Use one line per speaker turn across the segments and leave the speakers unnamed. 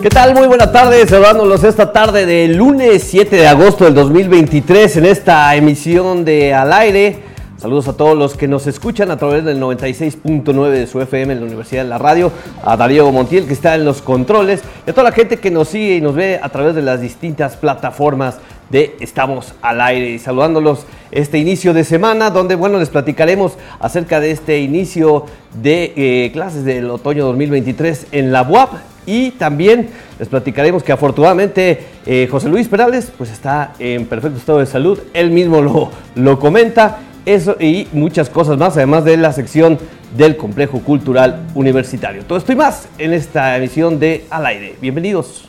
¿Qué tal? Muy buenas tardes, saludándolos esta tarde del lunes 7 de agosto del 2023 en esta emisión de Al Aire. Saludos a todos los que nos escuchan a través del 96.9 de su FM en la Universidad de la Radio, a Darío Montiel que está en los controles y a toda la gente que nos sigue y nos ve a través de las distintas plataformas de Estamos al aire y saludándolos este inicio de semana donde bueno les platicaremos acerca de este inicio de eh, clases del otoño 2023 en la UAP y también les platicaremos que afortunadamente eh, José Luis Perales pues está en perfecto estado de salud, él mismo lo, lo comenta eso y muchas cosas más, además de la sección del complejo cultural universitario. Todo esto y más en esta emisión de Al aire. Bienvenidos.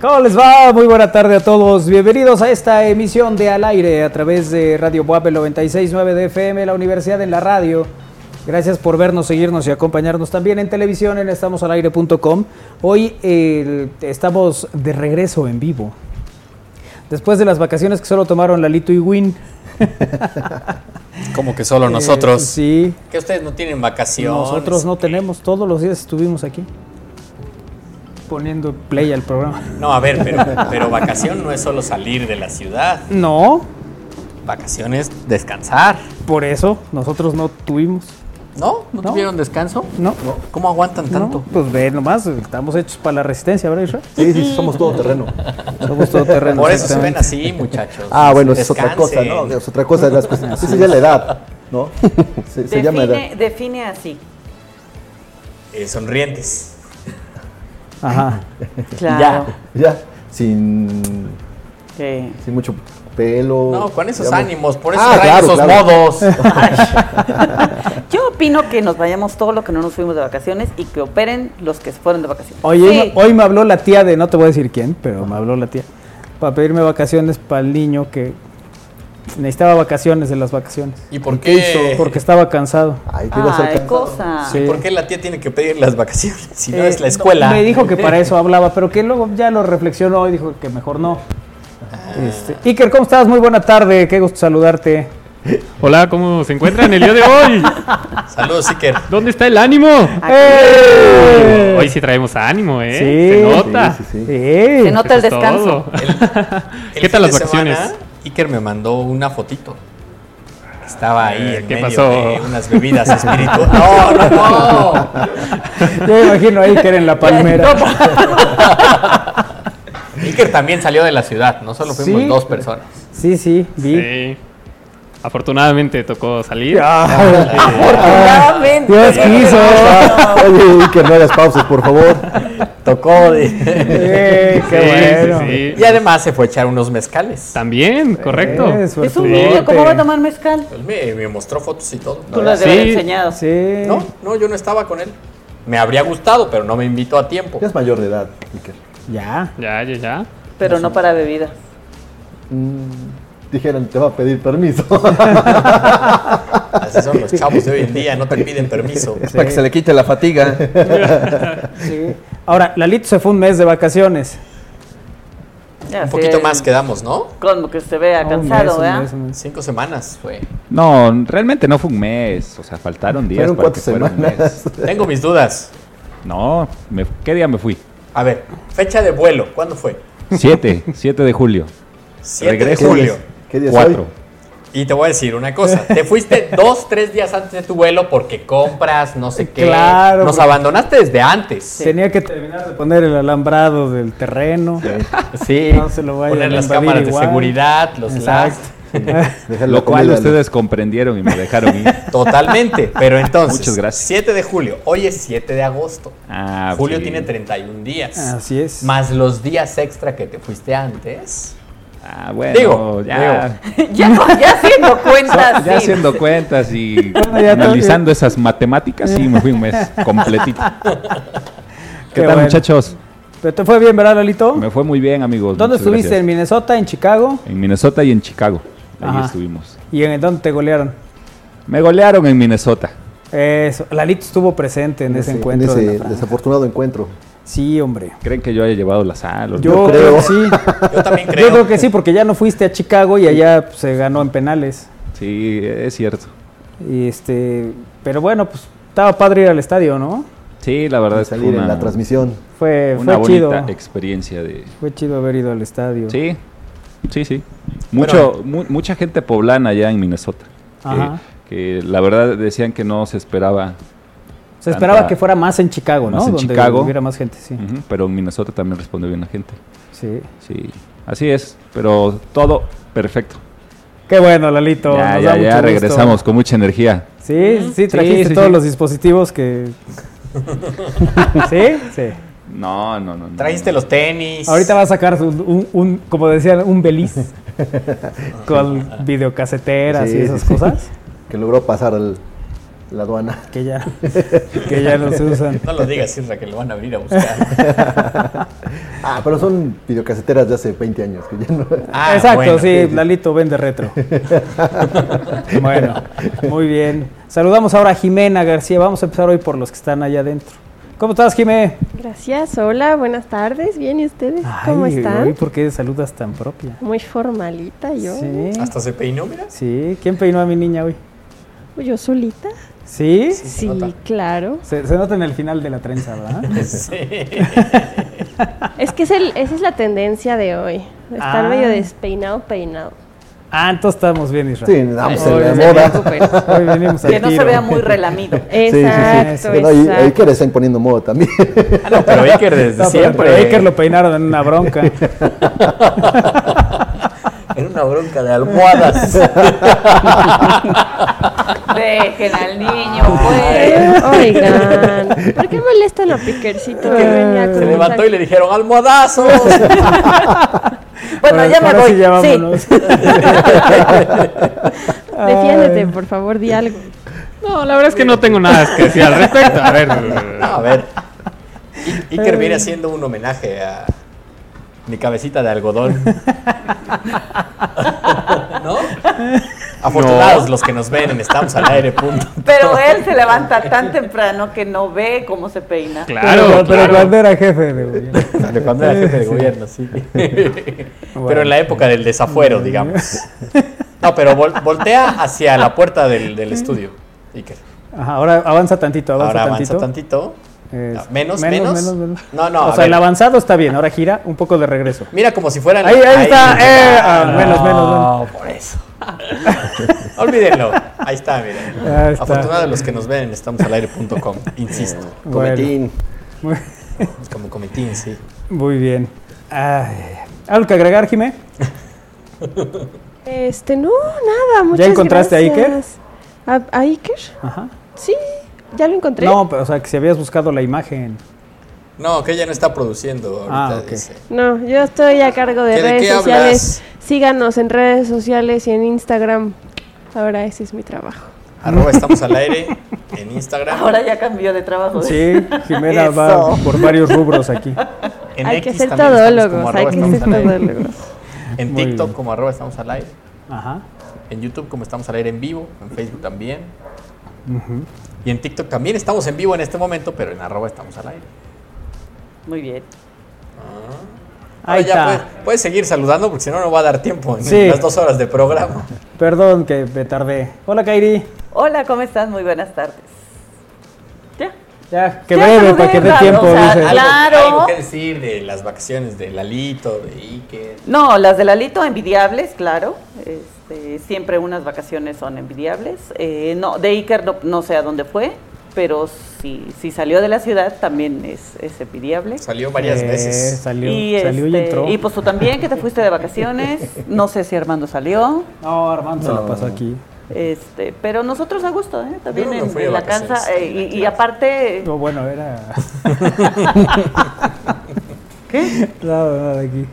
¿Cómo les va? Muy buena tarde a todos. Bienvenidos a esta emisión de Al Aire a través de Radio Boab 96.9 de FM, la Universidad en la Radio. Gracias por vernos, seguirnos y acompañarnos también en televisión en estamosalaire.com. Hoy eh, estamos de regreso en vivo. Después de las vacaciones que solo tomaron Lalito y Win.
Como que solo nosotros.
Eh, sí.
Que ustedes no tienen vacaciones.
Nosotros no tenemos, todos los días estuvimos aquí poniendo play al programa.
No, a ver, pero, pero vacación no es solo salir de la ciudad.
No,
Vacación es descansar.
por eso nosotros no tuvimos.
¿No? ¿No,
No.
tuvieron descanso?
No.
¿Cómo aguantan
No,
tanto?
pues ve nomás, estamos hechos para la resistencia, ¿verdad, Israel?
Sí, sí, somos todo terreno.
pues,
Somos todo terreno.
Por eso se ven así, muchachos.
Ah, bueno, esa es otra cosa,
Descansen.
¿no? Es otra cosa de las cosas. Esa ya es la edad, ¿no? Se, se llama edad.
define, define así.
Eh, sonrientes.
Ajá.
Claro.
Ya, sin,
Sí.
sin mucho pelo.
No, con esos
digamos.
ánimos, por eso
Ah,
traen
claro,
esos
claro.
modos.
Yo opino que nos vayamos todo lo que no nos fuimos de vacaciones y que operen los que se fueron de vacaciones.
Oye,
Sí.
hoy me habló la tía de, no te voy a decir quién, pero me habló la tía, para pedirme vacaciones para el niño que necesitaba vacaciones de las vacaciones.
¿Y por qué?
Porque estaba cansado.
Ay, que iba a ser
Ay,
cansado.
cosa.
Sí.
¿Por qué la tía tiene que pedir las vacaciones? Si no
Eh,
es la escuela.
Me dijo que para eso hablaba, pero que luego ya lo reflexionó y dijo que mejor no. Este, Iker, ¿cómo estás? Muy buena tarde, qué gusto saludarte.
Hola, ¿cómo se encuentran el día de hoy?
Saludos, Iker.
¿Dónde está el ánimo?
Aquí.
¡Eh!
Hoy sí traemos ánimo, ¿eh?
Sí.
se nota.
Sí, sí, sí.
Sí.
Se nota el
Eso es
descanso.
todo.
El
¿Qué tal
fin
las
de semana,
vacaciones?
Iker me mandó una fotito. Estaba ahí
Eh,
en
¿qué
medio
pasó?
de unas bebidas espíritu. No, no, no.
Yo me imagino a Iker en la palmera.
Iker también salió de la ciudad, no solo fuimos
Sí.
dos personas.
Sí, sí, vi.
Sí. Afortunadamente tocó salir.
Ah,
Afortunadamente.
Dios quiso.
Ah, Oye, que no hagas pausas, por favor.
Tocó de...
eh,
Sí,
qué bueno.
sí, sí.
Y además se fue a echar unos mezcales.
También, correcto.
Eh,
Es un
suertudote.
niño, ¿cómo va a tomar mezcal?
Él me, me mostró fotos y todo.
Tú lo has de
Sí.
haber enseñado.
Sí.
No, no, yo no estaba con él. Me habría gustado, pero no me invitó a tiempo.
Ya es mayor de edad, Iker.
Ya.
Ya, ya, ya.
Pero no para bebidas.
Mm, Dijeron, te va a pedir permiso.
Así son los chavos de hoy en día, no te piden permiso.
Para que se le quite la fatiga.
Sí. Ahora, Lalito se fue un mes de vacaciones.
Ya
Un
sé,
poquito más quedamos, ¿no?
Como que se vea
Un mes,
cansado,
un
¿verdad?
mes, un mes.
Cinco semanas fue.
No, realmente no fue un mes, o sea, faltaron días
Fueron
para
cuatro
que fuera un
semanas.
mes.
Tengo mis dudas.
No, me- ¿qué día me fui?
A ver, fecha de vuelo, ¿cuándo fue?
7, 7 de julio.
7 de
Regreso.
julio.
¿Qué día es hoy?
4.
Y te voy a decir una cosa, te fuiste dos, tres días antes de tu vuelo porque compras, no sé qué.
Claro,
Nos
porque-
abandonaste desde antes.
Tenía que terminar de poner el alambrado del terreno.
Sí.
No se lo vayan
Poner
a
las
invadir
cámaras de
igual.
seguridad, los
Exacto.
LAS.
Deja la
Lo cual
comida,
ustedes comprendieron y me dejaron ir.
Totalmente. Pero entonces,
Muchas gracias.
7 de julio. Hoy es 7 de agosto.
Ah,
julio
sí.
tiene 31 días.
Así es.
Más los días extra que te fuiste antes.
Ah, bueno,
Digo,
ya,
Ya, ya haciendo cuentas.
ya
sí.
haciendo cuentas y
Bueno, ya todo
analizando esas matemáticas, sí, me fui un mes completito. ¿Qué,
Qué
tal,
bueno.
muchachos?
Pero te fue bien, ¿verdad, Lolito?
Me fue muy bien, amigos.
¿Dónde
muchas
estuviste? ¿En
gracias.
Minnesota? ¿En Chicago?
En Minnesota y en Chicago. Ahí
Ajá.
estuvimos.
¿Y en dónde te golearon?
Me golearon en Minnesota.
Eso. Lalito estuvo presente en ese
ese-
encuentro.
En
de
ese
la franja.
desafortunado encuentro.
Sí, hombre.
¿Creen que yo haya llevado la sal? o no?
Yo creo
creo.
que sí.
Yo también creo.
Yo creo que sí, porque ya no fuiste a Chicago y allá pues, se ganó en penales.
Sí, es cierto.
Y este, pero bueno, pues estaba padre ir al estadio, ¿no?
Sí, la verdad es que fue
Salir
una,
en la transmisión.
Fue,
una
fue chido.
bonita experiencia de...
Fue chido haber ido al estadio.
Sí, sí, sí. Mucho, mu- mucha gente poblana allá en Minnesota. que-
Ajá.
Que, la verdad decían que no se esperaba,
Se esperaba
Tanta-
que fuera más en Chicago, ¿no?
más en
Donde
Chicago.
hubiera más gente, sí.
ujú, pero en Minnesota también respondió bien la gente.
Sí.
Sí, así es, pero todo perfecto.
Qué bueno, Lalito.
ya,
nos
ya,
da mucho
ya
gusto.
regresamos con mucha energía.
Sí, sí, trajiste
Sí, sí,
todos
sí.
los dispositivos que. ¿Sí? Sí.
No, no, no. no,
Trajiste
no.
los tenis.
Ahorita va a sacar un, un- un- como decían, un beliz con videocaseteras
Sí,
y
sí,
esas
sí.
cosas
Que logró pasar al- la aduana.
que ya, que ya no se usan.
No lo digas, Isra, que lo van a venir a buscar.
Ah, pero son videocaseteras de hace 20 años. Que ya no...
Ah,
Exacto,
bueno.
sí, Lalito vende retro. bueno, muy bien. Saludamos ahora a Jimena García. Vamos a empezar hoy por los que están allá adentro. ¿Cómo estás, Jimé?
Gracias, hola, buenas tardes, bien, ¿y ustedes? ¿Cómo
Ay,
están?
hoy, ¿Por qué saludas tan propia?
Muy formalita yo.
Sí.
Hasta se peinó, mira.
Sí, ¿quién peinó a mi niña hoy?
¿Yo solita?
¿Sí?
Sí,
nota.
claro.
Se, se nota en el final de la trenza, ¿verdad?
Sí.
Es que es el, esa es la tendencia de hoy, de estar
Ah.
medio despeinado, peinado.
ah, entonces estamos bien,
Sí,
Israel.
vamos
Hoy
en la
se
moda.
preocupen.
Hoy venimos
Que
al
no se
tiro.
vea muy relamido.
Exacto,
Pero ahí,
exacto.
ahí que le están poniendo moda también.
Ah, no, pero Iker desde
No, pero
siempre.
a Baker lo peinaron en una bronca.
Era una bronca de almohadas.
Dejen al niño, pues.
Eh,
Ah.
Oigan, ¿por qué molestan a Piquercito que venía con
Se
un
levantó y le dijeron almohadazos.
Bueno,
Ahora-
ya me
ahora
voy.
Sí, ya
Sí.
vámonos.
saco? Defiéndete, por favor, di algo.
No, la verdad es que no tengo nada que decir al respecto. A ver,
A ver. I- Iker viene haciendo un homenaje a mi cabecita de algodón. ¿No? Afortunados los que nos ven en Estamos al aire, punto.
Pero él se levanta tan temprano que no ve cómo se peina.
claro,
pero, pero
claro.
cuando era jefe de gobierno.
De cuando era jefe de gobierno, sí. Pero en la época del desafuero, digamos. No, pero vol- voltea hacia la puerta del, del estudio, Iker.
Ajá, ahora avanza tantito, avanza
Ahora
tantito.
avanza tantito.
Es-
Menos, menos. No, no,
O
a
sea,
ver.
el avanzado está bien, ahora gira un poco de regreso.
Mira como si fueran.
Ahí, ahí está, eh, ah,
no,
menos, menos,
por eso. Olvídenlo. Ahí está, mira.
Ahí está.
Afortunado de los que nos ven en estamosalaire.com, insisto.
Bueno,
Como cometín, sí.
muy bien. Ay, ¿Algo que agregar, Jimé?
Este, no, nada, muchas
encontraste a Iker?
gracias. a Iker? ¿A, Iker?
Ajá.
Sí, ya lo encontré.
No, pero, o sea, que si habías buscado la imagen.
No, que ella no está produciendo ahorita.
Ah, ok.
dice.
No, yo estoy a cargo de
¿Qué- de
redes
qué
sociales.
hablas?
Síganos en redes sociales y en Instagram. Ahora ese es mi trabajo.
Arroba estamos al aire
Ah.
en Instagram.
Ahora ya cambió de trabajo.
Sí, Jimena va
Eso.
por varios rubros aquí.
En
hay que
X
ser
también estamos como
todólogos, hay
arroba
que
estamos
ser
al aire.
todólogos.
En
Muy
TikTok
bien.
como arroba estamos al aire.
Ajá.
En YouTube como estamos al aire en vivo. En Facebook también. Y en TikTok también estamos en vivo en este momento, pero en arroba estamos al aire.
Muy bien.
Ah. Ahora
Ahí
ya
está.
Puedes, puedes seguir saludando porque si no, no va a dar tiempo en
Sí.
las dos horas de programa.
Perdón que me tardé. Hola, Kairi.
Hola, ¿cómo estás? Muy buenas tardes. Ya.
Ya, que
Ya
breve,
saludé,
para que dé
Rafa,
tiempo,
o sea,
dice.
a la- Claro.
Hay algo que decir de las vacaciones de Lalito, de Iker.
No, las del Alito envidiables, claro. Este, siempre unas vacaciones son envidiables. Eh, no, de Iker no, no sé a dónde fue. pero si, si salió de la ciudad también es, es envidiable.
Salió varias
Eh,
veces.
Salió,
y,
salió y
este,
entró.
y pues tú también, que te fuiste de vacaciones. No sé si Armando salió.
no, Armando se la pasó aquí.
Este, pero nosotros a gusto, ¿eh? También
Yo no me
en,
fui de
en la
vacaciones,
cansa.
en
eh,
la
y, y
clase.
aparte,
No, bueno, era.
¿qué?
Nada, nada de aquí.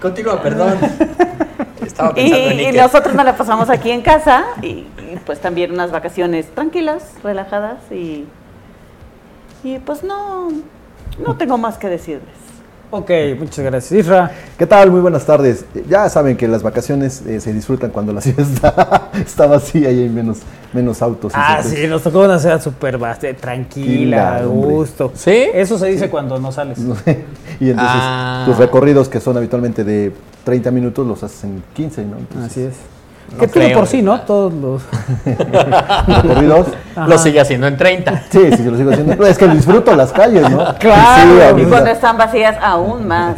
Continúa, perdón. Estaba pensando
Y,
en
y
Iker.
nosotros nos la pasamos aquí en casa y, y, pues también unas vacaciones tranquilas, relajadas y, y pues no, no tengo más que decirles.
Ok, muchas gracias, Isra.
¿Qué tal? Muy buenas tardes. Eh, Ya saben que las vacaciones eh, se disfrutan cuando la ciudad está, está vacía y hay menos, menos autos.
Ah,
entonces-
sí, nos tocó una ciudad súper bastante tranquila,
Tranquila,
a
hombre.
gusto.
¿Sí?
Eso se dice cuando no sales.
y entonces
Ah.
tus recorridos que son habitualmente de 30 minutos los hacen 15, ¿no? Entonces,
Así es. que
No
tiene
creo, ¿eh?
por sí, ¿no?
¿verdad?
Todos los.
recorridos.
Lo sigue haciendo en 30.
Sí, sí, yo lo sigo haciendo. No, es que disfruto las calles, ¿no?
Claro,
Sí, a
Y
veces-
cuando están vacías, aún más.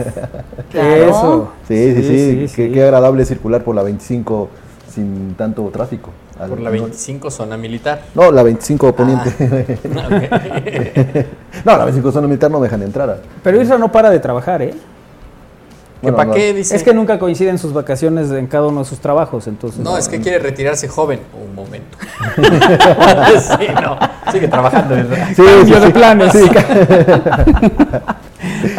Claro.
Eso.
Sí, sí, sí.
Sí, sí,
qué,
sí.
qué agradable circular por la 25 sin tanto tráfico.
Por la 25 zona militar.
No, la 25 poniente.
Ok.
Ah.
no, la 25 zona militar no me dejan entrar. ah.
Pero Isra no para de trabajar, ¿eh?
¿Que
Bueno,
para
no.
qué dice?
Es que nunca coinciden sus vacaciones en cada uno de sus trabajos, entonces.
No, es que quiere retirarse joven. Un momento. sí, no. Sigue trabajando. ¿verdad?
Sí, sí, sí. Sí,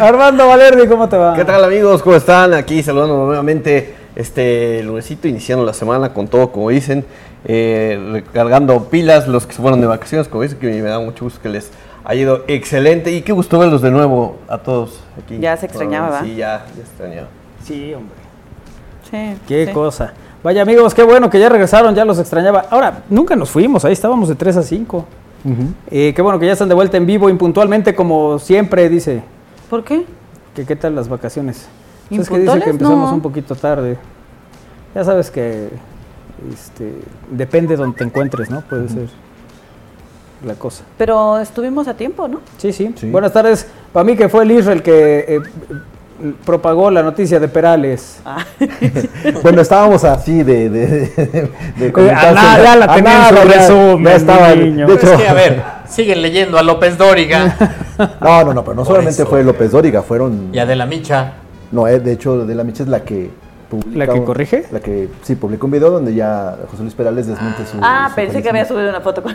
Armando Valerdi, ¿cómo te va?
¿Qué tal amigos? ¿Cómo están? Aquí saludando nuevamente este lunesito, iniciando la semana con todo, como dicen, eh, recargando pilas, los que se fueron de vacaciones, como dicen, que me da mucho gusto que les ha ido excelente y qué gusto verlos de nuevo a todos aquí.
Ya se extrañaba, ¿va?
Sí, ya, ya extrañaba.
Sí, hombre.
Sí,
Qué
sí.
cosa. Vaya amigos, qué bueno que ya regresaron, ya los extrañaba. Ahora, nunca nos fuimos, ahí estábamos de 3 a 5. Eh, qué bueno que ya están de vuelta en vivo, impuntualmente, como siempre, dice.
¿Por qué?
que qué tal las vacaciones? Es que dice
¿Impuntuales?
que empezamos
No.
un poquito tarde. Ya sabes que este, depende donde te encuentres, ¿no? Puede ser la cosa.
Pero estuvimos a tiempo, ¿no?
Sí, sí.
Sí.
Buenas tardes. Para mí que fue el Israel que eh, propagó la noticia de Perales.
Ah,
Bueno, estábamos así de, de, de, de
a nada, ya la
A
tenía en
nada,
su
ya-
resumen,
ya estaba-
mi niño.
de
Pero Pues
hecho,
es que, a ver, siguen leyendo a López Dóriga
no, no, no, pero no
Por
solamente
eso.
fue López Dóriga, fueron.
y a De la Micha.
No, eh, de hecho, de la Micha es la que. publica
¿La que
un-
corrige?
La que sí, publicó un video donde ya José Luis Perales desmiente su.
ah,
su
pensé que
fallecimiento.
había subido una foto con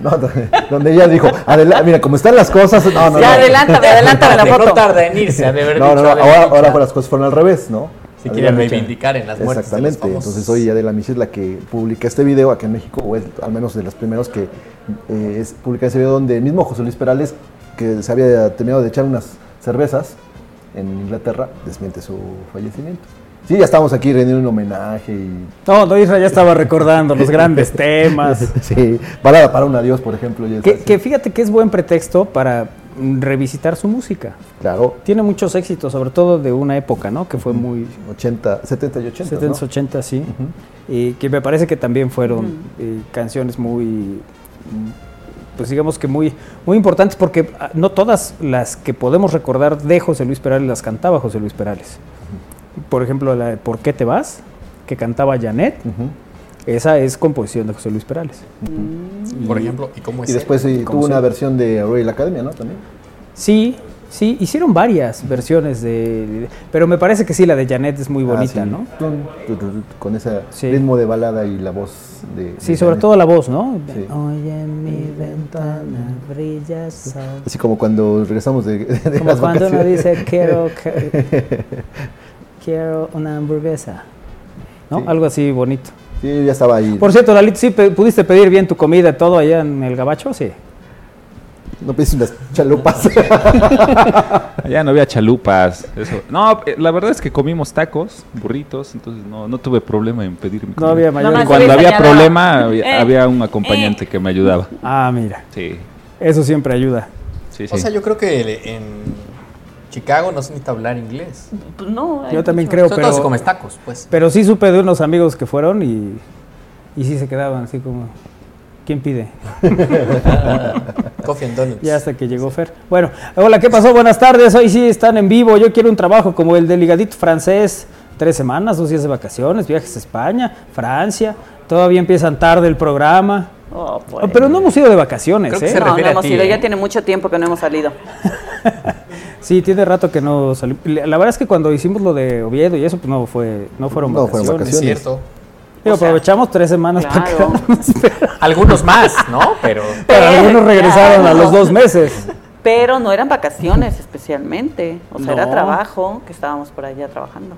No, donde- donde ella dijo, "Adela- mira, como están las cosas, no, no,
Ya,
no.
adelántame, adelántame la
Tarde, No
foto.
tarda en irse, ha de haber
No, no,
dicho
no,
Adela
ahora,
Micha.
ahora las cosas fueron al revés, ¿no?
Se
Adela
quiere
Micha.
reivindicar en las muertes de los
Exactamente,
famosos.
entonces hoy Adela Micha es la que publica este video aquí en México, o es al menos de los primeros que eh, es, publica ese video donde el mismo José Luis Perales, que se había terminado de echar unas cervezas en Inglaterra, desmiente su fallecimiento. Sí, ya estamos aquí rendiendo un homenaje y...
No, no, Israel ya estaba recordando los grandes temas.
Sí, balada para un adiós, por ejemplo. ya está
Que,
así.
que fíjate que es buen pretexto para mm, revisitar su música.
Claro,
Tiene muchos éxitos, sobre todo de una época, ¿no? Que fue muy
80, 70 y 80,
70, 80, sí. Y que me parece que también fueron eh, canciones muy, mm, pues digamos que muy, muy importantes, porque ah, no todas las que podemos recordar de José Luis Perales las cantaba José Luis Perales. Por ejemplo, la de ¿Por qué te vas? que cantaba Janet,
¿no? Ujú.
esa es composición de José Luis Perales.
Por ejemplo, ¿y cómo es?
Y después sí,
¿Cómo
tuvo
se
una
llama?
versión de Royal Academia, ¿no? También.
Sí, sí, hicieron varias versiones de... Pero me parece que sí, la de Janet es muy bonita,
Ah, sí.
¿no?
Tun, tu, tu, tu, Con ese
Sí.
ritmo de balada y la voz de.
Sí,
de
sobre
Janet.
todo la voz, ¿no?
Sí.
Hoy en mi ventana brilla el sol.
Así como cuando regresamos de, de
Como
las
cuando uno
vacaciones.
dice, quiero, que- quiero una hamburguesa. ¿No?
Sí.
Algo así bonito.
Sí, yo ya estaba ahí.
Por cierto, Lalito, ¿sí pe- pudiste pedir bien tu comida y todo allá en el gabacho? Sí.
No pienses en las chalupas.
Allá no había chalupas. Eso. No, eh, la verdad es que comimos tacos, burritos, entonces no, no tuve problema en pedir mi
No
comida.
había
No,
mayor...
no,
Y Cuando
Luis
había
señalaba.
problema, había,
Eh,
había un acompañante que me ayudaba.
Ah, mira.
Sí,
Eso siempre ayuda.
sí, sí.
O sea, yo creo que le- en Chicago no se necesita hablar inglés.
Pues no, hay
Yo también
mucho.
creo,
Sobre todo si
pero...
comes tacos, pues.
Pero sí supe de unos amigos que fueron y, y sí se quedaban así como... ¿Quién pide?
Coffee and Donuts.
Ya hasta que llegó Fer. Bueno, hola, ¿qué pasó? Buenas tardes. Hoy sí están en vivo. Yo quiero un trabajo como el del ligadito francés. Tres semanas, dos días de vacaciones, viajes a España, Francia. Todavía empiezan tarde el programa.
Oh, pues.
Pero no hemos ido de vacaciones,
Creo que
¿eh?
se
no, no
refiere a
hemos
ti,
ido,
¿eh?
ya tiene mucho tiempo que no hemos salido.
Sí, tiene rato que no salió. La la verdad es que cuando hicimos lo de Oviedo y eso, pues no fue, no fueron
No fueron
vacaciones.
Es cierto.
Digo,
O sea,
aprovechamos tres semanas para
claro.
quedarnos, pero,
Algunos más, ¿no? Pero Eh,
pero algunos regresaron a
Claro.
los dos meses.
Pero no eran vacaciones especialmente, o sea, era
No.
trabajo que estábamos por allá trabajando.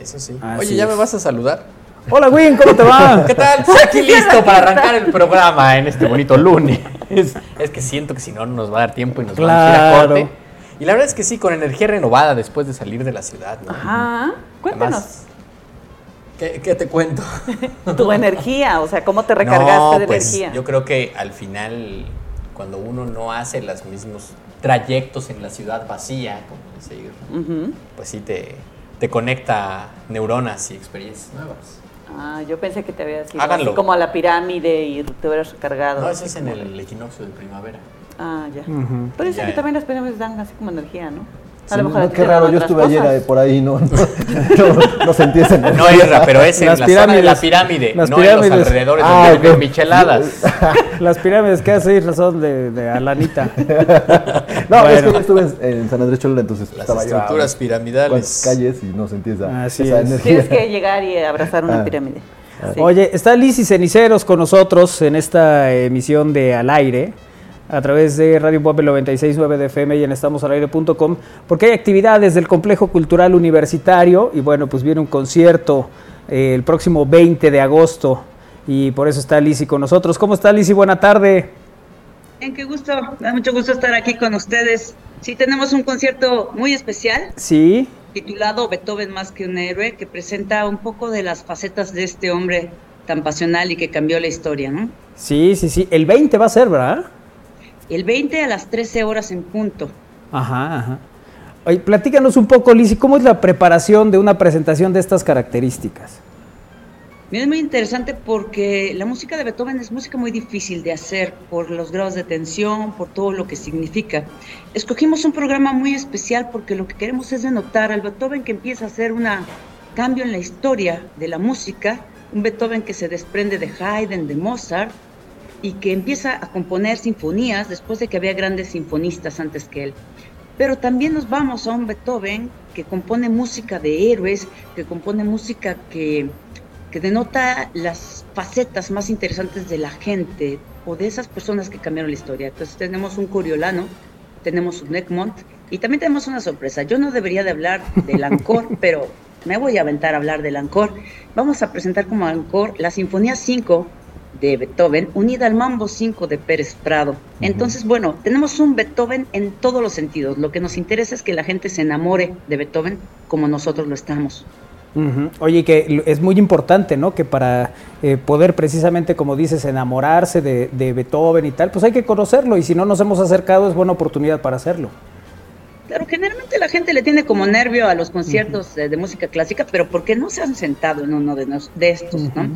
eso sí.
Así
Oye, ¿ya me
es.
vas a saludar?
Hola, Win, ¿cómo te va?
¿Qué tal? Estoy aquí listo para arrancar el programa en este bonito lunes. Es que siento que si no, no nos va a dar tiempo y nos vamos a ir a
Claro.
corte. Y la verdad es que sí, con energía renovada después de salir de la ciudad. ¿no?
Ajá, Ah, cuéntanos.
Además, ¿qué, qué te cuento?
Tu energía, o sea, ¿cómo te recargaste
No,
de
pues,
energía?
Yo creo que al final, cuando uno no hace los mismos trayectos en la ciudad vacía, como decir,
Ujú.
pues sí te, te conecta neuronas y experiencias nuevas.
Ah, yo pensé que te habías ido
Háganlo.
así como a la pirámide y te hubieras recargado.
No, eso es en el equinoccio de primavera.
Ah, ya.
Ujú.
Pero dicen
Ya,
que
ya.
también las pirámides dan así como energía, ¿no? A
Sí,
lo mejor a
no,
ti
qué
te dan
raro, yo
otras
estuve ayer
cosas.
eh, por ahí, no, no, no, no sentí esa energía.
No, Ezra, pero es en
Las
la zona de la
pirámides.
pirámide,
Las
no en los
pirámides.
alrededores
Ah,
donde
ok.
venden micheladas.
Las pirámides que hace razón de, de Alanita.
No, es que
Bueno.
yo estuve en, en San Andrés Cholula, entonces
Las
estaba yo a
estructuras
cuantas
piramidales.
calles y no sentí esa,
Así
esa
Ah, es.
energía.
Tienes que llegar y abrazar una
Ah.
pirámide. Sí.
Oye, está Liz y Ceniceros con nosotros en esta emisión de Al Aire a través de Radio Puebla 969 de FM y en estamosalaire.com porque hay actividades del Complejo Cultural Universitario y bueno, pues viene un concierto eh, el próximo 20 de agosto y por eso está Liz con nosotros. ¿Cómo está Liz? Buena tarde.
Bien, qué gusto, da mucho gusto estar aquí con ustedes. Sí, tenemos un concierto muy especial
Sí.
titulado Beethoven más que un héroe, que presenta un poco de las facetas de este hombre tan pasional y que cambió la historia, ¿no?
Sí, sí, sí. El 20 va a ser, ¿verdad?
El 20 a las 13 horas en punto.
Ajá, ajá. Oye, platícanos un poco, Liz, ¿cómo es la preparación de una presentación de estas características?
Mira, es muy interesante porque la música de Beethoven es música muy difícil de hacer por los grados de tensión, por todo lo que significa. Escogimos un programa muy especial porque lo que queremos es denotar al Beethoven que empieza a hacer un cambio en la historia de la música, un Beethoven que se desprende de Haydn, de Mozart y que empieza a componer sinfonías después de que había grandes sinfonistas antes que él. Pero también nos vamos a un Beethoven que compone música de héroes, que compone música que, que denota las facetas más interesantes de la gente o de esas personas que cambiaron la historia. Entonces tenemos un Coriolano, tenemos un Egmont y también tenemos una sorpresa. Yo no debería de hablar del Ancor, pero me voy a aventar a hablar del Ancor. Vamos a presentar como Ancor la Sinfonía 5 de Beethoven unida al Mambo 5 de Pérez Prado. Entonces, bueno, tenemos un Beethoven en todos los sentidos. Lo que nos interesa es que la gente se enamore de Beethoven como nosotros lo estamos.
Ujú. Oye, que lo- es muy importante, ¿no? Que para eh, poder precisamente, como dices, enamorarse de, de Beethoven y tal, pues hay que conocerlo y si no nos hemos acercado es buena oportunidad para hacerlo.
Claro, generalmente la gente le tiene como nervio a los conciertos eh, de, música clásica, pero porque no se han sentado en uno de, nos- de estos, ¿no?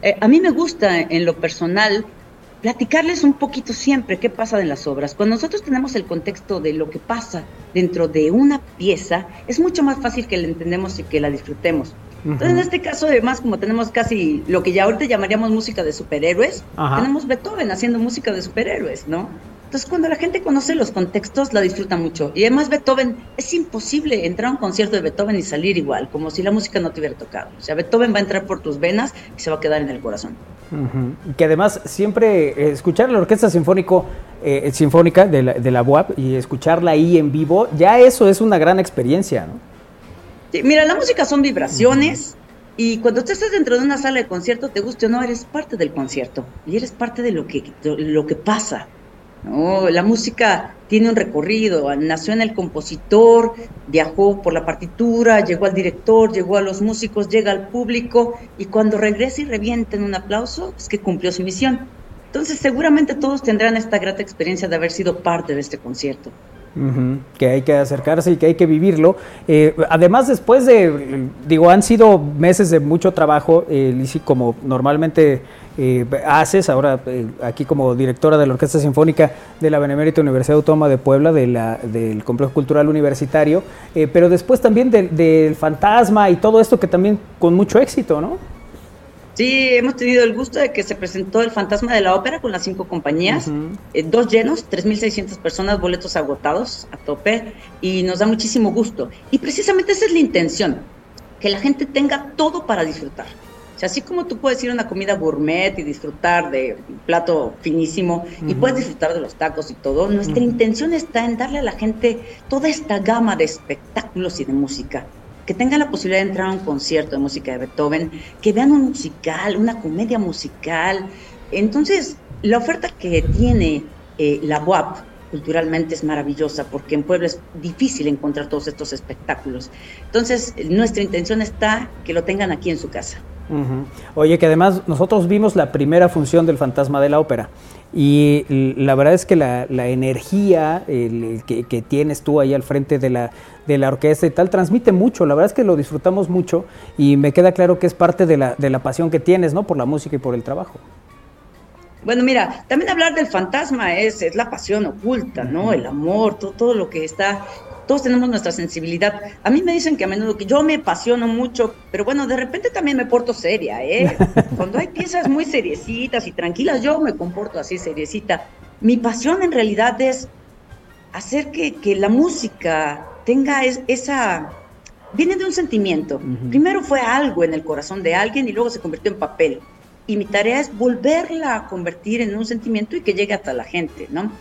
Eh, a mí me gusta en lo personal platicarles un poquito siempre qué pasa en las obras. Cuando nosotros tenemos el contexto de lo que pasa dentro de una pieza, es mucho más fácil que la entendemos y que la disfrutemos. Entonces, en este caso, además, como tenemos casi lo que ya ahorita llamaríamos música de superhéroes,
Ajá.
tenemos Beethoven haciendo música de superhéroes, ¿no? Entonces, cuando la gente conoce los contextos, la disfruta mucho. Y además, Beethoven, es imposible entrar a un concierto de Beethoven y salir igual, como si la música no te hubiera tocado. O sea, Beethoven va a entrar por tus venas y se va a quedar en el corazón.
Ujú. Y Que además siempre eh, escuchar la Orquesta Sinfónico, eh, Sinfónica de la, de la UAP y escucharla ahí en vivo, ya eso es una gran experiencia, ¿no?
Sí, mira, la música son vibraciones y cuando tú estás dentro de una sala de concierto, te guste o no, eres parte del concierto y eres parte de lo que, de lo que pasa. ¿no? La música tiene un recorrido, nació en el compositor, viajó por la partitura, llegó al director, llegó a los músicos, llega al público y cuando regresa y revienta en un aplauso es que cumplió su misión. Entonces seguramente todos tendrán esta grata experiencia de haber sido parte de este concierto.
Ujú, que hay que acercarse y que hay que vivirlo. Eh, además, después de, digo, han sido meses de mucho trabajo, eh, Lisi, como normalmente eh, haces, ahora eh, aquí como directora de la Orquesta Sinfónica de la Benemérita Universidad Autónoma de Puebla, de la- del Complejo Cultural Universitario, eh, pero después también del del Fantasma y todo esto que también con mucho éxito, ¿no?
Sí, hemos tenido el gusto de que se presentó el Fantasma de la Ópera con las cinco compañías, eh, dos llenos, 3.600 personas, boletos agotados a tope, y nos da muchísimo gusto. Y precisamente esa es la intención, que la gente tenga todo para disfrutar. O sea, así como tú puedes ir a una comida gourmet y disfrutar de un plato finísimo y puedes disfrutar de los tacos y todo, nuestra intención está en darle a la gente toda esta gama de espectáculos y de música. Que tengan la posibilidad de entrar a un concierto de música de Beethoven, que vean un musical, una comedia musical. Entonces, la oferta que tiene eh, la UAP culturalmente es maravillosa porque en Puebla es difícil encontrar todos estos espectáculos. Entonces, nuestra intención está que lo tengan aquí en su casa.
Ujú. Oye, que además nosotros vimos la primera función del Fantasma de la Ópera y l- la verdad es que la, la energía el- el que, que tienes tú ahí al frente de la, de la orquesta y tal transmite mucho, la verdad es que lo disfrutamos mucho y me queda claro que es parte de la, de la pasión que tienes, ¿no? Por la música y por el trabajo.
Bueno, mira, también hablar del fantasma es, es la pasión oculta, ¿no? El amor, to- todo, lo que está... Todos tenemos nuestra sensibilidad. A mí me dicen que a menudo que yo me apasiono mucho, pero bueno, de repente también me porto seria, ¿eh? Cuando hay piezas muy seriecitas y tranquilas, yo me comporto así seriecita. Mi pasión en realidad es hacer que, que la música tenga es- esa... Viene de un sentimiento. Primero fue algo en el corazón de alguien y luego se convirtió en papel. Y mi tarea es volverla a convertir en un sentimiento y que llegue hasta la gente, ¿no?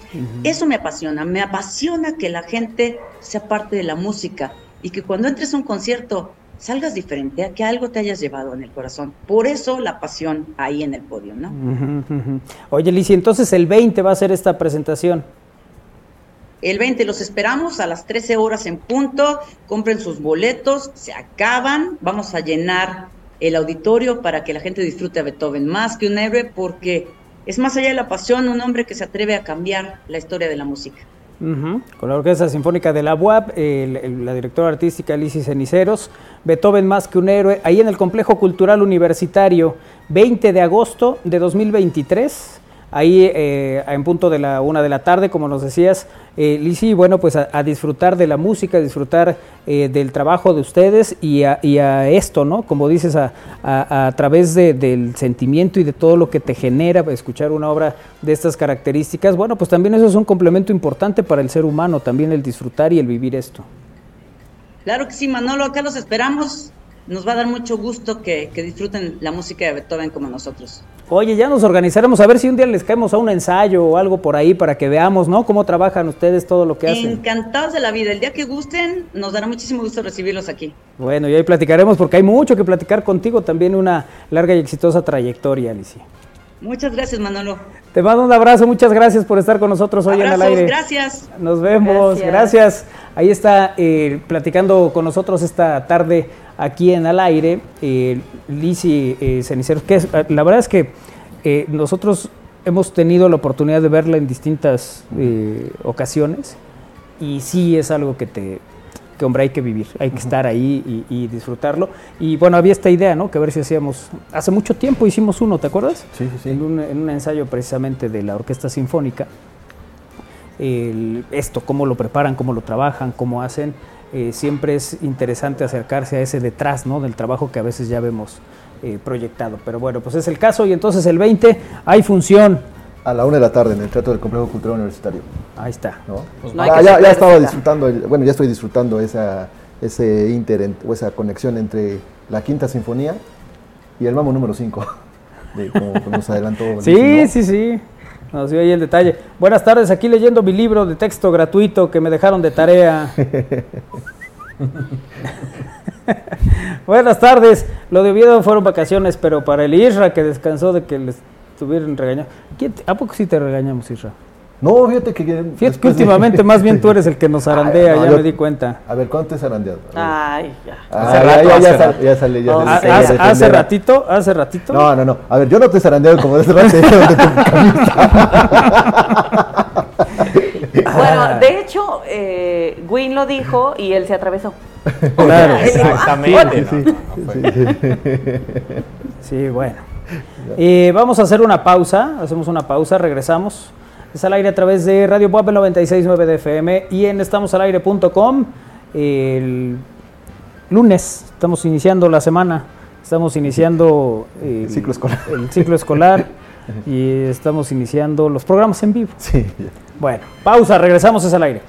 Eso me apasiona. Me apasiona que la gente sea parte de la música y que cuando entres a un concierto salgas diferente, a que algo te hayas llevado en el corazón. Por eso la pasión ahí en el podio, ¿no?
Ujú, ujú. Oye, Lizy, entonces el 20 va a ser esta presentación.
El 20 los esperamos a las 13 horas en punto. Compren sus boletos, se acaban. Vamos a llenar el auditorio para que la gente disfrute a Beethoven más que un héroe, porque es más allá de la pasión, un hombre que se atreve a cambiar la historia de la música.
Con la Orquesta Sinfónica de la UAP, el- el- la directora artística Lizy Ceniceros, Beethoven más que un héroe, ahí en el Complejo Cultural Universitario, 20 de agosto de 2023, ahí eh, en punto de la una de la tarde, como nos decías, eh, Lizy, bueno, pues a, a disfrutar de la música, a disfrutar eh, del trabajo de ustedes y a, y a esto, ¿no? Como dices, a, a- a través de- del sentimiento y de todo lo que te genera escuchar una obra de estas características, bueno, pues también eso es un complemento importante para el ser humano, también el disfrutar y el vivir esto.
Claro que sí, Manolo, acá los esperamos. Nos va a dar mucho gusto que, que disfruten la música de Beethoven como nosotros.
Oye, ya nos organizaremos a ver si un día les caemos a un ensayo o algo por ahí para que veamos, ¿no? Cómo trabajan ustedes todo lo que hacen.
Encantados de la vida. El día que gusten, nos dará muchísimo gusto recibirlos aquí.
Bueno, y ahí platicaremos porque hay mucho que platicar contigo, también una larga y exitosa trayectoria, Alicia.
Muchas gracias, Manolo.
Te mando un abrazo, muchas gracias por estar con nosotros hoy en el
Abrazos,
aire.
gracias.
Nos vemos, gracias.
Gracias.
Ahí está eh, platicando con nosotros esta tarde aquí en Al Aire, eh, Lisi eh, Ceniceros, que es- la verdad es que eh, nosotros hemos tenido la oportunidad de verla en distintas eh, ocasiones y sí es algo que te que hombre hay que vivir, hay que estar ahí y, y disfrutarlo. Y bueno, había esta idea, ¿no? Que a ver si hacíamos, hace mucho tiempo hicimos uno, ¿te acuerdas?
Sí, sí,
en
sí.
un, en un ensayo precisamente de la Orquesta Sinfónica, el- esto, cómo lo preparan, cómo lo trabajan, cómo hacen, eh, siempre es interesante acercarse a ese detrás ¿no? del trabajo que a veces ya vemos eh, proyectado. Pero bueno, pues es el caso y entonces el 20 hay función.
A la una de la tarde en el Teatro del Complejo Cultural Universitario.
Ahí está.
¿no?
Pues no hay
Ah,
que
ya, ya
sacar
estaba
cita.
disfrutando, el- bueno, ya estoy disfrutando esa, ese inter en- o esa conexión entre la Quinta Sinfonía y el Mamo número 5. como nos adelantó.
Sí, sí, sí. Nos dio ahí el detalle. Buenas tardes, aquí leyendo mi libro de texto gratuito que me dejaron de tarea. Buenas tardes. Lo de Oviedo fueron vacaciones, pero para el Isra que descansó de que les estuvieron regañando. ¿Quién te- ¿A poco sí te regañamos, Isra?
No, fíjate que. Fíjate
Fíjate que últimamente más bien tú eres el que nos arandea,
Ay, Ah, no,
ya
yo-
me di cuenta.
A ver, ¿cuánto es arandeado? A ver.
Ay, ya.
Ah,
Hace
ya-
rato,
ya,
hace
ya sal-
rato.
ya sale, ya
Oh,
sale-
hace-
ya
Hace,
defenderá.
hace ratito, hace ratito.
No, no, no. A ver, yo no te zarandeo como de ese rato. de tu
Bueno, de hecho, eh, Gwyn lo dijo y él se atravesó.
Claro.
Exactamente. no, no, no fue.
Sí, bueno. Eh, vamos a hacer una pausa, hacemos una pausa, regresamos. Es al aire a través de Radio Pop 969 de FM y en estamosalaire.com. El lunes estamos iniciando la semana Estamos iniciando eh,
El ciclo escolar.
el ciclo escolar y estamos iniciando los programas en vivo.
Sí,
Bueno, pausa, regresamos es al aire.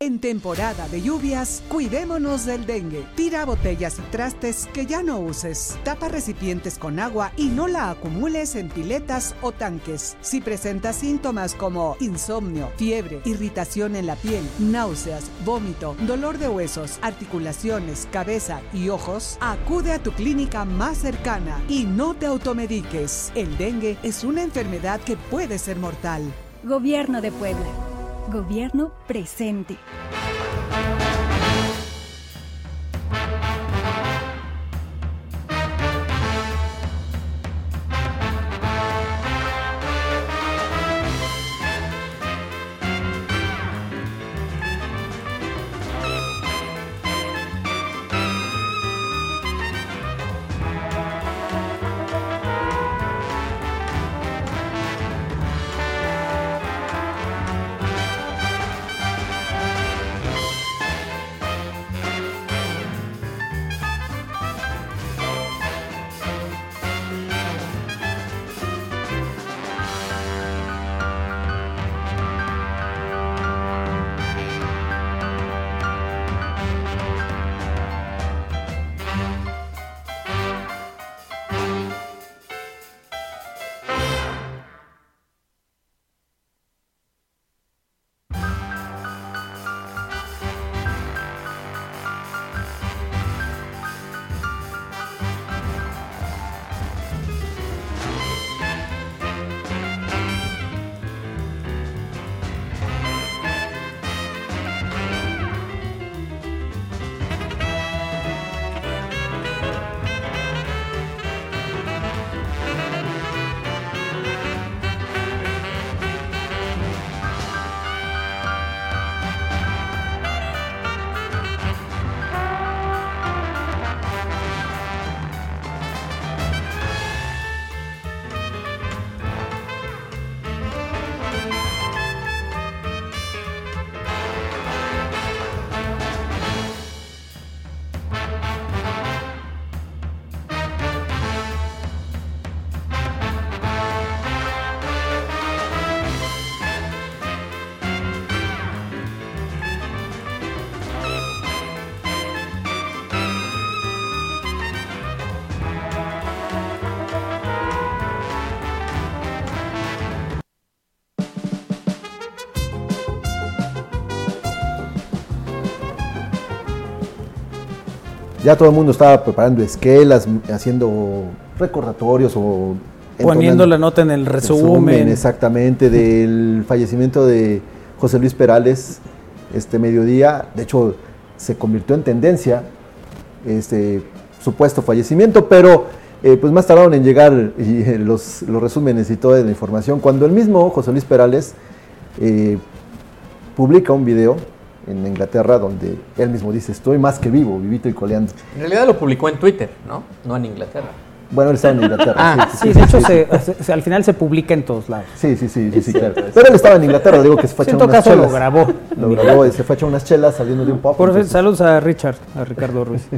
En temporada de lluvias, cuidémonos del dengue. Tira botellas y trastes que ya no uses. Tapa recipientes con agua y no la acumules en piletas o tanques. Si presentas síntomas como insomnio, fiebre, irritación en la piel, náuseas, vómito, dolor de huesos, articulaciones, cabeza y ojos, acude a tu clínica más cercana y no te automediques. El dengue es una enfermedad que puede ser mortal.
Gobierno de Puebla. Gobierno presente.
Ya todo el mundo estaba preparando esquelas, m- haciendo recordatorios o...
Poniendo
entonando-
la nota en el resumen.
Exactamente, del fallecimiento de José Luis Perales este mediodía. De hecho, se convirtió en tendencia. Este, supuesto fallecimiento, pero eh, pues más tardaron en llegar y, eh, los, los resúmenes y toda la información. Cuando el mismo José Luis Perales eh, publica un video en Inglaterra donde él mismo dice, estoy más que vivo, vivito y coleando.
En realidad lo publicó en Twitter, ¿no? No en Inglaterra.
Bueno, él estaba en Inglaterra.
Ah, sí, de hecho, se- se- se- al final se publica en todos lados.
Sí, sí, sí, sí, sí, claro. Pero él estaba en Inglaterra, digo que se fue a
Sí, en
echar
todo
unas
caso lo
chelas.
grabó.
Lo grabó y se fue a echar unas chelas saliendo de un pub.
Por cierto,
entonces-
saludos a Richard, a Ricardo Ruiz.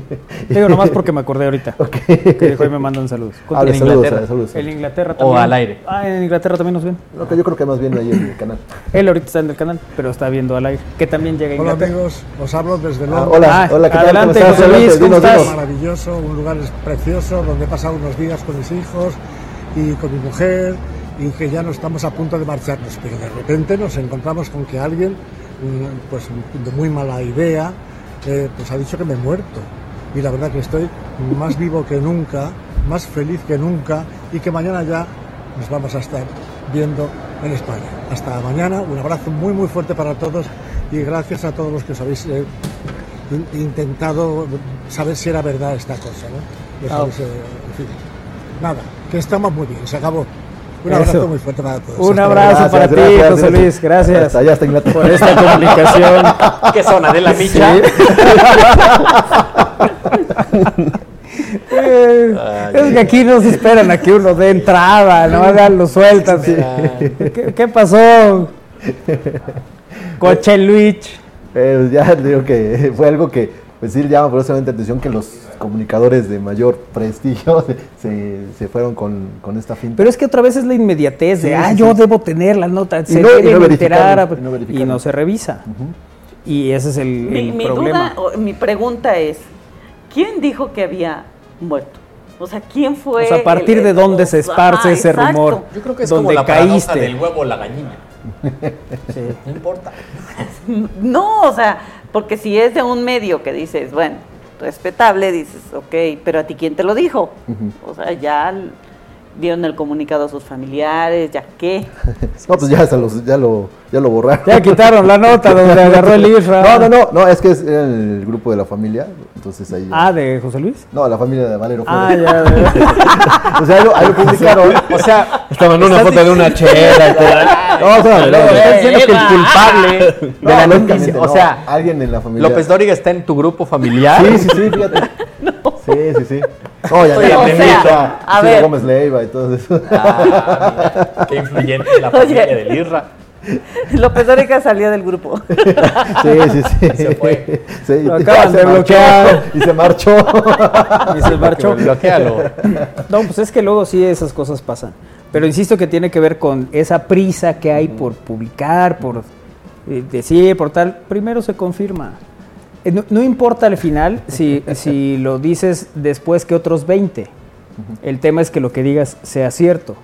Digo nomás porque me acordé ahorita. Que dijo y me mandan saludos.
Ah,
Continúa.
en Inglaterra. saludos.
En Inglaterra también. Ah, en Inglaterra también nos ven.
Lo que yo creo que más bien ahí en el canal.
Él ahorita está en el canal, pero está viendo al aire. Que también llega a
Hola
Inglaterra.
amigos, os hablo desde Londres.
Ah, hola, hola, ¿qué tal? ¿Cómo adelante, estás? José Luis, Adelante, ¿cómo dinos, estás? dinos.
Maravilloso, un lugar es- precioso donde he pasado unos días con mis hijos y con mi mujer y que ya no estamos a punto de marcharnos, pero de repente nos encontramos con que alguien, mm, pues de muy mala idea, eh, pues ha dicho que me he muerto. Y la verdad que estoy más vivo que nunca, más feliz que nunca y que mañana ya nos vamos a estar viendo en España. Hasta mañana, un abrazo muy muy fuerte para todos y gracias a todos los que os habéis eh, in- intentado saber si era verdad esta cosa. ¿no? Los
Ah.
habéis, eh, en fin. Nada, que estamos muy bien, se acabó. Un
Eso.
abrazo muy fuerte para todos.
Un
Hasta
abrazo
luego.
para ti, José Luis. Gracias.
Hasta allá, hasta Inglaterra.
Por esta comunicación.
¿Qué son, Adela
Sí.
Micha?
Eh, es que aquí no se esperan a que uno dé entrada, no Ahora lo sueltan.
Sí.
¿Qué, qué pasó? Coche Luis.
Eh, ya digo que fue algo que pues sí llama poderosamente atención que los comunicadores de mayor prestigio se, se fueron con, con esta finta.
Pero es que otra vez es la inmediatez de,
Sí,
ah,
sí,
yo
sí.
debo tener la nota,
Y
se
no- y
deben
no
enterar,
verificarlo,
a-
y no
y no se revisa. Y ese es el,
Mi,
el
mi
problema.
duda, o mi pregunta es, ¿quién dijo que había muerto? O sea, ¿quién fue?
O sea, ¿a partir
el-
de dónde
o
se
sea,
esparce
ajá,
ese
exacto.
rumor?
Yo creo que es
Donde
como la
caíste.
paradoja del huevo o la gallina. No importa.
Mm, No, o sea, porque si es de un medio que dices, bueno, respetable, dices, ok, pero a ti quién te lo dijo? O sea, ya l- dieron el comunicado a sus familiares, ya qué.
No, pues ya, se los- ya, lo, ya lo borraron.
Ya quitaron la nota donde agarró el Isra.
No, no, no, no, es que es era el grupo de la familia, entonces ahí...
Ah, de José Luis.
No, la familia de Valero.
Ah,
Flores.
ya, ya.
O sea, ahí lo, ahí lo publicaron.
O sea,
Estaban una foto de una chela y todo.
No, o sea, no,
Estás diciendo que el
Eva.
culpable
No,
de la
lógicamente
noticia.
no,
o sea,
alguien en la familia.
López Dóriga está en tu grupo familiar.
Sí, sí, sí, fíjate. Sí, sí, sí. No, ya
Oye,
ya,
o
ya,
sea,
ya,
a
Ciro
ver.
Gómez Leiva y todo eso.
Ah, Qué influyente es la familia del Irra.
López Dóriga salió del grupo.
Sí, sí, sí.
Se fue.
Sí, y-
Lo acaban
se
de
marchó,
bloquear.
Y se marchó.
Y se marchó.
Bloquealo.
No, pues es que luego sí esas cosas pasan. Pero insisto que tiene que ver con esa prisa que hay por publicar, por eh, decir, por tal. Primero se confirma. Eh, No, no importa al final si, si lo dices después que otros 20. El tema es que lo que digas sea cierto.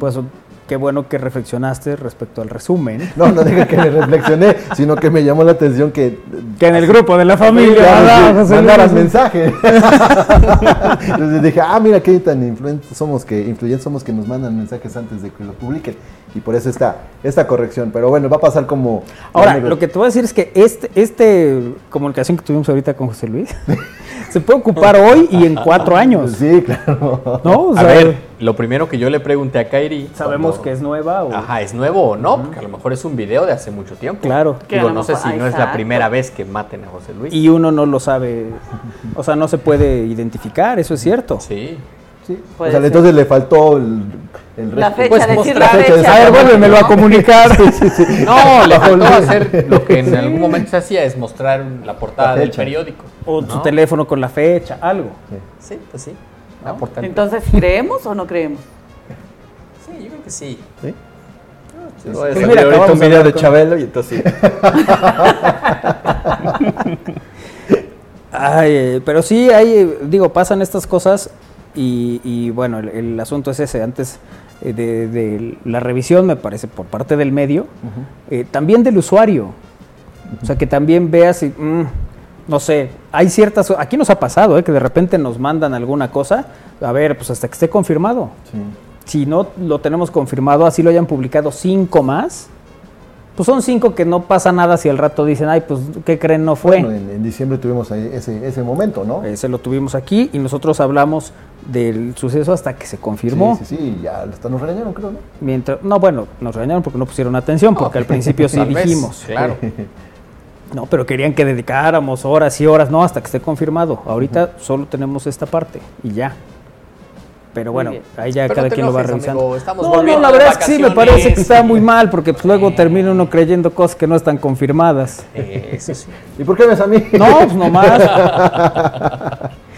Pues qué bueno que reflexionaste respecto al resumen.
No, no deja que me reflexioné, sino que me llamó la atención que.
Que en el grupo de la familia
Claro,
¿verdad,
sí,
José
mandaras
Luis?
mensaje. Entonces dije, ah, mira qué tan influentes somos que influyentes somos que nos mandan mensajes antes de que lo publiquen. Y por eso está esta corrección. Pero bueno, va a pasar como.
Ahora,
como-
lo que te voy a decir es que este, este comunicación que tuvimos ahorita con José Luis se puede ocupar hoy y en cuatro años.
Sí, claro.
¿No? O
a
sea,
ver, lo primero que yo le pregunté a Kairi.
sabemos que es nueva o.
Ajá, ¿es nuevo o no? Porque a lo mejor es un video de hace mucho tiempo.
Claro. Que a
Digo,
lo
no sé
mejor-
si no es la
Exacto.
primera vez que maten a José Luis.
Y uno no lo sabe. O sea, no se puede identificar, eso es cierto.
Sí.
Sí.
Puede
o
ser.
sea, Pues, entonces le faltó el. el
La
resto. Pues,
fecha, decir Pues, la
de
fecha. A ver, vuélvemelo a comunicar.
Sí, sí, sí.
No, le faltó
Bajo el-
hacer lo que en algún momento se hacía, es mostrar la portada
La
del
fecha.
periódico.
O tu
¿no?
teléfono con la fecha, algo.
Sí, pues sí. La portada.
Entonces, ¿creemos o no creemos?
Sí, yo creo que sí. Ah,
¿Sí?
Yo
Voy a
creo
pues
sacar
que
ahorita un
vamos a
video
hablar
de
con-
Chabelo y entonces.
Ay, eh, pero sí, hay, eh, digo, pasan estas cosas y, y, bueno, el, el asunto es ese. Antes eh, de, de la revisión, me parece, por parte del medio, eh, también del usuario. O sea, que también veas y, mm, no sé, hay ciertas... Aquí nos ha pasado, eh, que de repente nos mandan alguna cosa. A ver, pues hasta que esté confirmado.
Sí.
Si no lo tenemos confirmado, así lo hayan publicado cinco más, pues son cinco que no pasa nada si al rato dicen, ay, pues, ¿qué creen? No fue.
Bueno, en, en diciembre tuvimos ahí ese, ese momento, ¿no?
Ese lo tuvimos aquí y nosotros hablamos del suceso hasta que se confirmó.
Sí, sí, sí, ya hasta nos regañaron, creo, ¿no?
Mientras, no, bueno, nos regañaron porque no pusieron atención, porque al principio sí
Tal vez,
dijimos.
claro.
No, pero querían que dedicáramos horas y horas, no, hasta que esté confirmado. Ahorita solo tenemos esta parte y ya. Pero
Muy
bueno,
bien.
ahí ya
Pero
cada
no te
quien lo va
enojes,
revisando.
amigo, estamos
no, no,
volviendo de
la verdad es que sí, me
vacaciones. Eh.
parece que está muy mal, porque pues, luego termina uno creyendo cosas que no están confirmadas.
Eso sí.
¿Y por qué ves a mí?
No, pues nomás.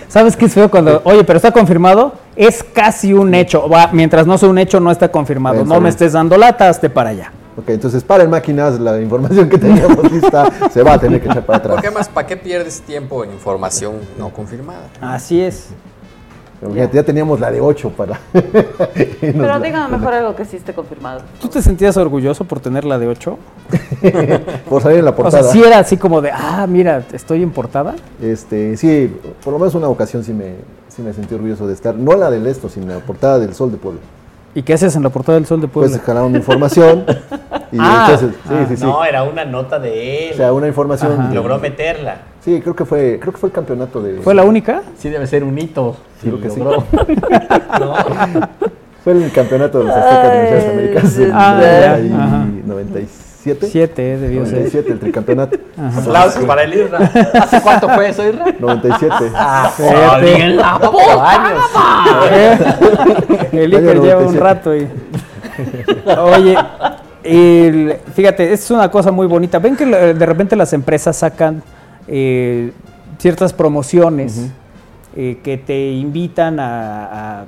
¿Sabes qué es feo cuando, oye, pero está confirmado? Es casi un hecho. Va, mientras no sea un hecho, no está confirmado.
Bien,
no
bien.
me estés dando lata, hazte para allá.
Ok, entonces paren máquinas, la información que teníamos lista se va a tener que echar para atrás.
Porque además, ¿para qué pierdes tiempo en información no confirmada?
Así es.
Pero fíjate, ya teníamos la de 8 para.
Pero dígame mejor algo que sí esté confirmado.
¿Tú te sentías orgulloso por tener la de 8?
Por salir en la
O sea,
portada.
sí era así como de, ah, mira, estoy en portada.
Este, sí, por lo menos una ocasión sí me, sí me sentí orgulloso de estar, no la del esto, sino la portada del Sol de Puebla.
¿Y qué haces en la portada del Sol de Puebla?
Pues jalaron información y
Ah,
entonces, sí, sí, sí.
No, era una nota de él.
O sea, una información.
Y Logró meterla.
Sí, creo que fue, creo que fue el campeonato de.
¿Fue la única?
Sí, debe ser un hito.
Sí, creo que sí. Fue el campeonato de los Aztecas de las Américas en
Ah, ya,
el
ajá.
97.
Siete, eh, debió ser.
97, el tricampeonato.
Ajá.
Aplausos para el Isra. ¿Hace cuánto fue eso, Isra?
97.
Ah,
Fíjate.
bien la puta años.
El Iker
Año
lleva un
97.
rato y. Oye, el- fíjate, es una cosa muy bonita. Ven que la- de repente las empresas sacan eh, ciertas promociones eh, que te invitan a, a,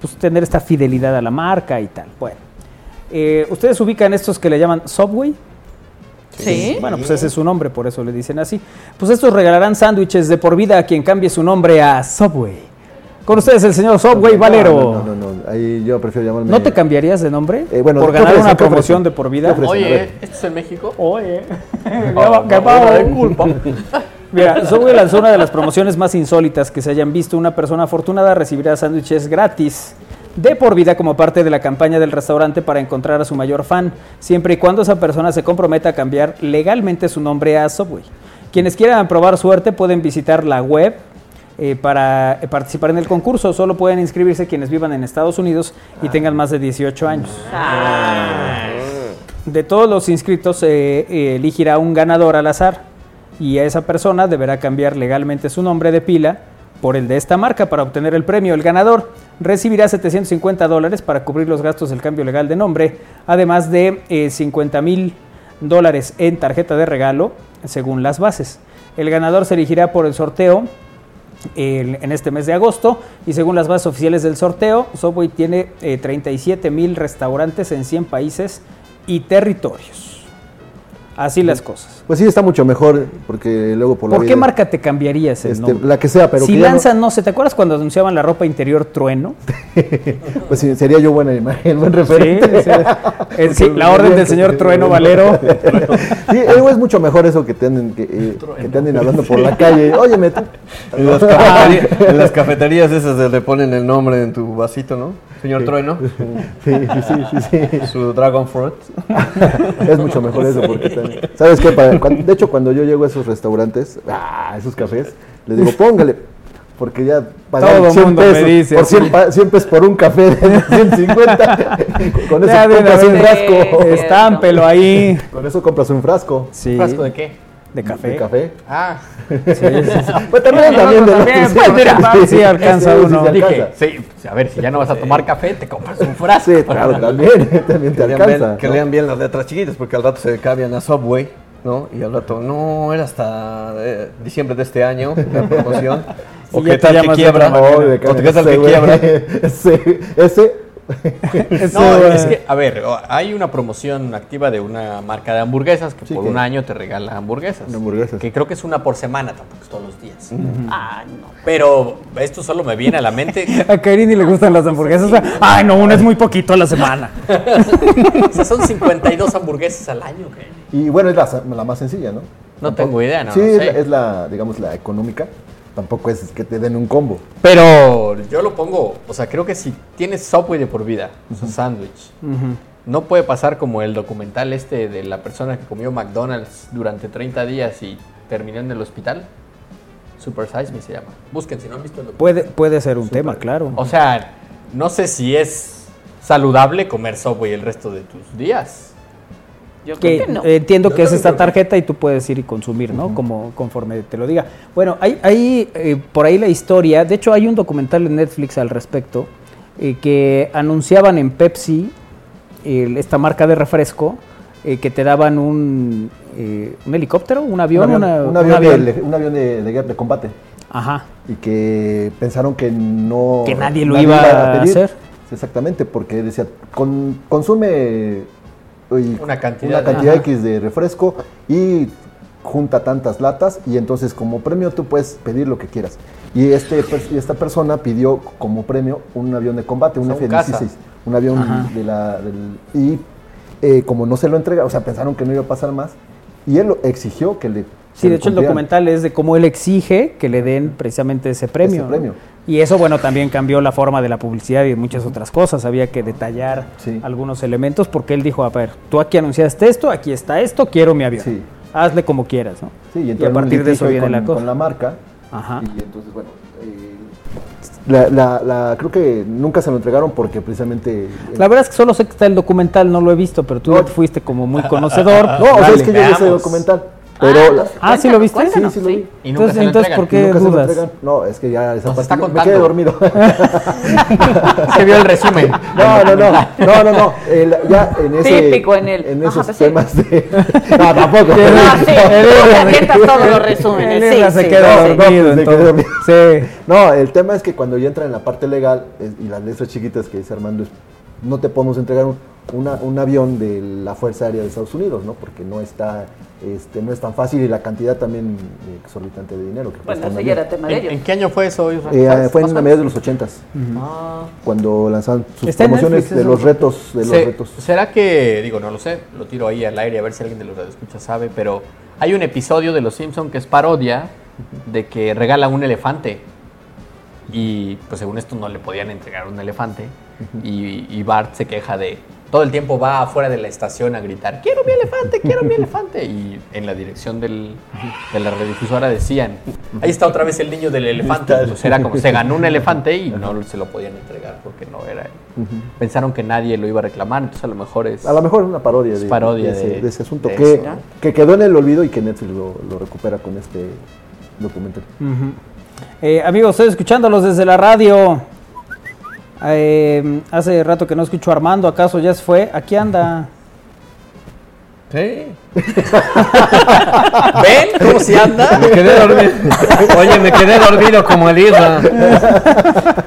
pues, tener esta fidelidad a la marca y tal. Bueno, eh, ustedes ubican estos que le llaman Subway.
Sí.
Bueno, pues ese es su nombre, por eso le dicen así. Pues estos regalarán sándwiches de por vida a quien cambie su nombre a Subway. Con ustedes el señor Subway
No,
Valero.
No, no, no, no, ahí yo prefiero llamarme.
¿No te cambiarías de nombre?
Eh, bueno,
por
¿qué
ganar
ofrecen?
una
¿Qué ofrecen?
promoción de por
¿Qué
vida.
ofrecen? A ver.
¿esto ¿este es en México?
Oye.
que va, Oh, de culpa.
Mira, Subway lanzó una de las promociones más insólitas que se hayan visto. Una persona afortunada recibirá sándwiches gratis de por vida como parte de la campaña del restaurante para encontrar a su mayor fan, siempre y cuando esa persona se comprometa a cambiar legalmente su nombre a Subway. Quienes quieran probar suerte pueden visitar la web eh, para eh, participar en el concurso. Solo pueden inscribirse quienes vivan en Estados Unidos y tengan más de 18 años. De todos los inscritos se elegirá un ganador al azar y a esa persona deberá cambiar legalmente su nombre de pila por el de esta marca para obtener el premio. El ganador recibirá 750 dólares para cubrir los gastos del cambio legal de nombre, además de eh, 50 mil dólares en tarjeta de regalo según las bases. El ganador se elegirá por el sorteo el- en este mes de agosto y según las bases oficiales del sorteo, Subway tiene eh, 37 mil restaurantes en 100 países y territorios. Así las cosas.
Pues sí, está mucho mejor, porque luego por la
¿Por qué
vida-
marca te cambiarías el
Este,
nombre?
la que sea, pero
si
que ya no-
lanzan, no... sé, ¿te acuerdas cuando anunciaban la ropa interior Trueno?
Pues sí, sería yo buena imagen, buen referente.
Sí, sí. Eh, sí, la orden del señor Trueno Valero.
Sí, luego es mucho mejor eso que te anden, que, eh, que te anden hablando por la calle. Óyeme, tú.
En las, cafetería- en las cafeterías esas de- le ponen el nombre en tu vasito, ¿no? Señor Trueno.
Sí, sí, sí, sí, sí.
Su Dragon Fruit.
Es mucho mejor eso porque también- ¿Sabes qué? Para- cuan- de hecho, cuando yo llego a esos restaurantes, a esos cafés, les digo, póngale. Porque ya
Todo
pagaron 100
mundo me
pesos.
dice,
por 100,
sí.
pa- 100 pesos por un café de 150. Con eso
Ya de una
compras un
vez.
frasco.
Sí, Estámpelo ahí.
Con eso compras un frasco.
Sí.
¿Frasco de qué?
De café.
De café.
Ah. No,
Pues también,
no,
también. de
también,
los-
pues, mira,
sí, sí alcanza
sí, sí,
uno.
sí, alcanza.
Dije, sí, sí, a ver, si ya no vas a tomar café, te compras un frasco.
Sí, claro, también, también te
Que lean,
alcanza.
bien, que
¿no?
lean bien las letras chiquitas, porque al rato se cambian a Subway, ¿no? Y al rato, no, era hasta eh, diciembre de este año la promoción. o
Sí, ya
qué
te
tal que
llamas Ah, de
quiebra.
otra
No, de
O qué tal
ese,
que
güey.
quiebra.
Ese, ese.
No, es que, a ver, o- hay una promoción activa de una marca de hamburguesas que
Sí,
por
que-
un año te regala hamburguesas.
Hamburguesas.
Que creo que es una por semana, tampoco es todos los días.
Ah, no.
Pero esto solo me viene a la mente.
A Karini le gustan las hamburguesas. Ay, no, uno es muy poquito a la semana.
O sea, son 52 hamburguesas al año. ¿qué?
Y bueno, es la, la más sencilla, ¿no?
No tengo idea, no,
sí,
no
es,
sé.
la, es la, digamos, la económica. Tampoco es que te den un combo.
Pero yo lo pongo, o sea, creo que si tienes Subway de por vida, o sea, sándwich, No puede pasar como el documental este de la persona que comió McDonald's durante 30 días y terminó en el hospital. Super Size Me se llama. Busquen si no han visto el documental.
Puede, puede ser un tema, claro.
O sea, no sé si es saludable comer Subway el resto de tus días.
Yo
que
creo que no.
entiendo que es esta tarjeta y tú puedes ir y consumir, ¿no? Como conforme te lo diga. Bueno, hay, hay eh, por ahí la historia, de hecho hay un documental en Netflix al respecto eh, que anunciaban en Pepsi el- esta marca de refresco eh, que te daban un, eh, un helicóptero, un avión,
un
una-
avión,
un
un avión
avión.
de- un avión de, de guerra, de combate.
Ajá.
Y que pensaron que no.
Que nadie lo iba a
pedir.
hacer.
Exactamente, porque decía, con- consume oye,
Una cantidad
una
de-
cantidad
Ajá.
X de refresco y junta tantas latas y entonces como premio tú puedes pedir lo que quieras. Y este per- y esta persona pidió como premio un avión de combate, un
sea, un
F-16,
caza.
un avión
Ajá.
de la del- y eh, como no se lo entrega, o sea, pensaron que no iba a pasar más y él lo exigió que le
Sí, de hecho el
documento
documental es de cómo él exige que le den precisamente ese premio.
Ese premio.
¿no? Y eso, bueno, también cambió la forma de la publicidad y de muchas otras cosas. Había que detallar algunos elementos porque él dijo, a ver, tú aquí anunciaste esto, aquí está esto, quiero mi avión. Hazle como quieras, ¿no?
Sí, y,
a partir de eso viene
con,
la cosa.
con la marca.
Ajá.
Y entonces, bueno, eh, la, la- la- creo que nunca se lo entregaron porque precisamente... eh,
La verdad es que solo sé que está el documental, no lo he visto, pero tú ya te fuiste como muy conocedor.
No, o sea, es que yo vi ese documental. Pero
Ah,
la-
pues, Ah, ¿sí lo viste?
Sí,
cuéntanos,
sí lo
sí.
vi.
Y nunca Entonces- se lo entonces, entregan. ¿por qué
Y nunca se lo
dudas?
entregan. No, es que ya esa
está
parte- me
contando.
quedé dormido.
Se vio el resumen.
No, no, no. No, no, no. El- ya en ese,
Típico en él.
En
Ajá,
esos
pues sí.
temas de... No, tampoco.
No, sí, te avientas todos los resúmenes,
El
sí,
Ibra se
sí,
queda
sí. Se
dormido, se
queda
queda dormido. No, el tema es que cuando ya entra en la parte legal es- y las letras chiquitas que dice Armando es, no te podemos entregar un, una- un avión de la Fuerza Aérea de Estados Unidos, ¿no? Porque no está, este, no es tan fácil y la cantidad también exorbitante de dinero. Que cuesta un avión.
¿En, ¿En qué año fue eso, Israel?
Eh,
¿Sabes?
fue en
Más
la
o
mediados de
menos.
los ochentas,
Ah.
cuando lanzaban sus
Está en
promociones
Netflix
de
eso.
los retos, de los
Se-
retos.
¿Será que, digo, no lo sé, lo tiro ahí al aire a ver si alguien de los escucha sabe, pero hay un episodio de Los Simpson que es parodia de que regala un elefante y pues según esto no le podían entregar un elefante y, y Bart se queja de todo el tiempo va afuera de la estación a gritar quiero mi elefante quiero mi elefante y en la dirección del- de la redifusora decían ahí está otra vez el niño del elefante pues era como se ganó un elefante y no se lo podían entregar porque no era él.
Ujú.
pensaron que nadie lo iba a reclamar entonces a lo mejor es
A lo mejor es una parodia,
es
de,
parodia
de ese,
de-
de ese asunto
de
que,
eso, ¿no?
que quedó en el olvido y que Netflix lo, lo recupera con este documental.
Ujú. Eh, amigos, estoy escuchándolos desde la radio. Eh, hace rato que no escucho a Armando, ¿acaso ya se fue? Aquí anda.
Sí.
¿Ven cómo se anda?
Me quedé dormido. Oye, me quedé dormido como el Isra.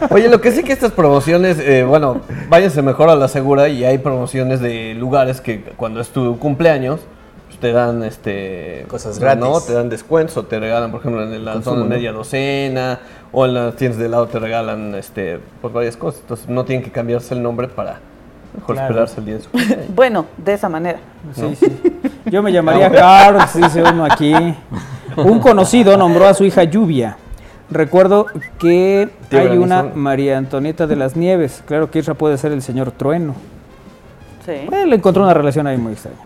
Oye, lo que sí que estas promociones, eh, bueno, váyanse mejor a la segura y hay promociones de lugares que cuando es tu cumpleaños pues, te dan este
Cosas
¿no?
gratis.
Te dan descuentos, o te regalan, por ejemplo, en la
Consumo,
zona
¿no?
media docena o en las tiendas de lado te regalan este pues varias cosas. Entonces no tienen que cambiarse el nombre para mejor
Claro.
esperarse el día de su cumpleaños.
Bueno, de esa manera.
¿no?
Yo me llamaría Carlos, dice uno aquí. Un conocido nombró a su hija Lluvia. Recuerdo que
Tío
hay
Granizo.
una María Antonieta de las Nieves. Claro que Isra puede ser el señor Trueno.
Sí.
Él encontró una relación ahí muy extraña.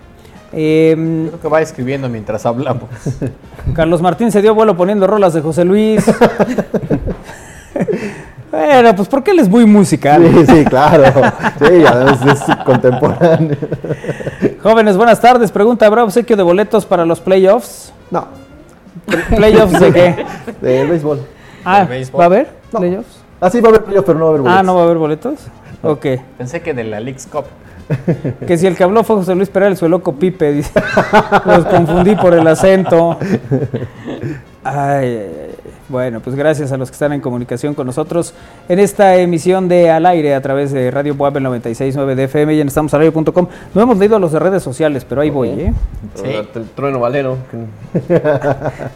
Em,
creo que va escribiendo mientras hablamos
Carlos Martín se dio vuelo poniendo rolas de José Luis. bueno, pues porque él es muy musical.
Sí, sí, claro. Sí, además es contemporáneo.
Jóvenes, buenas tardes. Pregunta, ¿habrá obsequio de boletos para los playoffs?
No.
¿Playoffs de qué?
Del béisbol.
Ah,
Del béisbol.
¿va a haber playoffs?
Ah, sí, va a haber playoffs, pero no va a haber boletos.
Ah, ¿no va a haber boletos? Ok.
pensé que de la Leagues Cup
Que si el que habló fue José Luis Peral, su loco Pipe, dice. Los confundí por el acento. Ay, ay, ay. bueno, pues gracias a los que están en comunicación con nosotros en esta emisión de Al Aire a través de Radio Boab 969 de FM y en estamosalario.com. No hemos leído los de redes sociales, pero ahí voy, ¿eh?
El trueno valero.
O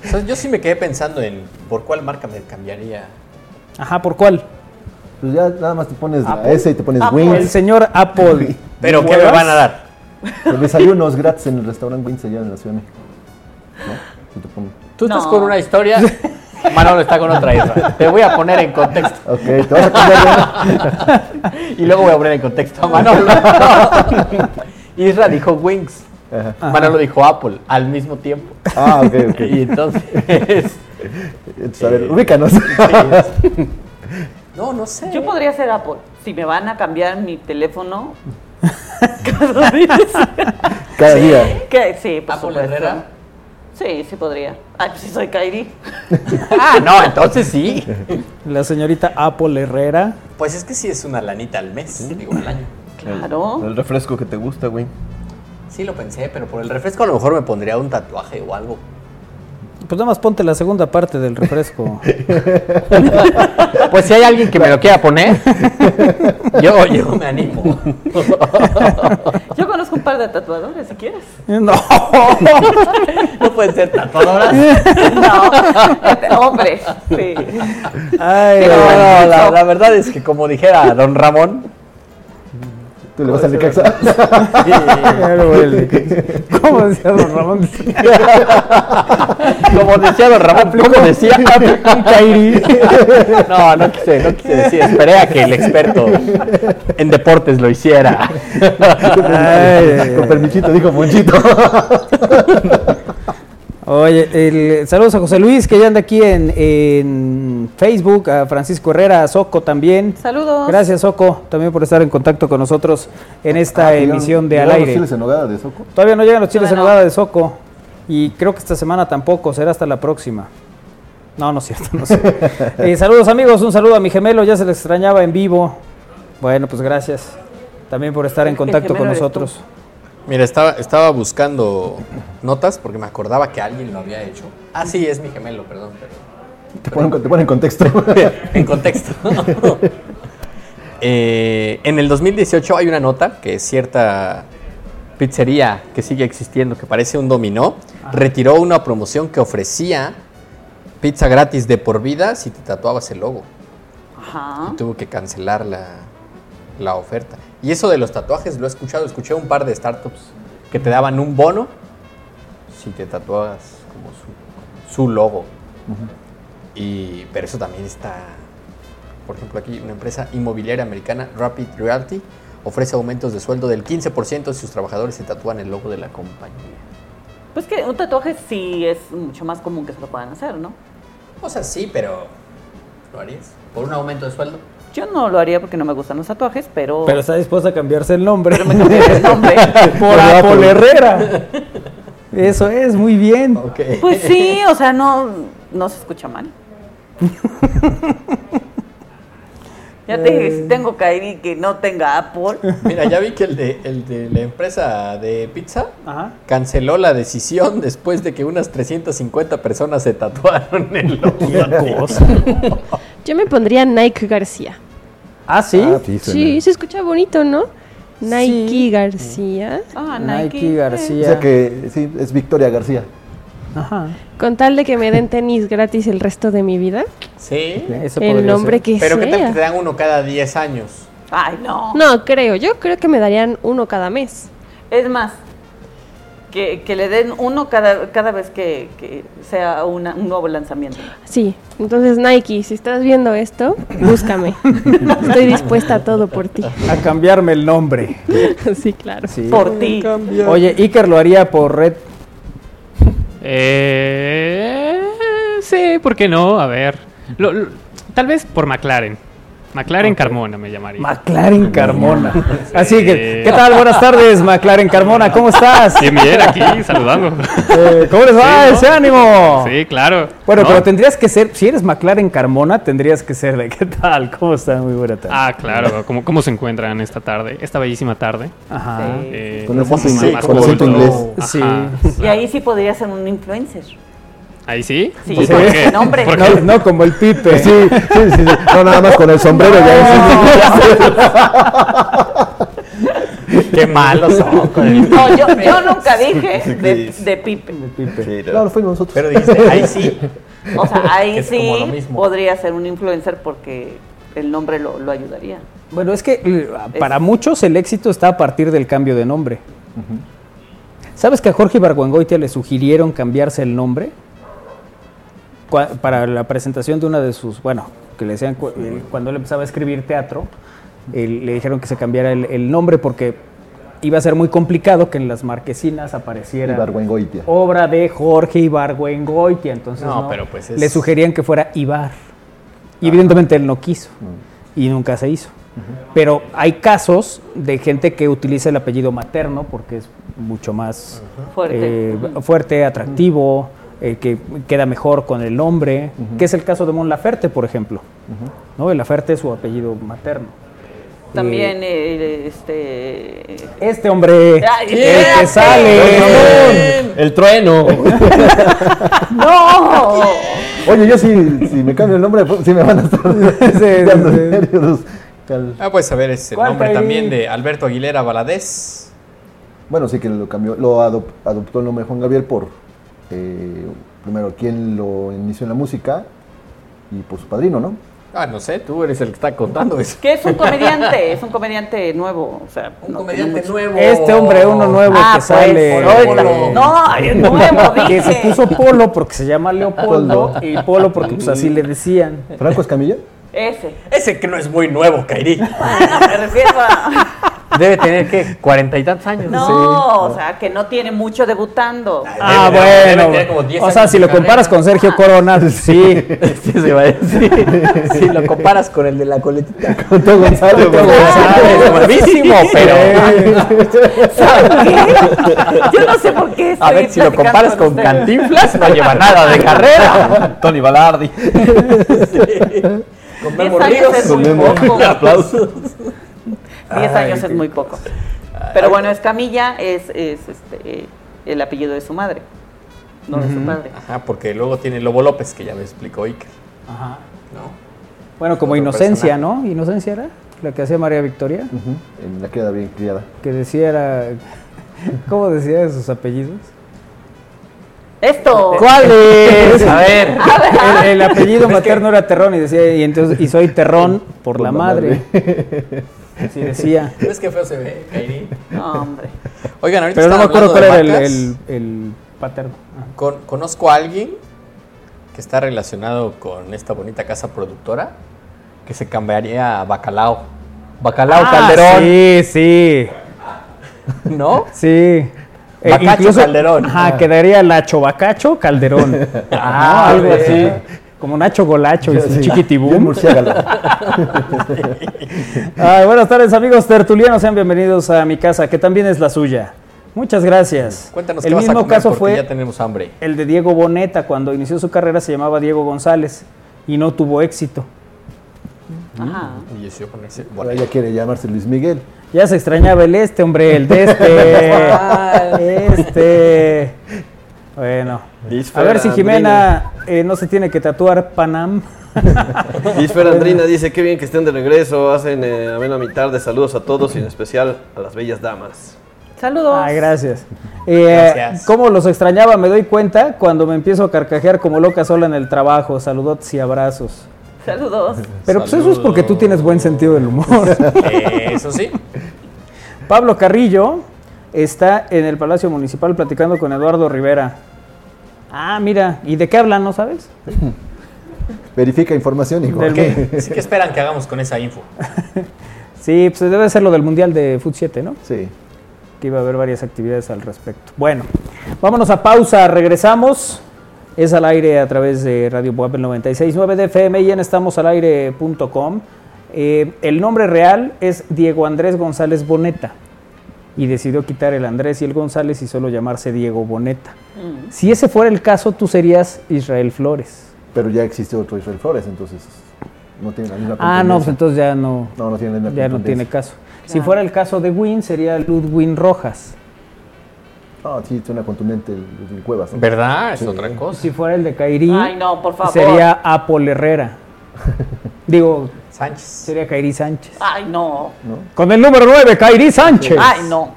sea, yo sí me quedé pensando en por cuál marca me cambiaría
Ajá, ¿por cuál?
Pues ya nada más te pones la
Apple.
S y te pones
Apple. El
Wings.
señor Apple.
Pero, ¿qué me van a dar?
Los desayunos gratis en el restaurante Wings allá en la Ciudad de México. ¿No? Sí te ponen.
Tú estás con una historia Manolo está con otra Isra. Te voy a poner en contexto.
Ok, te vas a cambiar
Y luego voy a poner en contexto a Manolo. Isra dijo Wings.
Ajá.
Manolo dijo Apple al mismo tiempo.
Ah, ok, ok.
Y entonces. eh,
Entonces, a ver, ubícanos.
No, no sé.
Yo podría ser Apple. Si me van a cambiar mi teléfono.
Cada día.
¿qué? Sí, por
¿Apple
supuesto.
Herrera?
Sí, sí podría. Ay, pues sí soy Kairi.
Ah, no, entonces sí.
La señorita Apple Herrera.
Pues es que sí es una lanita al mes, digo al año.
Claro.
El refresco que te gusta, güey.
Sí lo pensé, pero por el refresco a lo mejor me pondría un tatuaje o algo.
Pues nada más ponte la segunda parte del refresco.
Pues si hay alguien que me lo quiera poner, yo, yo me animo.
Yo conozco un par de tatuadores, si quieres.
no.
No pueden ser tatuadoras.
No, Este hombre, sí.
Ay,
Pero
ay.
bueno, la, la verdad es que como dijera don Ramón,
Tú le vas a Necaxa.
Claro, güey, el de- ¿Cómo decía don Ramón?
como decía don Ramón, ¿cómo decía? No, no quise, no quise decir, esperé a que el experto en deportes lo hiciera.
Con permichito, dijo Ponchito.
Oye, el- saludos a José Luis que ya anda aquí en, en Facebook, a Francisco Herrera, a Soco también.
Saludos.
Gracias Soco también por estar en contacto con nosotros en esta
Ah,
emisión de Al
¿Llegaron los
Aire.
chiles en nogada de Soco?
Todavía no llegan los chiles en
Todavía no.
nogada de Soco y creo que esta semana tampoco, será hasta la próxima. No, no es cierto, no sé. Eh, saludos amigos, un saludo a mi gemelo, ya se le extrañaba en vivo. Bueno, pues gracias también por estar en
El
contacto con
gemelo eres tú.
nosotros.
Mira, estaba, estaba buscando notas porque me acordaba que alguien lo había hecho. Ah, sí, es mi gemelo, perdón, pero
Te ponen, te ponen contexto.
en contexto. Eh, en el 2018 hay una nota que cierta pizzería que sigue existiendo, que parece un dominó, retiró una promoción que ofrecía pizza gratis de por vida si te tatuabas el logo.
Ajá.
y tuvo que cancelar la, la oferta. Y eso de los tatuajes lo he escuchado, escuché un par de startups que te daban un bono si te tatuabas como su, su logo. y, pero eso también está, por ejemplo, aquí una empresa inmobiliaria americana, Rapid Realty, ofrece aumentos de sueldo del 15% si sus trabajadores se tatúan el logo de la compañía.
Pues que un tatuaje sí es mucho más común que se lo puedan hacer, ¿no?
O sea, sí, pero ¿lo harías? ¿Por un aumento de sueldo?
Yo no lo haría porque no me gustan los tatuajes, pero.
Pero está dispuesta a cambiarse el nombre.
el nombre.
Por Apple Herrera. Eso es, muy bien.
Ok.
Pues sí, o sea, no, no se escucha mal. Ya te dije, si tengo Kairi que no tenga Apple.
Mira, ya vi que el de, el de la empresa de pizza
Ajá.
canceló la decisión después de que unas 350 personas se tatuaron el logo.
Yo me pondría Nike García.
Ah, sí.
Ah, sí, suena.
Sí, se escucha bonito, ¿no? Nike
Sí.
García.
Ah, Nike.
Nike, García.
O sea que sí, es Victoria García.
Ajá.
Con tal de que me den tenis gratis el resto de mi vida.
Sí,
Eso podría
el nombre
ser.
que
pero ¿qué
sea.
tal que te dan uno cada 10 años?
Ay, no.
Oh.
No, creo. Yo creo que me darían uno cada mes.
Es más, que, que le den uno cada, cada vez que, que sea una- un nuevo lanzamiento.
Sí. Entonces, Nike, si estás viendo esto, búscame. Estoy dispuesta a todo por ti.
A cambiarme el nombre.
sí, claro.
Sí.
Por ti.
Oye, Iker lo haría por red.
Eh, sí, ¿por qué no? A ver. Lo- lo- tal vez por McLaren. McLaren Carmona me llamaría.
McLaren Carmona. Así que, ¿qué tal? Buenas tardes, McLaren Carmona. ¿Cómo estás?
Bien, bien, aquí saludando.
Eh, ¿Cómo les va
Sí, ¿no?
ese ánimo?
Sí, claro.
Bueno,
¿No?
pero tendrías que ser, si eres McLaren Carmona, tendrías que ser de qué tal, cómo está, muy buena tarde.
Ah, claro. ¿Cómo, ¿Cómo se encuentran esta tarde? Esta bellísima tarde.
Ajá.
Eh,
Con acento
más-
inglés,
más
con acento
culto.
inglés.
Sí.
Ajá.
Y ahí sí podría ser un influencer.
¿Ahí sí?
Sí,
¿Por
porque
qué?
el nombre.
¿Por
No,
qué?
no como el Pipe.
Sí, sí, sí, sí. No, nada más con el sombrero ya.
Qué malos son. con el-
No, yo, yo nunca dije de, de
Ah,
Pipe.
Sí, claro, fuimos nosotros.
Pero dijiste, ahí sí.
O sea, ahí
Es como lo
sí
mismo.
podría ser un influencer porque el nombre lo, lo ayudaría.
Bueno, es que eh, para muchos el éxito está a partir del cambio de nombre. ¿Sabes que a Jorge Ibargüengoitia le sugirieron cambiarse el nombre? cua- para la presentación de una de sus, bueno, que le decían cu- el- cuando él empezaba a escribir teatro, él- le dijeron que se cambiara el, el nombre porque iba a ser muy complicado que en las marquesinas apareciera
Ibargüengoitia.
obra de Jorge Ibargüengoitia, entonces
No,
no,
pero pues es-
le sugerían que fuera Ibar. Y evidentemente él no quiso y nunca se hizo. Pero hay casos de gente que utiliza el apellido materno porque es mucho más
Fuerte.
eh, fuerte, atractivo, eh, que queda mejor con el nombre, que es el caso de Mon Laferte, por ejemplo. ¿no? El Laferte es su apellido materno.
También eh, este.
Este hombre,
Ay,
el que Este
espérate.
sale,
El trueno.
Eh,
¡No!
Oye, yo si, si me cambio el nombre, pues, sí me van a estar dando serios. Cal-
Ah, pues a ver, es el
¿Cuál
nombre
pedí?
también de Alberto Aguilera Valadez.
Bueno, sí que lo cambió, lo adop- adoptó el nombre de Juan Gabriel por eh, primero quien lo inició en la música y por su padrino, ¿no?
Ah, no sé, tú eres el que está contando eso.
Que es un comediante, es un comediante nuevo. O sea, un comediante
nuevo.
este hombre, uno nuevo
Ah,
que
pues,
sale.
Polo. No, ay, nuevo,
que se
dije.
puso Polo porque se llama Leopoldo y Polo porque pues, así le decían.
¿Franco Escamilla?
Ese.
Ese que no es muy nuevo, Kairi.
Me refiero a.
Debe tener, ¿qué? Cuarenta y tantos años.
No, o sea, que no tiene mucho debutando.
Ah,
Debe- debe tener como
bueno.
10
O sea,
años
si
de
lo comparas con Sergio Corona, sí.
Sí, se va a decir. Si lo comparas con el de la coletita.
Con todo González.
González, buenísimo,
Yo no sé por qué estoy
A ver, si lo
platicando
comparas con
ustedes.
Cantinflas, no lleva nada de carrera.
Tony Balardi.
Con
Diez
Memo
años
Ríos.
es muy poco.
Aplausos.
Diez
Ay,
años es
qué-
muy poco. Pero bueno, Escamilla es, es este, eh, el apellido de su madre, no de su
Ujú.
padre.
Ajá, porque luego tiene Lobo López, que ya me explicó Iker.
Ajá.
¿no?
Bueno, como
Otro
Inocencia,
personaje.
¿no? Inocencia era la que hacía María Victoria,
En la queda bien criada.
que decía era... ¿Cómo decía de sus apellidos?
Esto.
¿Cuál es?
A ver.
El, el apellido materno era Terrón y decía, y entonces, y soy Terrón por, la,
la
madre. Así decía.
¿Ves qué feo se ve, Kairi?
No, hombre.
Oigan, ahorita
Pero no me
están
acuerdo cuál
hablando
era
de
el,
marcas.
el- el paterno. Ah.
Con- conozco a alguien que está relacionado con esta bonita casa productora que se cambiaría a Bacalao. Bacalao
Ah,
Calderón,
Sí, sí.
¿no?
Sí. Eh,
Bacacho Calderón.
Ajá,
Ah.
quedaría Lacho Bacacho Calderón.
Ah,
algo
ve.
así. Como Nacho Golacho y su
Sí. Bien
chiquitibum.
murciélago.
Ay, buenas tardes, amigos tertulianos. Sean bienvenidos a mi casa, que también es la suya. Muchas gracias.
Cuéntanos
El
qué vas a
mismo
comer
caso
porque
fue
ya tenemos hambre.
el de Diego Boneta. Cuando inició su carrera se llamaba Diego González y no tuvo éxito.
Ajá.
Mm. Y yo ponerse.
Ahora
Bueno,
ella quiere llamarse Luis Miguel.
Ya se extrañaba el este, hombre, el de este. este. Bueno. A ver si Jimena eh, no se tiene que tatuar Panam.
Isfer Andrina dice, qué bien que estén de regreso, hacen eh, amena mi tarde, saludos a todos y en especial a las bellas damas.
Saludos.
Ah, gracias. Eh,
Gracias.
¿Cómo los extrañaba? Me doy cuenta cuando me empiezo a carcajear como loca sola en el trabajo. Saludotes y abrazos.
Saludos.
Pero pues eso es porque tú tienes buen sentido del humor.
Eh, eso sí.
Pablo Carrillo está en el Palacio Municipal platicando con Eduardo Rivera. Ah, mira, ¿y de qué hablan, no sabes?
Verifica información y
Del-
¿Qué, sí, ¿qué esperan que hagamos con esa info?
Sí, pues debe ser lo del Mundial de Foot 7, ¿no?
Sí.
Que iba a haber varias actividades al respecto. Bueno, vámonos a pausa, regresamos. Es al aire a través de Radio Puebla 969 de FM y en estamosalaire.com. Eh, el nombre real es Diego Andrés González Boneta y decidió quitar el Andrés y el González y solo llamarse Diego Boneta.
Mm.
Si ese fuera el caso, tú serías Israel Flores.
Pero ya existe otro Israel Flores, entonces no tiene la misma
Ah, no, pues
contundencia.
entonces ya no,
No, no tiene la misma
ya no tiene
contundencia.
caso. Si fuera el caso de Win, sería Ludwin Rojas.
No, Ah, sí, tiene una contundente el- el Cuevas. ¿no?
¿Verdad? Es otra cosa.
Si fuera el de Kairi,
Ay, no, por favor.
sería Apol Herrera. Digo,
Sánchez.
sería Kairi Sánchez.
Ay, no.
Con el número 9, Kairi Sánchez.
Ay, no.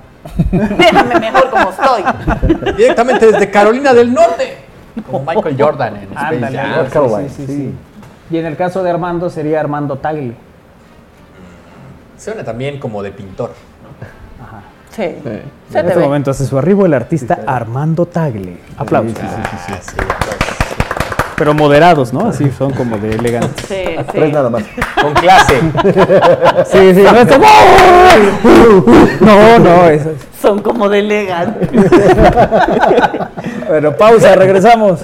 Déjame mejor como estoy.
Directamente desde Carolina del Norte. Como Michael Jordan en Space
Ándale,
Jam.
algo así,
Caroline,
sí, sí,
sí.
sí. Y en el caso de Armando, sería Armando Tagle.
Suena también como de pintor.
Sí. Se
En
te
este
ve.
momento hace su arribo el artista Armando Tagle. Aplausos.
Sí, sí, sí, sí.
Ah, sí, entonces, sí.
Pero moderados, ¿no? Así son como de elegantes.
Sí,
Tres nada más.
Con clase.
Sí, sí. No, está- no, no, eso es.
Son como de Legan.
Bueno, pausa, regresamos.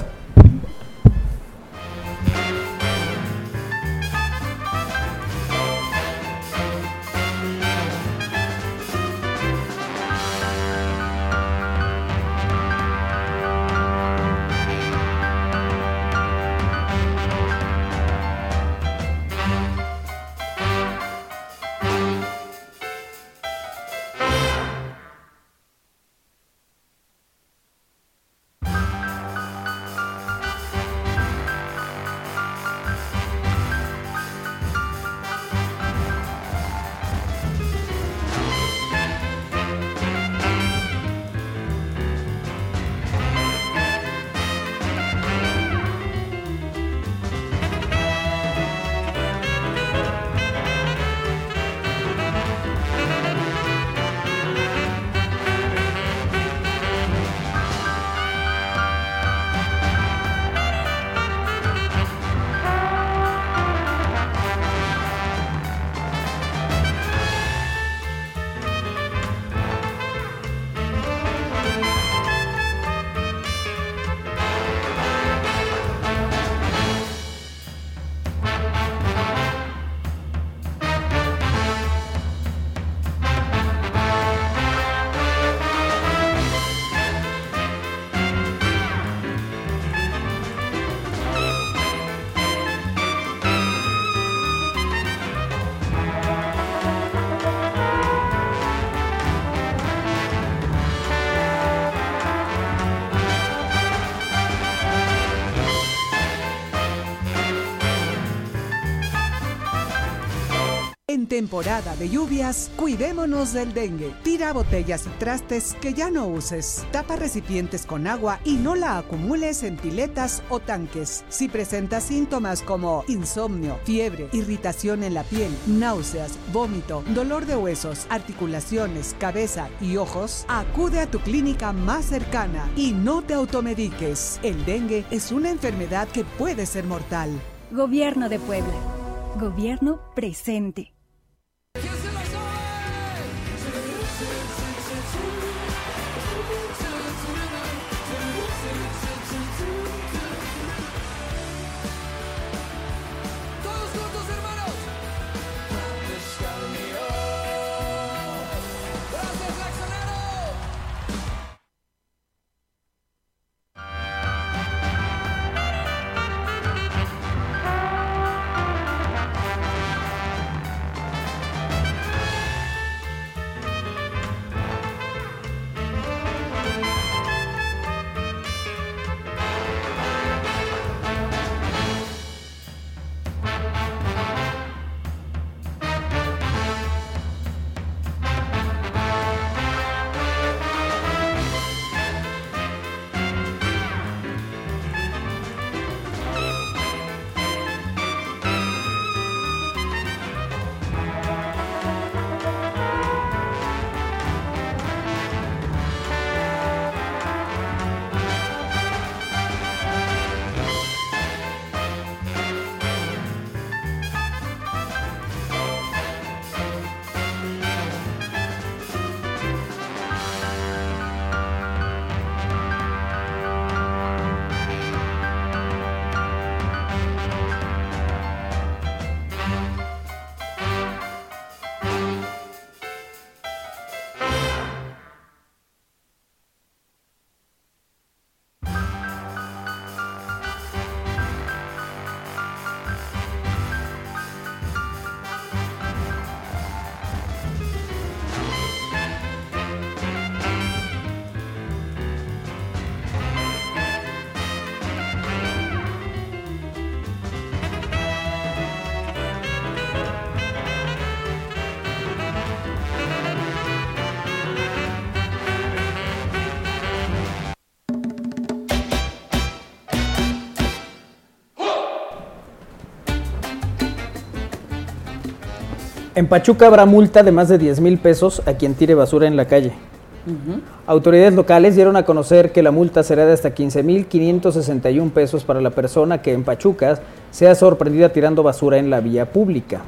En temporada de lluvias, cuidémonos del dengue. Tira botellas y trastes que ya no uses. Tapa recipientes con agua y no la acumules en piletas o tanques. Si presentas síntomas como insomnio, fiebre, irritación en la piel, náuseas, vómito, dolor de huesos, articulaciones, cabeza y ojos, acude a tu clínica más cercana y no te automediques. El dengue es una enfermedad que puede ser mortal.
Gobierno de Puebla. Gobierno presente.
Todos juntos, hermanos. Gracias, Laxonero.
En Pachuca habrá multa de más de 10 mil pesos a quien tire basura en la calle. Autoridades locales dieron a conocer que la multa será de hasta 15.561 pesos para la persona que en Pachuca sea sorprendida tirando basura en la vía pública.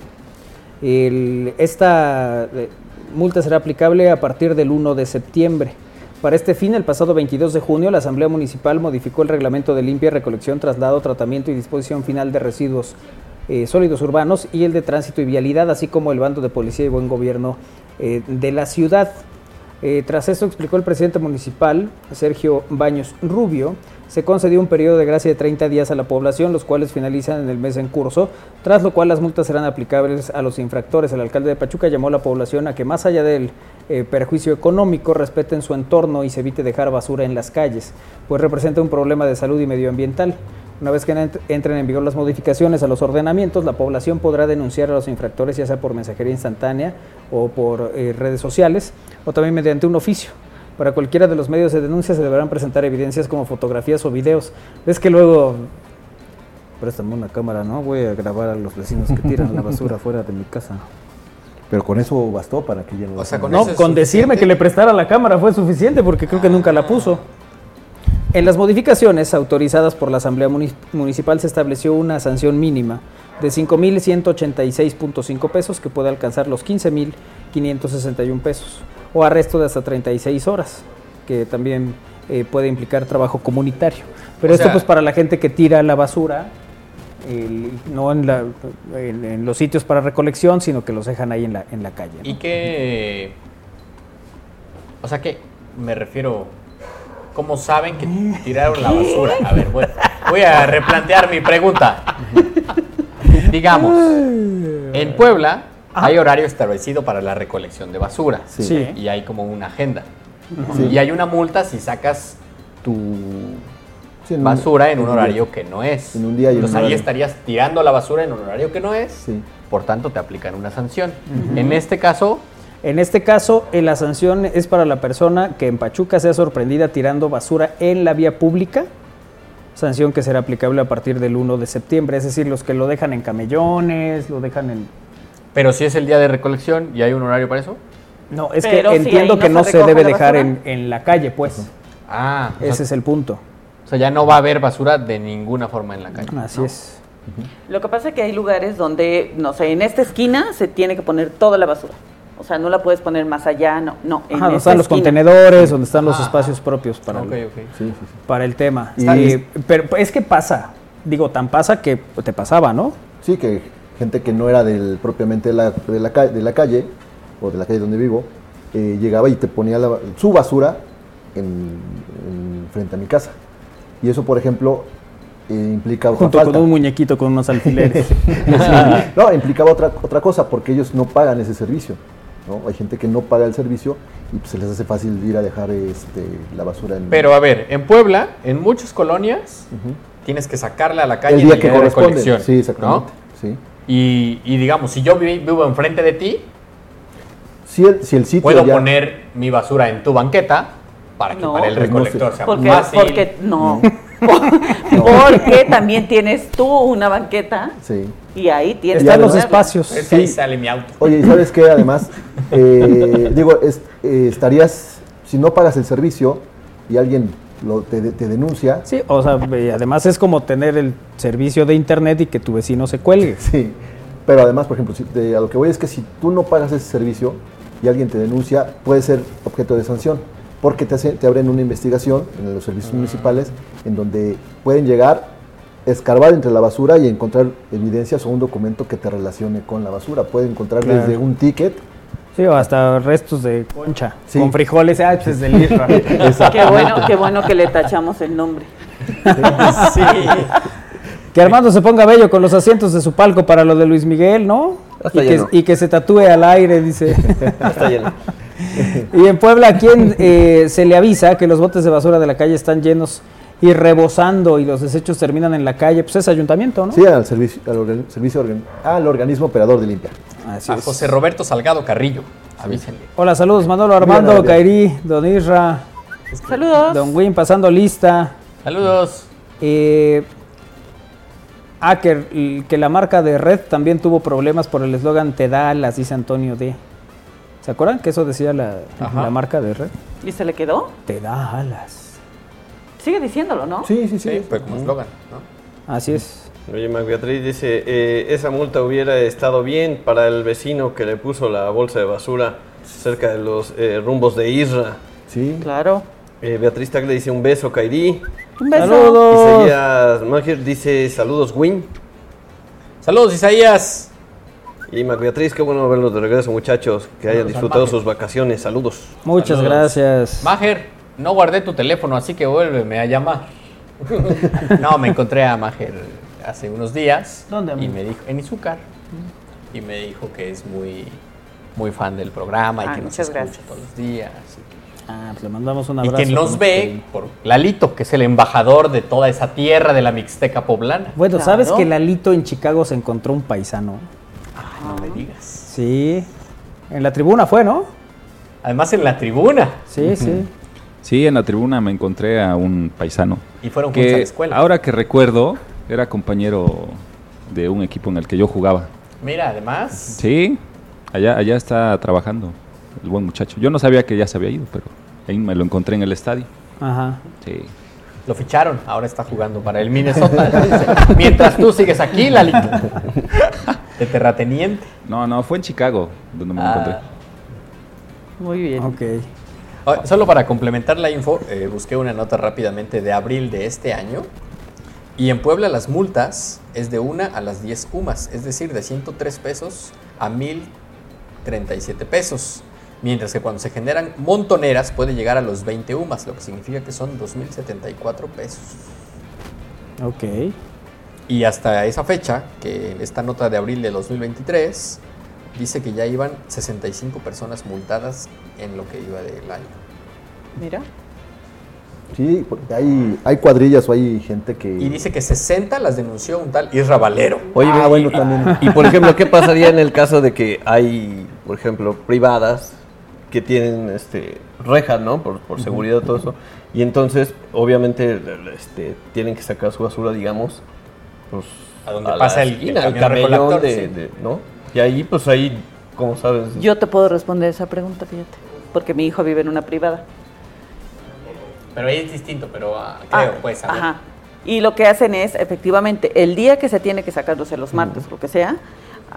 El- esta eh, multa será aplicable a partir del 1 de septiembre. Para este fin, el pasado 22 de junio, la Asamblea Municipal modificó el reglamento de limpia, recolección, traslado, tratamiento y disposición final de residuos eh, sólidos urbanos y el de tránsito y vialidad, así como el bando de policía y buen gobierno eh, de la ciudad. Eh, tras esto explicó el presidente municipal, Sergio Baños Rubio, se concedió un periodo de gracia de 30 días a la población, los cuales finalizan en el mes en curso, tras lo cual las multas serán aplicables a los infractores. El alcalde de Pachuca llamó a la población a que más allá del eh, perjuicio económico respeten su entorno y se evite dejar basura en las calles, pues representa un problema de salud y medioambiental. Una vez que ent- entren en vigor las modificaciones a los ordenamientos, la población podrá denunciar a los infractores ya sea por mensajería instantánea o por eh, redes sociales o también mediante un oficio. Para cualquiera de los medios de denuncia se deberán presentar evidencias como fotografías o videos. Es que luego... Préstame una cámara, ¿no? Voy a grabar a los vecinos que tiran la basura fuera de mi casa.
Pero con eso bastó para que ya lo...
no, con decirme que le prestara la cámara fue suficiente porque creo que nunca la puso. En las modificaciones autorizadas por la Asamblea Muni- Municipal se estableció una sanción mínima de 5.186.5 pesos que puede alcanzar los 15.561 pesos o arresto de hasta 36 horas, que también eh, puede implicar trabajo comunitario. Pero
O
esto
sea-
pues para la gente que tira la basura, el- no en, la- en- en los sitios para recolección, sino que los dejan ahí en la, en la calle. ¿no?
Y que. O sea que me refiero. ¿Cómo saben que tiraron la basura? A ver, voy, voy a replantear mi pregunta. Digamos, en Puebla hay horario establecido para la recolección de basura.
Sí. Sí.
Y hay como una agenda.
Sí.
Y hay una multa si sacas tu
en un-
basura en
en
un
un día.
horario que no es.
En un día y en
Entonces
un
ahí
horario.
estarías tirando la basura en un horario que no es. Por tanto, te aplican una sanción. En este caso...
En este caso, eh, la sanción es para la persona que en Pachuca sea sorprendida tirando basura en la vía pública, sanción que será aplicable a partir del 1 de septiembre, es decir, los que lo dejan en camellones, lo dejan en...
Pero si es el día de recolección y hay un horario para eso.
No, es
Pero
que
si
entiendo
ahí no
que
se
no se
recoge
debe
la
dejar
basura.
en, en la calle, pues.
Ah,
Ese es el punto.
O sea, ya no va a haber basura de ninguna forma en la calle.
Así es.
Lo que pasa es que hay lugares donde, no sé, en esta esquina se tiene que poner toda la basura. O sea, no la puedes poner más allá, no. no en
Ajá, donde
esta
están
esquina.
los
Ah.
contenedores, donde están los espacios propios para, el,
ok.
para el tema.
Está
Y-
bien.
pero pues, es que pasa, digo, tan pasa que te pasaba, ¿no?
Sí, que gente que no era del, propiamente de la, de, la, ca- de la calle, o de la calle donde vivo, eh, llegaba y te ponía la- su basura en, en- frente a mi casa. Y eso, por ejemplo, eh, implica otra
Junto
falta.
con un muñequito con unos alfileres.
Sí. No, implicaba otra, otra cosa, porque ellos no pagan ese servicio. ¿no? Hay gente que no paga el servicio y pues, se les hace fácil ir a dejar este, la basura en
Pero a ver, en Puebla, en muchas colonias, tienes que sacarla a la calle
el
en
día que
de
corresponde.
recolección,
Sí, exactamente.
¿no?
Sí.
Y, y digamos, si yo vi- vivo enfrente de ti,
Si, el, si el sitio
puedo
ya-
poner mi basura en tu banqueta para que para el
Pues no sé.
recolector sea más
Porque,
fácil.
porque no. porque también tienes tú una banqueta
Sí.
y ahí tienes.
Están
que
los
ponerla.
espacios.
Es que ahí
Sí.
sale mi auto.
Oye, ¿y sabes qué? Además, eh, digo, es- eh, estarías, si no pagas el servicio y alguien lo, te, de- te denuncia,
Sí, o sea, y además es como tener el servicio de internet y que tu vecino se cuelgue.
Sí, pero además, por ejemplo, si te- a lo que voy es que si tú no pagas ese servicio y alguien te denuncia, puede ser objeto de sanción, porque te, hace- te abren una investigación en los
Ah.
servicios municipales en donde pueden llegar, escarbar entre la basura y encontrar evidencias o un documento que te relacione con la basura. Pueden encontrar
Claro.
desde un ticket
Sí, o hasta restos de concha.
Sí.
Con frijoles, ah, pues es del ISRA.
Qué bueno, qué bueno que le tachamos el nombre.
Sí. Que Armando se ponga bello con los asientos de su palco para lo de Luis Miguel, ¿no?
Está
Y que,
lleno.
y que se tatúe al aire, dice.
Está lleno.
Y en Puebla, ¿a quién eh, se le avisa que los botes de basura de la calle están llenos y rebosando y los desechos terminan en la calle? Pues es ayuntamiento, ¿no?
Sí, al servicio, al, organ- servicio organ- al Ah, organismo operador de limpia.
Así
A José Roberto Salgado Carrillo, avísenle.
Hola, saludos, Manolo Armando,
Bien, bien.
Kairi, Don Isra,
Saludos.
Don Win, pasando lista.
Saludos.
Eh, ah, que, que la marca de Red también tuvo problemas por el eslogan Te da alas, dice Antonio D. ¿Se acuerdan que eso decía la,
Ajá.
la marca de red?
¿Y se le quedó?
Te da alas.
Sigue diciéndolo, ¿no?
Sí, pero como eslogan, ¿no?
Así es.
Pues.
Oye, Mac Beatriz dice, eh, esa multa hubiera estado bien para el vecino que le puso la bolsa de basura cerca de los eh, rumbos de Isra. Eh,
Sí.
Claro.
Beatriz Tag le dice un beso, Kairi.
Un
beso.
Saludos.
Saludos.
Isaías Manger dice saludos, Win.
Saludos, Isaías.
Y Mac Beatriz, qué bueno verlos de regreso, muchachos. Que
Saludos
hayan
al
disfrutado
Majer.
sus vacaciones. Saludos.
Muchas
Saludos.
gracias.
Majer, no guardé tu teléfono, así que vuélveme a llamar. no, me encontré a Majer hace unos días.
¿Dónde,
Y
amigo?
me dijo, en Izúcar. Y me dijo que es muy, muy fan del programa y
Ah,
que nos
muchas
escucha
gracias.
todos los días.
Ah, pues le mandamos un
Y
abrazo.
quien los
con este-
ve,
cariño.
por Lalito, que es el embajador de toda esa tierra de la Mixteca poblana.
Bueno, ¿sabes que Lalito en Chicago se encontró un paisano?
Ay, no me digas.
Sí. En la tribuna fue, ¿no?
Además en la tribuna.
Sí, sí.
Sí, en la tribuna me encontré a un paisano.
Y fueron
que,
juntos a la escuela.
Ahora que recuerdo, era compañero de un equipo en el que yo jugaba.
Mira, además.
Sí, allá, allá está trabajando el buen muchacho. Yo no sabía que ya se había ido, pero ahí me lo encontré en el estadio.
Ajá.
Sí.
Lo ficharon, ahora está jugando para el Minnesota. Mientras tú sigues aquí, Lalito. De terrateniente.
No, no, fue en Chicago donde me lo
Ah.
encontré.
Muy bien.
Ok.
Ah, Solo para complementar la info, eh, busqué una nota rápidamente de abril de este año. Y en Puebla las multas es de 1 a las 10 UMAS, es decir, de 103 pesos a 1037 pesos. Mientras que cuando se generan montoneras puede llegar a los 20 UMAS, lo que significa que son 2074 pesos.
Ok.
Y hasta esa fecha, que esta nota de abril de 2023 dice que ya iban 65 personas multadas en lo que iba del año.
Mira.
Sí, porque hay, hay cuadrillas o hay gente que...
Y dice que 60 las denunció un tal Isra Valero.
Oye,
Ah,
y-
bueno, también.
Y por ejemplo, ¿qué pasaría en el caso de que hay, por ejemplo, privadas que tienen este rejas, ¿no? Por, por seguridad todo eso. Y entonces, obviamente, este, tienen que sacar su basura, digamos, pues
a donde
la
pasa el- el
esquina, al
camión
camellón
recolector,
de-
sí.
de- ¿no? Y ahí pues ahí como sabes,
Yo te puedo responder esa pregunta, fíjate. Porque mi hijo vive en una privada.
Pero ahí es distinto, pero ah, creo,
Ah,
pues, a ver.
Ajá. Y lo que hacen es, efectivamente, el día que se tiene que sacar, no sé, los martes, lo que sea,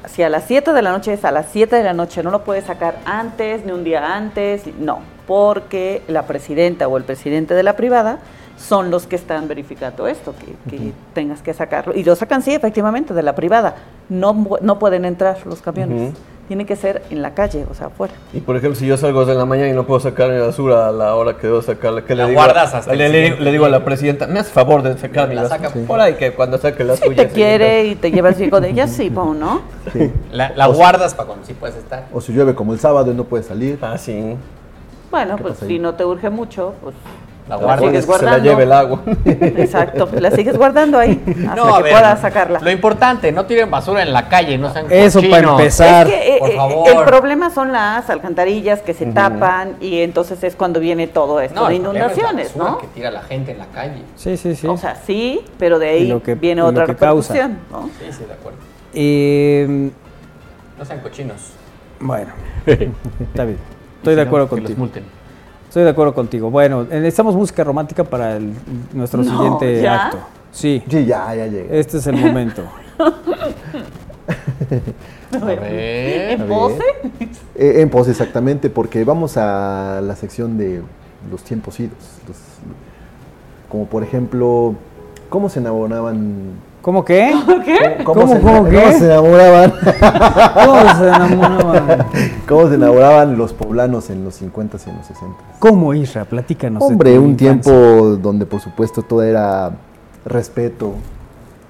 si a las 7 de la noche es a las 7 de la noche, no lo puedes sacar antes, ni un día antes, no, porque la presidenta o el presidente de la privada son los que están verificando esto, que, que
Ujú.
tengas que sacarlo. Y lo sacan, sí, efectivamente, de la privada. No, mu- no pueden entrar los camiones.
Ujú.
Tiene que ser en la calle, o sea, afuera.
Y por ejemplo, si yo salgo de la mañana y no puedo sacar mi basura a la hora que debo sacarla, ¿qué le
La
digo?
guardas hasta el
le, le-
siguiente
le digo a la presidenta, me hace favor de sacar mi
La
basura.
saca.
Por ahí que cuando saque la
Si
suya.
te quiere y te llevas bien con ella, sí, Pau, ¿no?
Sí.
La, la
O si-
guardas para cuando sí puedes estar.
O si llueve como el sábado y no puede salir.
Ah, sí.
Bueno,
¿Qué
pues
pasa
si
ahí?
no te urge mucho, pues
La
guardas.
sigues
Que se la
guardando.
lleve el agua.
Exacto, la sigues guardando ahí hasta
No, a
Ah, que
ver,
puedas sacarla.
Lo importante, no tiren basura en la calle, no sean
Eso para
cochinos.
empezar.
Es que, eh,
Por
eh,
favor.
el problema son las alcantarillas que se
Ujú.
tapan y entonces es cuando viene todo esto
No,
de
el problema es la
inundaciones,
basura
¿no?
que tira la gente en la calle.
Sí, sí, sí.
O sea, sí, pero de
Y
ahí
lo que-
viene
y lo
otra
que causa.
repercusión, ¿no?
Sí, sí, de acuerdo.
Eh,
No sean cochinos.
bueno, está bien. Estoy
Si
de
no,
acuerdo
que los
contigo.
multen.
Estoy de acuerdo contigo. Bueno, eh, necesitamos música romántica para el- nuestro
No,
siguiente
¿ya?
acto. Sí.
Sí, ya, ya llegué.
Este es el momento.
A
ver.
A
¿En
ver.
pose?
Eh, en pose, exactamente, porque vamos a la sección de los tiempos idos. los- como por ejemplo, ¿cómo se enamoraban?
¿Cómo qué?
¿Cómo
qué? ¿Cómo,
¿Cómo,
se,
cómo qué?
cómo se enamoraban?
¿Cómo se enamoraban?
¿Cómo se enamoraban los poblanos en los 50s y en los 60s?
¿Cómo, Isra? Platícanos. de
Hombre,
tu
un
infancia.
tiempo donde por supuesto todo era respeto,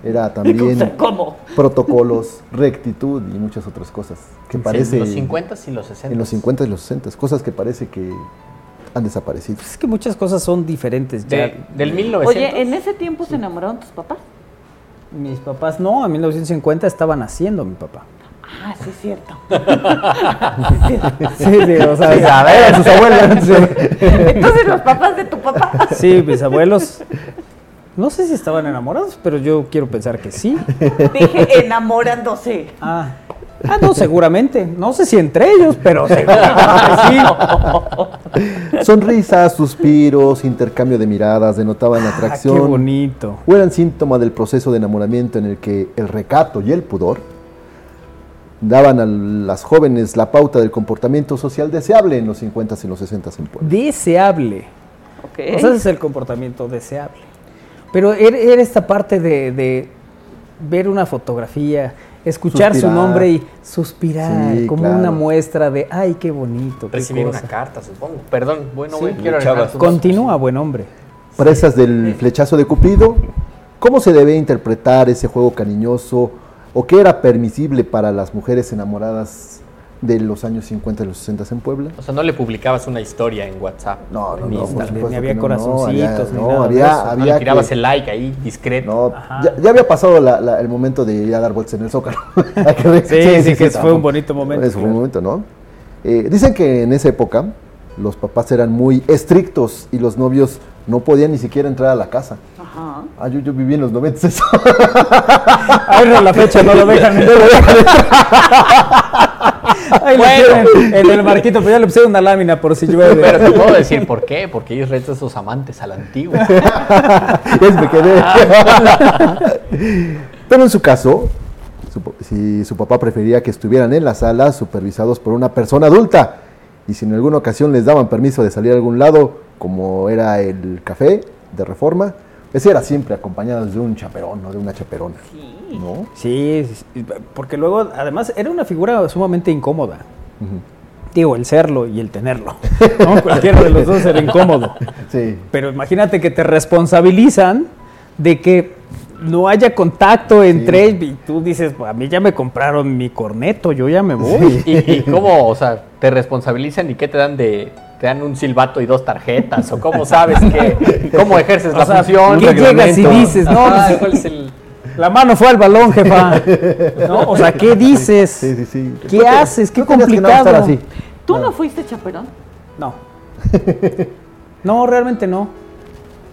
era también
¿Cómo?
protocolos, rectitud y muchas otras cosas que parece
En los 50 y los 60.
en los 50 y los 60, cosas que parece que han desaparecido.
Es que muchas cosas son diferentes. Ya.
De- del 1900.
Oye, ¿en ese tiempo se enamoraron tus papás?
Mis papás no, en 1950 estaban haciendo mi papá.
Ah, sí es cierto.
Sí, sí, o sea,
Sí, a ver.
eran sus abuelos. sí.
Entonces los papás de tu papá.
Sí, mis abuelos. No sé si estaban enamorados, pero yo quiero pensar que sí.
Dije enamorándose.
Ah, Ah, no, seguramente. No sé si entre ellos, pero seguramente sí.
Sonrisas, suspiros, intercambio de miradas denotaban atracción.
Ah, qué bonito.
O eran síntoma del proceso de enamoramiento en el que el recato y el pudor daban a las jóvenes la pauta del comportamiento social deseable en los 50s y los 60s en Puebla.
Deseable.
Okay.
O sea, ese es el comportamiento deseable. Pero er, era esta parte de, de ver una fotografía, escuchar
Suspirar.
su nombre y suspirar
Sí,
como
claro.
una muestra de, ay, qué bonito. qué
Recibir una
cosa".
carta, supongo. Perdón, bueno,
Sí.
güey, quiero arreglar tu-
Continúa, buen hombre.
Presas del flechazo de Cupido, ¿cómo se debe interpretar ese juego cariñoso o qué era permisible para las mujeres enamoradas de los años 50 y los 60 en Puebla?
O sea, no le publicabas una historia en WhatsApp.
No,
ni
no, por
Instagram.
supuesto Ni había que no, no, corazoncitos, había- ni no, nada de había- eso.
No le
había
tirabas
que-
el like ahí, discreto.
Ya, ya había pasado la- la- el momento de ir a dar vueltas en el zócalo. Hay ver-
Sí, sí, que fue un bonito momento,
Eso fue un momento, ¿no? Eh, dicen que en esa época los papás eran muy estrictos y los novios no podían ni siquiera entrar a la casa.
Ajá.
Ah, yo, yo viví en los 90 eso.
Ay, no, la fecha no lo dejan.
No lo dejan
Ahí lo tienen, en el marquito, pero ya le pusieron una lámina por si llueve.
Pero te puedo decir por qué, porque ellos retan a sus amantes a la antigua.
Es, me quedé. Pero en su caso, su pa- si su papá prefería que estuvieran en la sala supervisados por una persona adulta y si en alguna ocasión les daban permiso de salir a algún lado, como era el café de reforma, ese era siempre acompañado de un chaperón o de una chaperona. ¿No?
Sí, sí, porque luego, además, era una figura sumamente incómoda. Digo, el serlo y el tenerlo. ¿no? Cualquiera de los dos era incómodo.
Sí.
Pero imagínate que te responsabilizan de que no haya contacto entre y tú dices, a mí ya me compraron mi corneto, yo ya me voy.
¿Y, y cómo, o sea, te responsabilizan y qué te dan de... Te dan un silbato y dos tarjetas, o cómo sabes que... ¿Cómo ejerces
O
la
sea,
función?
¿qué
Un
llegas y
reglamento.
dices? No,
Ajá,
pues-
¿cuál es el...?
La mano fue al balón, jefa. ¿No? O sea, ¿qué dices?
Sí, sí, sí.
¿Qué
No te-
haces? Qué
no tenías que nada
complicado.
estar así.
¿Tú no fuiste chaperón?
No. No, realmente no.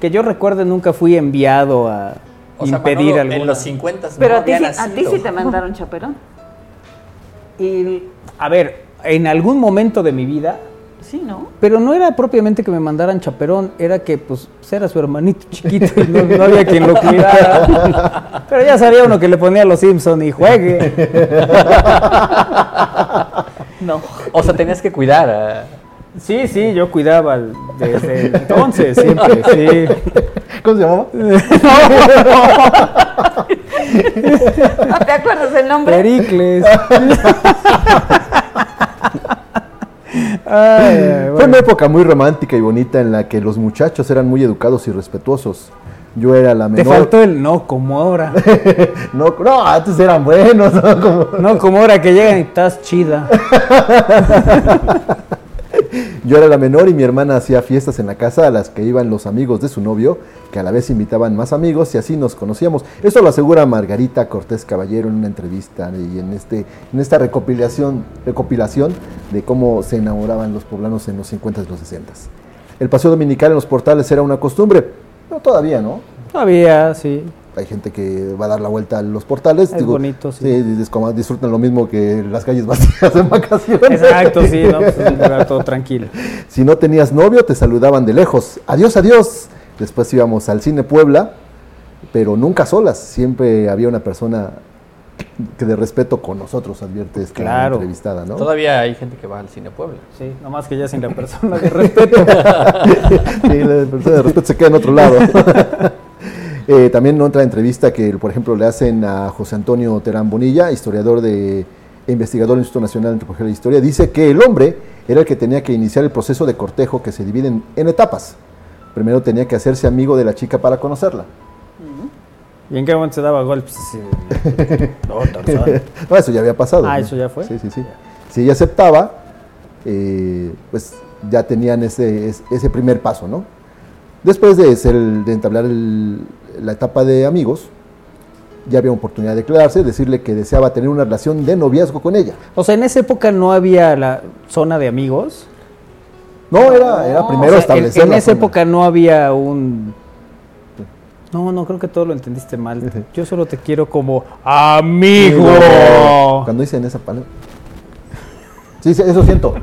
Que yo recuerde, nunca fui enviado a
O sea,
impedir
Manolo,
alguna.
en los 50
Pero
no
a, ti,
había
sí- a ti
nacido.
sí te mandaron chaperón.
Y, a ver, en algún momento de mi vida,
Sí, ¿no?
pero no era propiamente que me mandaran chaperón, era que pues pues, era su hermanito chiquito y no, no había quien lo cuidara. Pero ya sabía uno que le ponía a los Simpson y juegue.
No.
O sea, tenías que cuidar a...
Sí, sí, yo cuidaba al- desde entonces, siempre, sí.
¿Cómo se llamaba?
¿No te acuerdas el nombre?
Pericles. Ay, ay,
Fue
Ah, bueno.
una época muy romántica y bonita en la que los muchachos eran muy educados y respetuosos. Yo era la
Te
menor.
faltó el no como ahora.
No, no, antes eran buenos. No, como,
No como ahora que llegan y estás chida.
Yo era la menor y mi hermana hacía fiestas en la casa a las que iban los amigos de su novio, que a la vez invitaban más amigos y así nos conocíamos. Esto lo asegura Margarita Cortés Caballero en una entrevista y en, este, en esta recopilación, recopilación de cómo se enamoraban los poblanos en los 50 y los 60. El paseo dominical en los portales era una costumbre. No, todavía, ¿no?
Todavía, sí.
Hay gente que va a dar la vuelta a los portales.
Es bonito, sí.
dis- como disfrutan lo mismo que las calles vacías en vacaciones.
Exacto, sí, no, pues es un lugar todo tranquilo.
Si no tenías novio, te saludaban de lejos. Adiós, adiós. Después íbamos al cine Puebla, pero nunca solas. Siempre había una persona que de respeto con nosotros advierte esta
Claro.
entrevistada, ¿no?
Todavía hay gente que va al cine Puebla.
Sí, nomás que ya sin la persona de respeto.
Sí, la persona de respeto se queda en otro lado. Eh, también otra entrevista que, por ejemplo, le hacen a José Antonio Terán Bonilla, historiador de, e investigador del Instituto Nacional de Antropología e Historia, dice que el hombre era el que tenía que iniciar el proceso de cortejo que se divide en, en etapas. Primero tenía que hacerse amigo de la chica para conocerla.
¿Y en qué momento se daba golpes? Sí. No, Tarzán.
no, eso ya había pasado.
Ah,
¿no?
¿eso ya fue?
Sí, sí, sí. Si ella aceptaba, eh, pues ya tenían ese, es- ese primer paso, ¿no? Después de, ser el- de entablar el- la etapa de amigos, ya había oportunidad de declararse, decirle que deseaba tener una relación de noviazgo con ella.
O sea, en esa época no había la zona de amigos.
No, era, era
No,
primero
o sea, en-
establecer
En,
la
esa
zona.
época no había un No, no, creo que todo lo entendiste mal. Yo solo te quiero como amigo.
Cuando dicen esa palabra. Sí, sí, eso siento.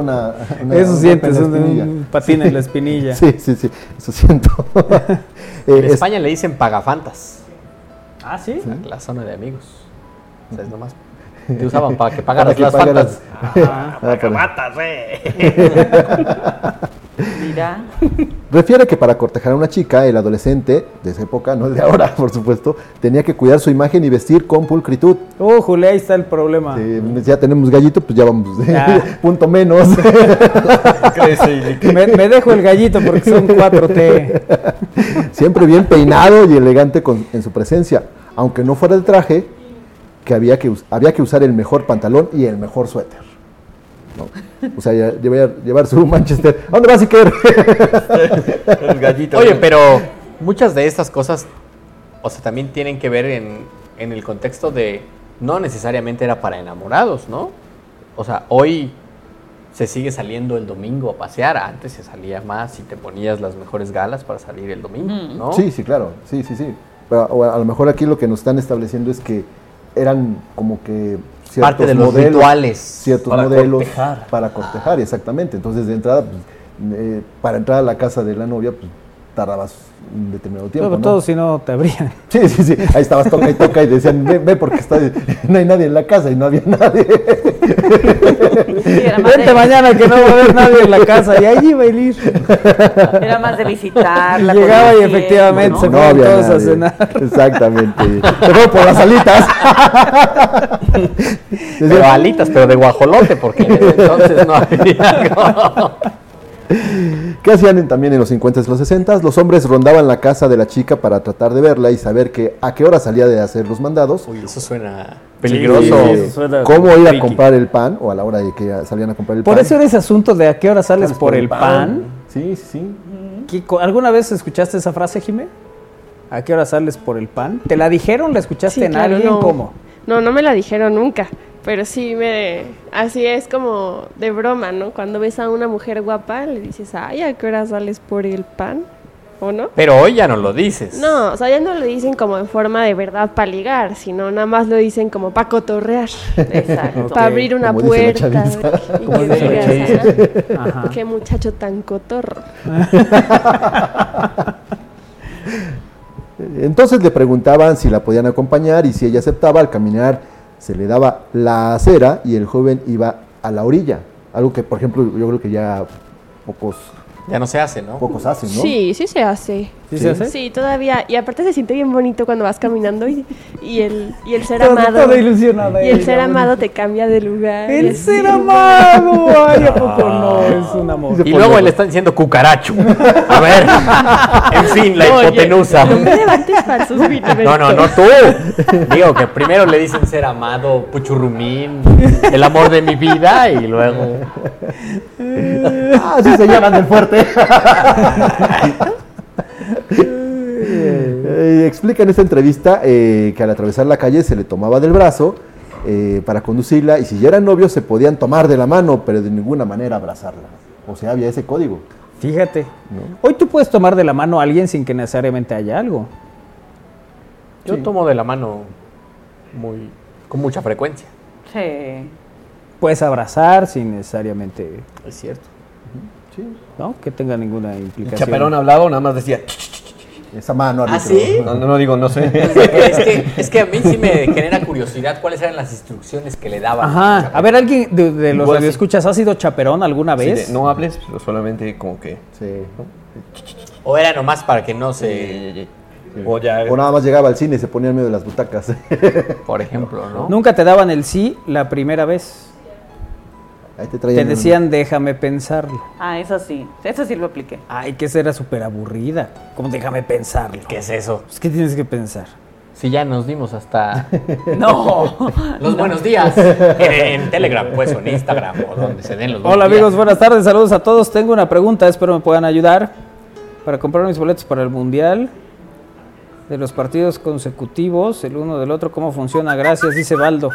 una. una-
Eso
un
sientes,
golpe en la
un-
espinilla.
un patín en la espinilla.
Sí, sí, sí. Eso siento. Eh,
en
es-
España le dicen pagafantas.
Ah, sí.
a La zona de amigos. O sea, es nomás. Te usaban para que pagaras
Para que
las
pagaras.
fantas.
Ah, para-
pagafantas,
eh.
Mira.
Refiere que para cortejar a una chica, el adolescente, de esa época, no el de ahora, por supuesto, tenía que cuidar su imagen y vestir con pulcritud.
Uh, Julia, ahí está el problema.
Eh, ya tenemos gallito, pues ya vamos.
Ya.
Punto menos.
Me, me dejo el gallito porque son 4T.
Siempre bien peinado y elegante con- en su presencia. Aunque no fuera de traje, que había que, us- había que usar el mejor pantalón y el mejor suéter. ¿no? O sea, ya- llevar, llevar su Manchester. ¿A dónde vas, Iker?
El gallito.
Oye, pero muchas de estas cosas, o sea, también tienen que ver en, en el contexto de no necesariamente era para enamorados, ¿no? O sea, hoy se sigue saliendo el domingo a pasear. Antes se salía más y te ponías las mejores galas para salir el domingo, ¿no?
Sí, sí, claro. Sí, sí, sí. Pero o a lo mejor aquí lo que nos están estableciendo es que eran como que ciertos
Parte de los
modelos,
rituales
ciertos
para
modelos
cortejar.
para cortejar, exactamente. Entonces, de entrada, pues, eh, para entrar a la casa de la novia, pues tardabas un determinado tiempo.
Sobre
¿no?
todo si no te abrían.
Sí, sí, sí. Ahí estabas toca y toca y decían, ve, ve porque está, no hay nadie en la casa y no había nadie.
Vente mañana que no va a haber nadie en la casa. Y ahí iba a ir.
Era más de visitarla.
Llegaba y
conocer,
efectivamente
¿no?
se fueron
había
todos a
nadie.
cenar.
Exactamente. Te fueron por las alitas.
Pero alitas, pero de guajolote, porque en ese entonces no había.
¿Qué hacían en- también en los 50s y los 60s? Los hombres rondaban la casa de la chica para tratar de verla y saber que a qué hora salía de hacer los mandados.
Uy, eso suena
Eh,
peligroso.
¿Cómo ir a
Ricky.
comprar el pan o a la hora de que salían a comprar el
Por
pan?
eso era ese asunto de a qué hora sales por el pan.
Sí, sí, sí.
¿Qué co- ¿Alguna vez escuchaste esa frase, Jimé? ¿A qué hora sales por el pan? ¿Te la dijeron? ¿La escuchaste
Sí,
en
claro,
alguien?
no.
¿Cómo?
No, no me la dijeron nunca, pero sí me... Así es como de broma, ¿no? Cuando ves a una mujer guapa, le dices, ay, ¿a qué hora sales por el pan? ¿O no?
Pero hoy ya no lo dices.
No, o sea, ya no lo dicen como en forma de verdad para ligar, sino nada más lo dicen como para cotorrear,
Exacto.
para abrir una
como dice la
puerta.
chaviza.
y
Como
que
dice la
digas,
chaviza.
"Ah,
Ajá.
Qué muchacho tan cotorro.
Entonces le preguntaban si la podían acompañar y si ella aceptaba al caminar se le daba la acera y el joven iba a la orilla. Algo que, por ejemplo, yo creo que ya pocos,
Ya no se hace, ¿no?
pocos hacen, ¿no?
Sí, sí se hace.
¿Sí se hace?
Sí, todavía. Y aparte se siente bien bonito cuando vas caminando y, y el, y el ser
Todo-
amado.
todo ilusionada
Y el
ella,
ser
bonita.
amado te cambia de lugar. y
¡El
así.
ser amado! ¡Ay, a poco no! Es un amor.
Y luego le están diciendo cucaracho. A ver. En fin, la
Oye,
hipotenusa.
No me levantes falsos
No, no, no tú. Digo que primero le dicen ser amado, puchurrumín, el amor de mi vida y luego.
Ah, sí se llaman del fuerte. Eh, explica en esta entrevista eh, que al atravesar la calle se le tomaba del brazo eh, para conducirla y si ya eran novios se podían tomar de la mano, pero de ninguna manera abrazarla. O sea, había ese código.
Fíjate. Hoy tú puedes tomar de la mano a alguien sin que necesariamente haya algo.
Yo tomo de la mano muy con mucha frecuencia.
Sí.
Puedes abrazar sin necesariamente,
Es cierto.
¿no? Que tenga ninguna
El
implicación.
chaperón hablaba o nada más decía.
Esa mano.
¿Ah, sí?
No, no, no digo, no sé.
Es que, es que a mí sí me genera curiosidad cuáles eran las instrucciones que le daban.
Ajá. A ver, alguien de, de los
Igual sí.
radioescuchas ha sido chaperón alguna
Así de,
vez.
no hables, pero solamente como que.
Sí.
O era nomás para que no se.
O ya.
O nada más llegaba al cine y se ponía en medio de las butacas.
Por ejemplo, ¿no?
Nunca te daban el sí la primera vez.
Ahí te
Te
traían.
decían, déjame pensarlo.
Ah, eso sí. Eso sí lo apliqué.
Ay, que esa era súper aburrida. Como déjame pensarlo.
¿Qué es eso?
Pues, ¿Qué tienes que pensar?
Si ya nos dimos hasta
No.
los buenos días en Telegram, pues, o en Instagram, o donde se den los buenos
Hola
días.
amigos, buenas tardes, saludos a todos. Tengo una pregunta, espero me puedan ayudar. Para comprar mis boletos para el Mundial de los partidos consecutivos, el uno del otro, ¿cómo funciona? Gracias, dice Baldo.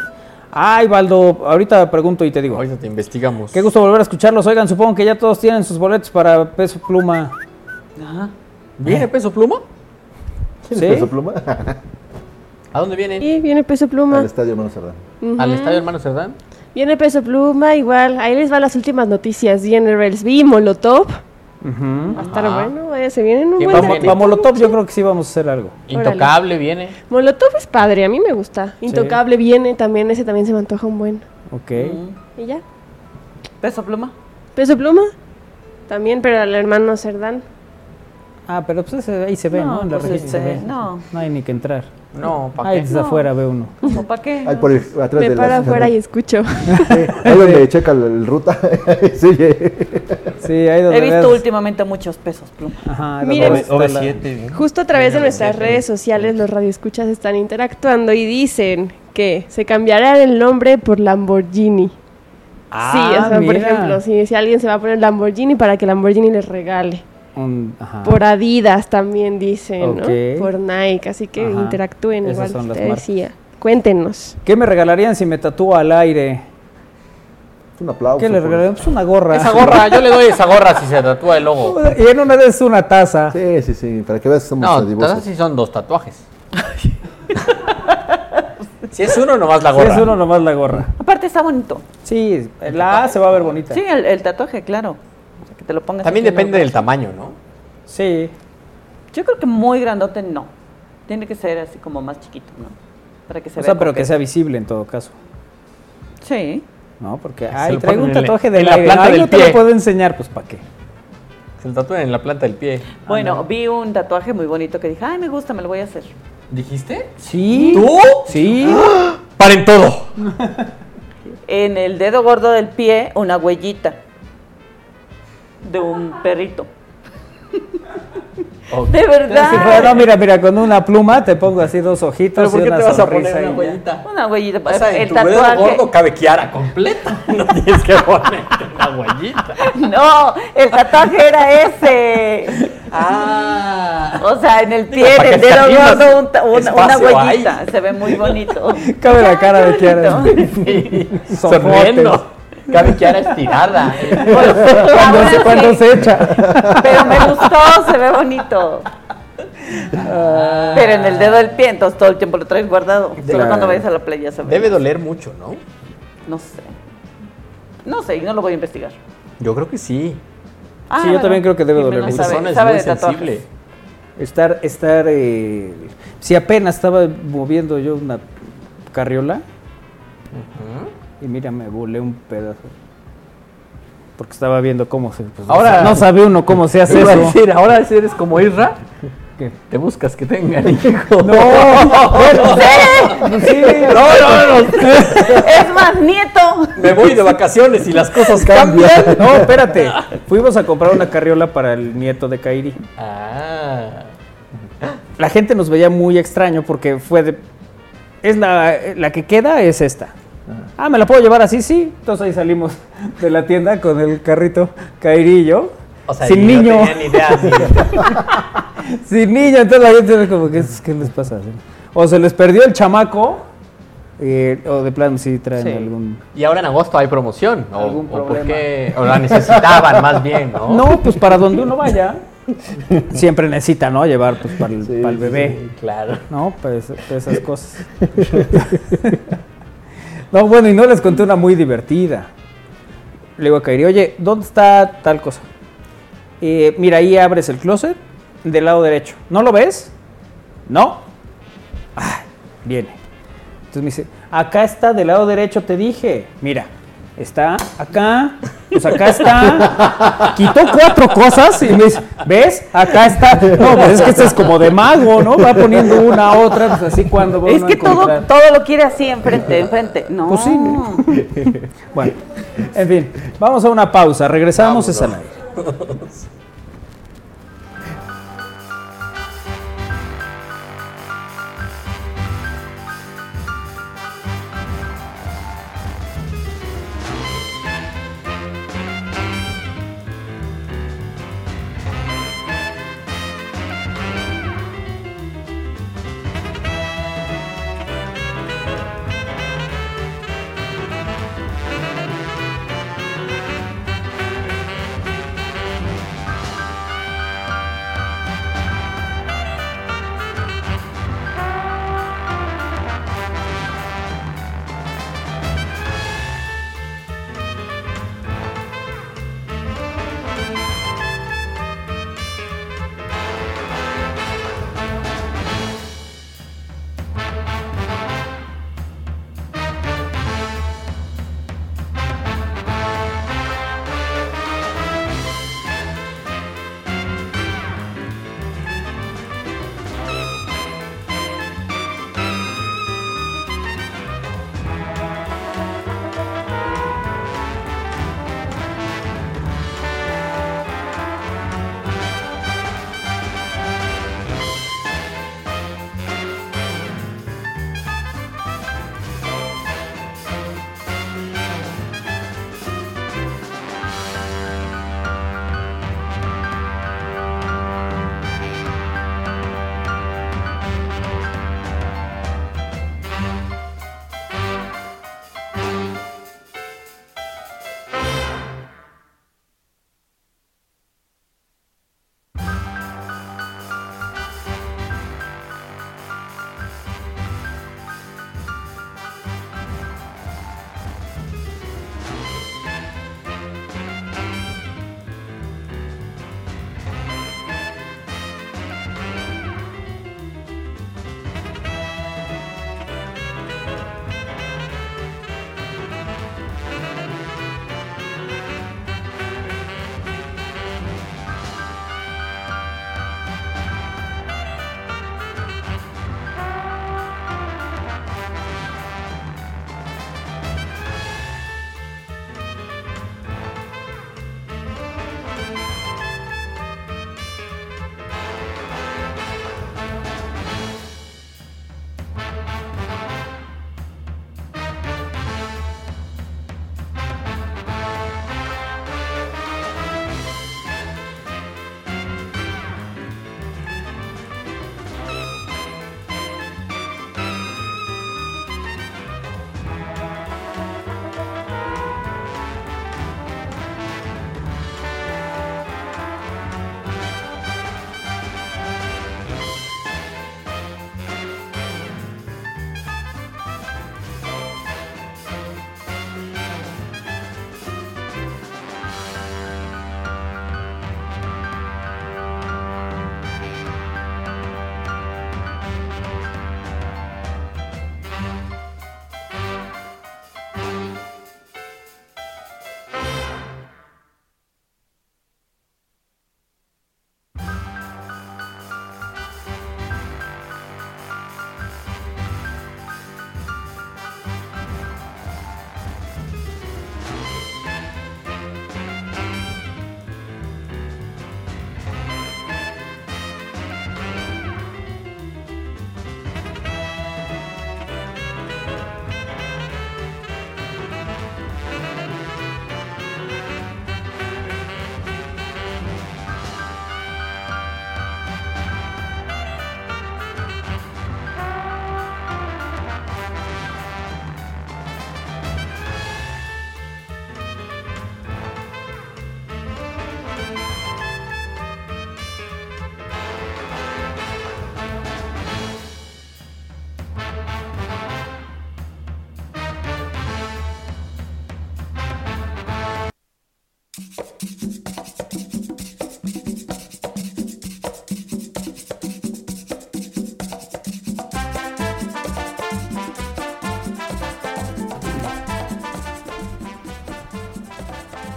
Ay, Baldo, ahorita pregunto y te digo.
Ahorita te investigamos.
Qué gusto volver a escucharlos. Oigan, supongo que ya todos tienen sus boletos para peso pluma.
Ajá.
Eh. ¿Viene peso pluma?
¿Quién es Peso Pluma?
¿A dónde vienen?
Sí, viene peso pluma.
Al estadio Hermano Cerdán.
Ujú.
¿Al estadio Hermano Cerdán?
Viene peso pluma, igual. Ahí les van las últimas noticias. Viene Relsby, Molotov. Va a estar
Ajá.
bueno, eh, se vienen un
¿Quién
buen
va a
de-
venir?
Para Molotov yo creo que sí vamos a hacer algo.
Intocable viene.
Molotov es padre, a mí me gusta. Intocable viene también, ese también se me antoja un buen.
Ok.
¿Y ya?
¿Peso pluma?
¿Peso pluma? También, pero al hermano Cerdán.
Ah, pero pues ese- ahí se ve, ¿no?
No,
En la
pues,
región se
este,
ve.
no.
No hay ni que entrar.
No, ¿pa'
Ahí
qué?
desde
No.
afuera ve uno.
¿Para qué?
Ahí por el- atrás
me
de la-
paro afuera y escucho.
Ahí donde checa el, el ruta. sí, eh.
sí, ahí
He visto últimamente muchos pesos pluma.
Ajá,
Miren,
OV7.
Justo a través de nuestras redes sociales los radioescuchas están interactuando y dicen que se cambiará el nombre por Lamborghini. sí, o sea, por
Ah, mira.
ejemplo, si, si alguien se va a poner Lamborghini para que Lamborghini les regale.
Un- ajá.
Por Adidas también dicen,
Ok.
¿no? Por Nike, así que
Ajá.
interactúen
Esas
igual que
son las
usted
marcas.
decía. Cuéntenos.
¿Qué me regalarían si me tatúo al aire?
Un aplauso.
¿Qué le regalarían? Pues una gorra.
Esa gorra, yo le doy esa gorra si se tatúa el logo.
Y en una de esas una taza.
Sí, sí, sí. Para que veas que somos
No,
adivosos.
entonces sí son dos tatuajes. si es uno, nomás la
Sí,
gorra.
es uno nomás la gorra.
Aparte está bonito.
Sí, la A se va a ver bonita.
Sí, el, el tatuaje, claro. O sea, que te lo pongas
También
aquí en
depende
el-
del tamaño, ¿no?
Sí.
Yo creo que muy grandote no. Tiene que ser así como más chiquito, ¿no? Para que se
O
vea.
sea, pero
coqueto.
que sea visible en todo caso.
Sí.
No, porque
Se
ay,
lo
traigo un
ponen en la-
tatuaje
en
del
la
aire.
planta
Ay,
del
no te lo
pie.
puedo enseñar, pues ¿para qué?
Se lo tatúan en la planta del pie.
Bueno, vi un tatuaje muy bonito que dije, ay, me gusta, me lo voy a hacer.
¿Dijiste?
Sí.
¿Tú?
Sí.
¡Paren todo!
En el dedo gordo del pie, una huellita de un perrito. De
Si
verdad.
fuera, no, mira, mira, con una pluma te pongo así dos ojitos y una sonrisa y ya.
Una huellita.
O sea, en
el
tu dedo
tatuaje.
gordo cabe Kiara completa. No tienes que ponerte una huellita.
No, el tatuaje era ese.
Ah.
O sea, en el pie,
para
en el
que
dedo
arrimas
gordo, un ta- una, una
espacio
huellita. Se ve muy bonito.
Cabe la cara de Kiara.
Sonriendo. Cabe Kiara estirada.
Cuando,
Ahora
se,
sí.
cuando se echa.
Pero me gustó, se ve bonito.
Ah.
Pero en el dedo del pie, entonces todo el tiempo lo traes guardado. Solo cuando vayas a la playa se ve.
Debe doler mucho, ¿no?
No sé. No sé, y no lo voy a investigar.
Yo creo que sí.
Ah,
yo
bueno.
también creo que debe
Jimena
doler
Tu
mucho.
sabe-
zona es
sabe
muy
de tatuajes.
sensible.
Estar, estar, eh, si apenas estaba moviendo yo una carriola y mira, me volé un pedazo. Porque estaba viendo cómo se... pues, no
Ahora-
sa- no sabe uno cómo se hace
Iba a
eso.
decir, ahora si eres como Isra,
¿Qué?
te buscas que tengan hijo.
No, bueno, pues sí,
no, no, no.
Es más, nieto.
Me voy de vacaciones y las cosas cambian.
No, espérate. Fuimos a comprar una carriola para el nieto de Kairi.
Ah.
La gente nos veía muy extraño porque fue de. Es la, la que queda, es esta. Ah, ¿me la puedo llevar así? Sí. Entonces ahí salimos de la tienda con el carrito Kairi y yo.
O sea,
sin
ni-
niño.
No tenía ni idea. ni-
sin niño. Entonces la gente era como, ¿qué, qué les pasa? O se les perdió el chamaco. eh, o de plano sí traen
Sí.
algún.
Y ahora en agosto hay promoción. ¿O,
Algún
o por
problema.
qué? O la necesitaban más bien, ¿no?
No, pues para donde uno vaya. siempre necesita, ¿no? Llevar pues para el, para el bebé.
Claro.
No, pues, esas cosas. no, bueno, y no les conté una muy divertida. Le digo a Kairi, oye, ¿dónde está tal cosa? Eh, mira, ahí abres el closet del lado derecho. ¿No lo ves? No. Ah, viene. Entonces me dice, acá está del lado derecho, te dije. Mira, está acá, pues acá está. Quitó cuatro cosas y me dice, ¿ves? Acá está. No, pues es que esto es como de mago, ¿no? Va poniendo una a otra, pues así cuando va
Es
uno a
que todo,
encontrar.
todo lo quiere así, enfrente, enfrente. No.
Pues sí. Bueno, en fin, vamos a una pausa. Regresamos es al aire.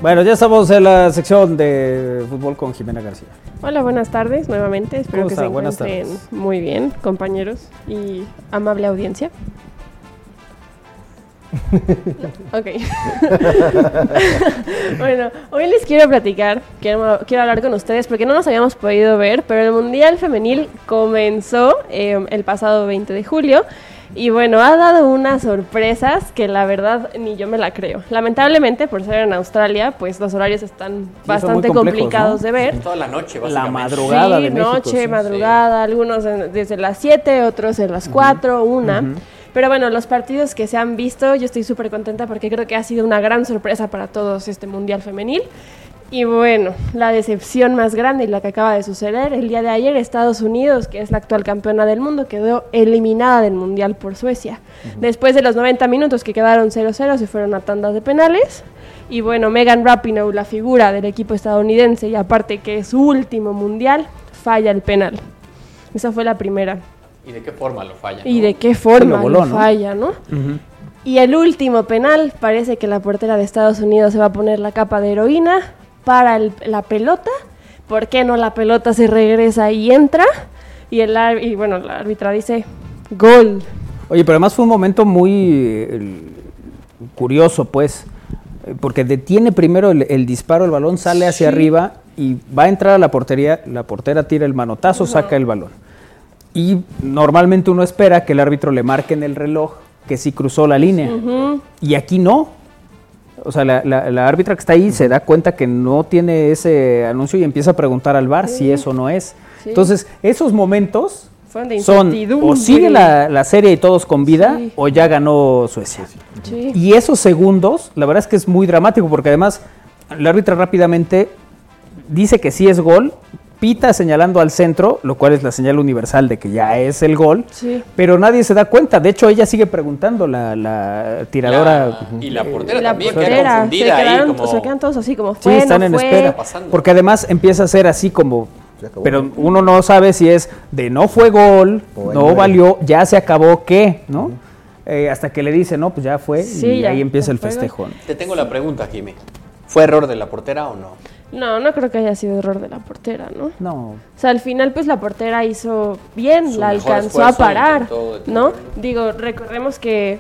Bueno, ya estamos en la sección de fútbol con Jimena García.
Hola, buenas tardes nuevamente. Espero
¿Cómo
que
está?
se
Buenas
encuentren muy bien, compañeros y amable audiencia. ok. bueno, hoy les quiero platicar, quiero, quiero hablar con ustedes porque no nos habíamos podido ver, pero el Mundial Femenil comenzó eh, el pasado 20 de julio. Y bueno, ha dado unas sorpresas que la verdad ni yo me la creo. Lamentablemente, por ser en Australia, pues los horarios están bastante complicados de ver.
Toda la noche,
La
básicamente.
madrugada
Sí,
de México.
noche,
sí.
madrugada, algunos en- desde las 7, otros en las 4, una. Pero bueno, los partidos que se han visto, yo estoy súper contenta porque creo que ha sido una gran sorpresa para todos este Mundial Femenil. Y bueno, la decepción más grande y la que acaba de suceder, el día de ayer Estados Unidos, que es la actual campeona del mundo, quedó eliminada del Mundial por Suecia. Después de los 90 minutos que quedaron 0-0, se fueron a tandas de penales. Y bueno, Megan Rapinoe, la figura del equipo estadounidense y aparte que es su último Mundial, falla el penal. Esa fue la primera.
¿Y de qué forma lo falla?
¿Y
no?
de qué forma
voló,
lo
¿no?
falla, no? Y el último penal, parece que la portera de Estados Unidos se va a poner la capa de heroína para el- la pelota. ¿Por qué no la pelota se regresa y entra? Y el ar- y bueno, la árbitra dice gol.
Oye, pero además fue un momento muy eh, el- curioso, pues, eh, porque detiene primero el, el disparo, el balón sale hacia
Sí.
arriba y va a entrar a la portería, la portera tira el manotazo, saca el balón. Y normalmente uno espera que el árbitro le marque en el reloj que sí cruzó la línea.
Ujú.
Y aquí no. O sea, la, la- la árbitra que está ahí se da cuenta que no tiene ese anuncio y empieza a preguntar al VAR si eso no es.
Sí.
Entonces, esos momentos
Fueron de
son o
incertidumbre.
sigue la, la serie y todos con vida
Sí.
o ya ganó Suecia.
Sí.
Y esos segundos, la verdad es que es muy dramático porque además la árbitra rápidamente dice que sí es gol, pita señalando al centro, lo cual es la señal universal de que ya es el gol,
Sí.
pero nadie se da cuenta. De hecho, ella sigue preguntando, la, la tiradora.
Y la portera
La
también queda
portera, se
confundida ahí
quedaron,
como...
se quedan todos así como
Sí,
fue,
están
no
en
fue.
espera. Porque además empieza a ser así como. Pero uno no sabe si es de no fue gol,
O
no
en-
valió, ya se acabó, ¿qué? ¿No? Eh, hasta que le dice, no, pues ya fue.
Sí,
y
ya,
ahí empieza
ya
el
fue gol.
festejón.
Te tengo la pregunta, Jimmy. ¿Fue error de la portera o no?
No, no creo que haya sido error de la portera, ¿no?
No.
O sea, al final pues la portera hizo bien,
Su
la
mejor
alcanzó a
esfuerzo,
parar,
intentó detenerlo.
¿no? Digo, recordemos que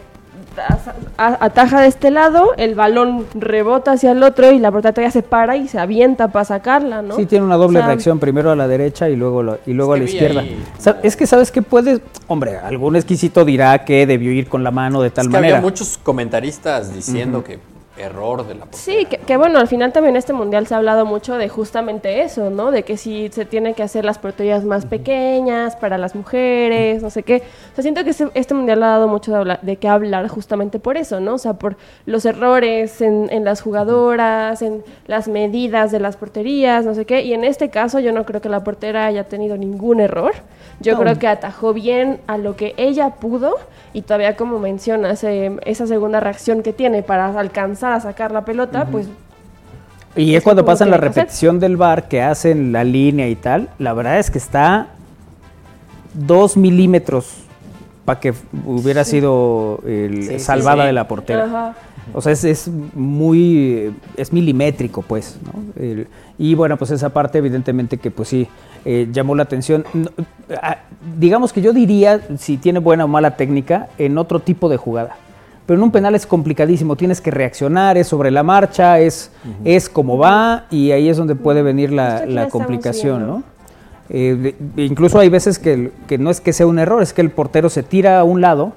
taza- a- ataja de este lado, el balón rebota hacia el otro y la portera todavía se para y se avienta para sacarla, ¿no?
Sí, tiene una doble
O sea,
reacción, primero a la derecha y luego, la- y luego
Es
a la
que vi
izquierda.
ahí
O sea, es que sabes que puedes, hombre, algún exquisito dirá que debió ir con la mano de tal
Es que
manera.
había muchos comentaristas diciendo que error de la portera.
Sí, que, que bueno, al final también este mundial se ha hablado mucho de justamente eso, ¿no? De que si se tienen que hacer las porterías más pequeñas para las mujeres, no sé qué. O sea, siento que este, este mundial ha dado mucho de, habla- de qué hablar justamente por eso, ¿no? O sea, por los errores en, en las jugadoras, en las medidas de las porterías, no sé qué. Y en este caso yo no creo que la portera haya tenido ningún error. Yo
No.
creo que atajó bien a lo que ella pudo y todavía como mencionas, eh, esa segunda reacción que tiene para alcanzar a sacar la pelota, pues
Y es cuando
como
pasan
que
la
deja hacer.
repetición del bar que hacen la línea y tal. La verdad es que está dos milímetros para que hubiera sido el-
Sí, sí,
salvada
sí.
de la portera.
Ajá.
O sea, es, es muy. Es milimétrico, pues. ¿no? El- y bueno, pues esa parte, evidentemente, que pues sí, eh, llamó la atención. No, ah, digamos que yo diría, si tiene buena o mala técnica, en otro tipo de jugada. Pero en un penal es complicadísimo, tienes que reaccionar, es sobre la marcha, es, es como va, y ahí es donde puede venir la,
Justo aquí
la
la estamos
complicación,
viendo.
¿no? Eh, de- incluso hay veces que, el- que no es que sea un error, es que el portero se tira a un lado,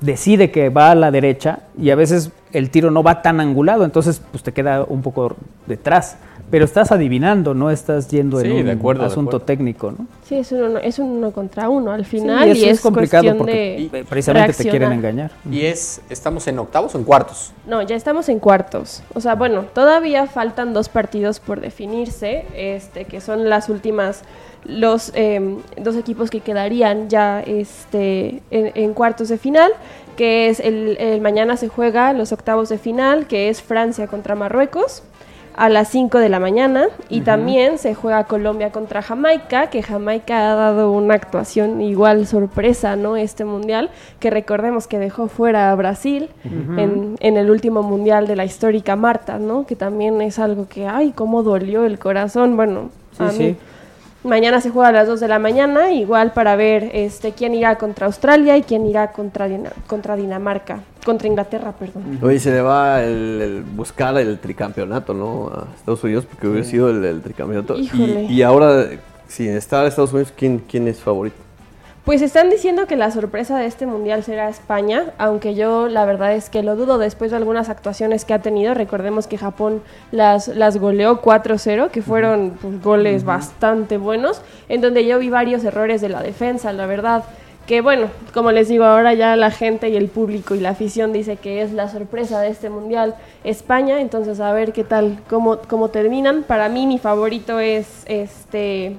decide que va a la derecha y a veces el tiro no va tan angulado, entonces pues te queda un poco detrás. Pero estás adivinando, no estás yendo
Sí,
en un
de acuerdo, de
asunto
acuerdo.
técnico, ¿no?
sí, es un uno, es un uno contra uno al final
eso
y
es
es,
complicado
cuestión
porque
de
eh, precisamente te quieren
reaccionar.
engañar.
Y es, ¿estamos en octavos o en cuartos?
No, ya estamos en cuartos. O sea, bueno, todavía faltan dos partidos por definirse, este, que son las últimas, los em, dos equipos que quedarían ya este, en, en cuartos de final, que es el, el mañana se juega los octavos de final, que es Francia contra Marruecos. a las 5 de la mañana. Y
Ujú.
también se juega Colombia contra Jamaica, que Jamaica ha dado una actuación igual sorpresa, ¿no? Este mundial, que recordemos que dejó fuera a Brasil
Ujú.
en, en el último mundial de la histórica Marta, ¿no? Que también es algo que, ay, cómo dolió el corazón. Bueno,
Sí,
a mí
sí.
Mañana se juega a las 2 de la mañana, igual para ver este, quién irá contra Australia y quién irá contra, Dina- contra Dinamarca, contra Inglaterra, perdón.
Oye, se le va el, el buscar el tricampeonato, ¿no? A Estados Unidos, porque hubiera sido el, el tricampeonato. Y-
Híjole.
Y, ahora, si está Estados Unidos, ¿quién, quién es favorito?
Pues están diciendo que la sorpresa de este mundial será España, aunque yo la verdad es que lo dudo después de algunas actuaciones que ha tenido. Recordemos que Japón las, las goleó 4-0, que fueron pues, goles bastante buenos, en donde yo vi varios errores de la defensa, la verdad. Que bueno, como les digo, ahora ya la gente y el público y la afición dice que es la sorpresa de este mundial España, entonces a ver qué tal, cómo, cómo terminan. Para mí mi favorito es este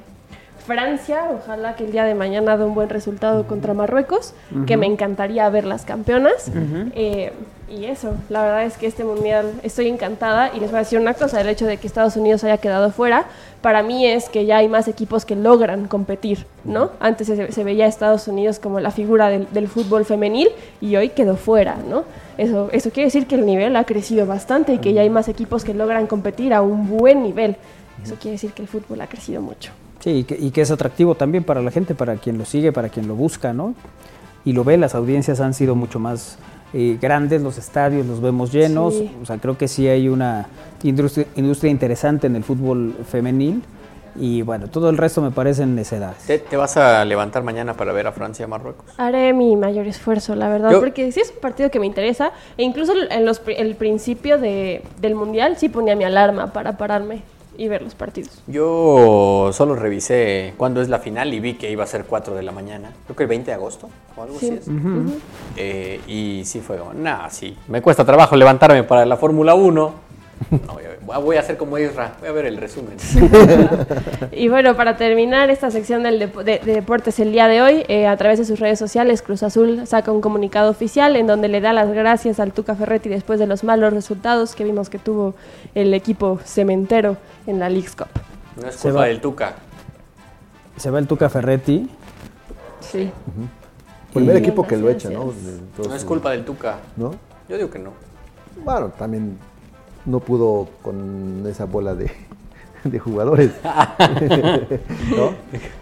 Francia, ojalá que el día de mañana dé un buen resultado contra Marruecos, que
Ujú.
me encantaría ver las campeonas.
Ujú.
Eh, y eso, la verdad es que este mundial estoy encantada y les voy a decir una cosa, el hecho de que Estados Unidos haya quedado fuera, para mí es que ya hay más equipos que logran competir, ¿no? Antes se, se veía a Estados Unidos como la figura del, del fútbol femenil y hoy quedó fuera, ¿no? Eso, eso quiere decir que el nivel ha crecido bastante y que ya hay más equipos que logran competir a un buen nivel. Eso quiere decir que el fútbol ha crecido mucho.
Sí, y que, y que es atractivo también para la gente, para quien lo sigue, para quien lo busca, ¿no? Y lo ve, las audiencias han sido mucho más eh, grandes, los estadios los vemos llenos,
Sí.
o sea, creo que sí hay una industria, industria interesante en el fútbol femenil y bueno, todo el resto me parecen necedades.
¿Te, te vas a levantar mañana para ver a Francia y a Marruecos?
Haré mi mayor esfuerzo, la verdad,
Yo-
porque sí es un partido que me interesa. E incluso en los, pri- el principio de- del Mundial sí ponía mi alarma para pararme y ver los partidos.
Yo solo revisé cuándo es la final y vi que iba a ser 4 de la mañana. Creo que el 20 de agosto o algo
Sí.
así es.
Ujú.
Eh, y sí fue como, nah, sí. Me cuesta trabajo levantarme para la Fórmula 1. No, voy a ver- voy a- voy a hacer como Isra, voy a ver el resumen.
Y bueno, para terminar esta sección del depo- de, de deportes el día de hoy, eh, a través de sus redes sociales, Cruz Azul saca un comunicado oficial en donde le da las gracias al Tuca Ferretti después de los malos resultados que vimos que tuvo el equipo cementero en la League's Cup.
No es
Se
culpa
va.
del Tuca.
Se va el Tuca Ferretti.
Sí.
Primer
Y-
equipo que lo echa, ¿no?
No es culpa del Tuca.
¿No?
Yo digo que no.
Bueno, también no pudo con esa bola de, de jugadores. ¿No?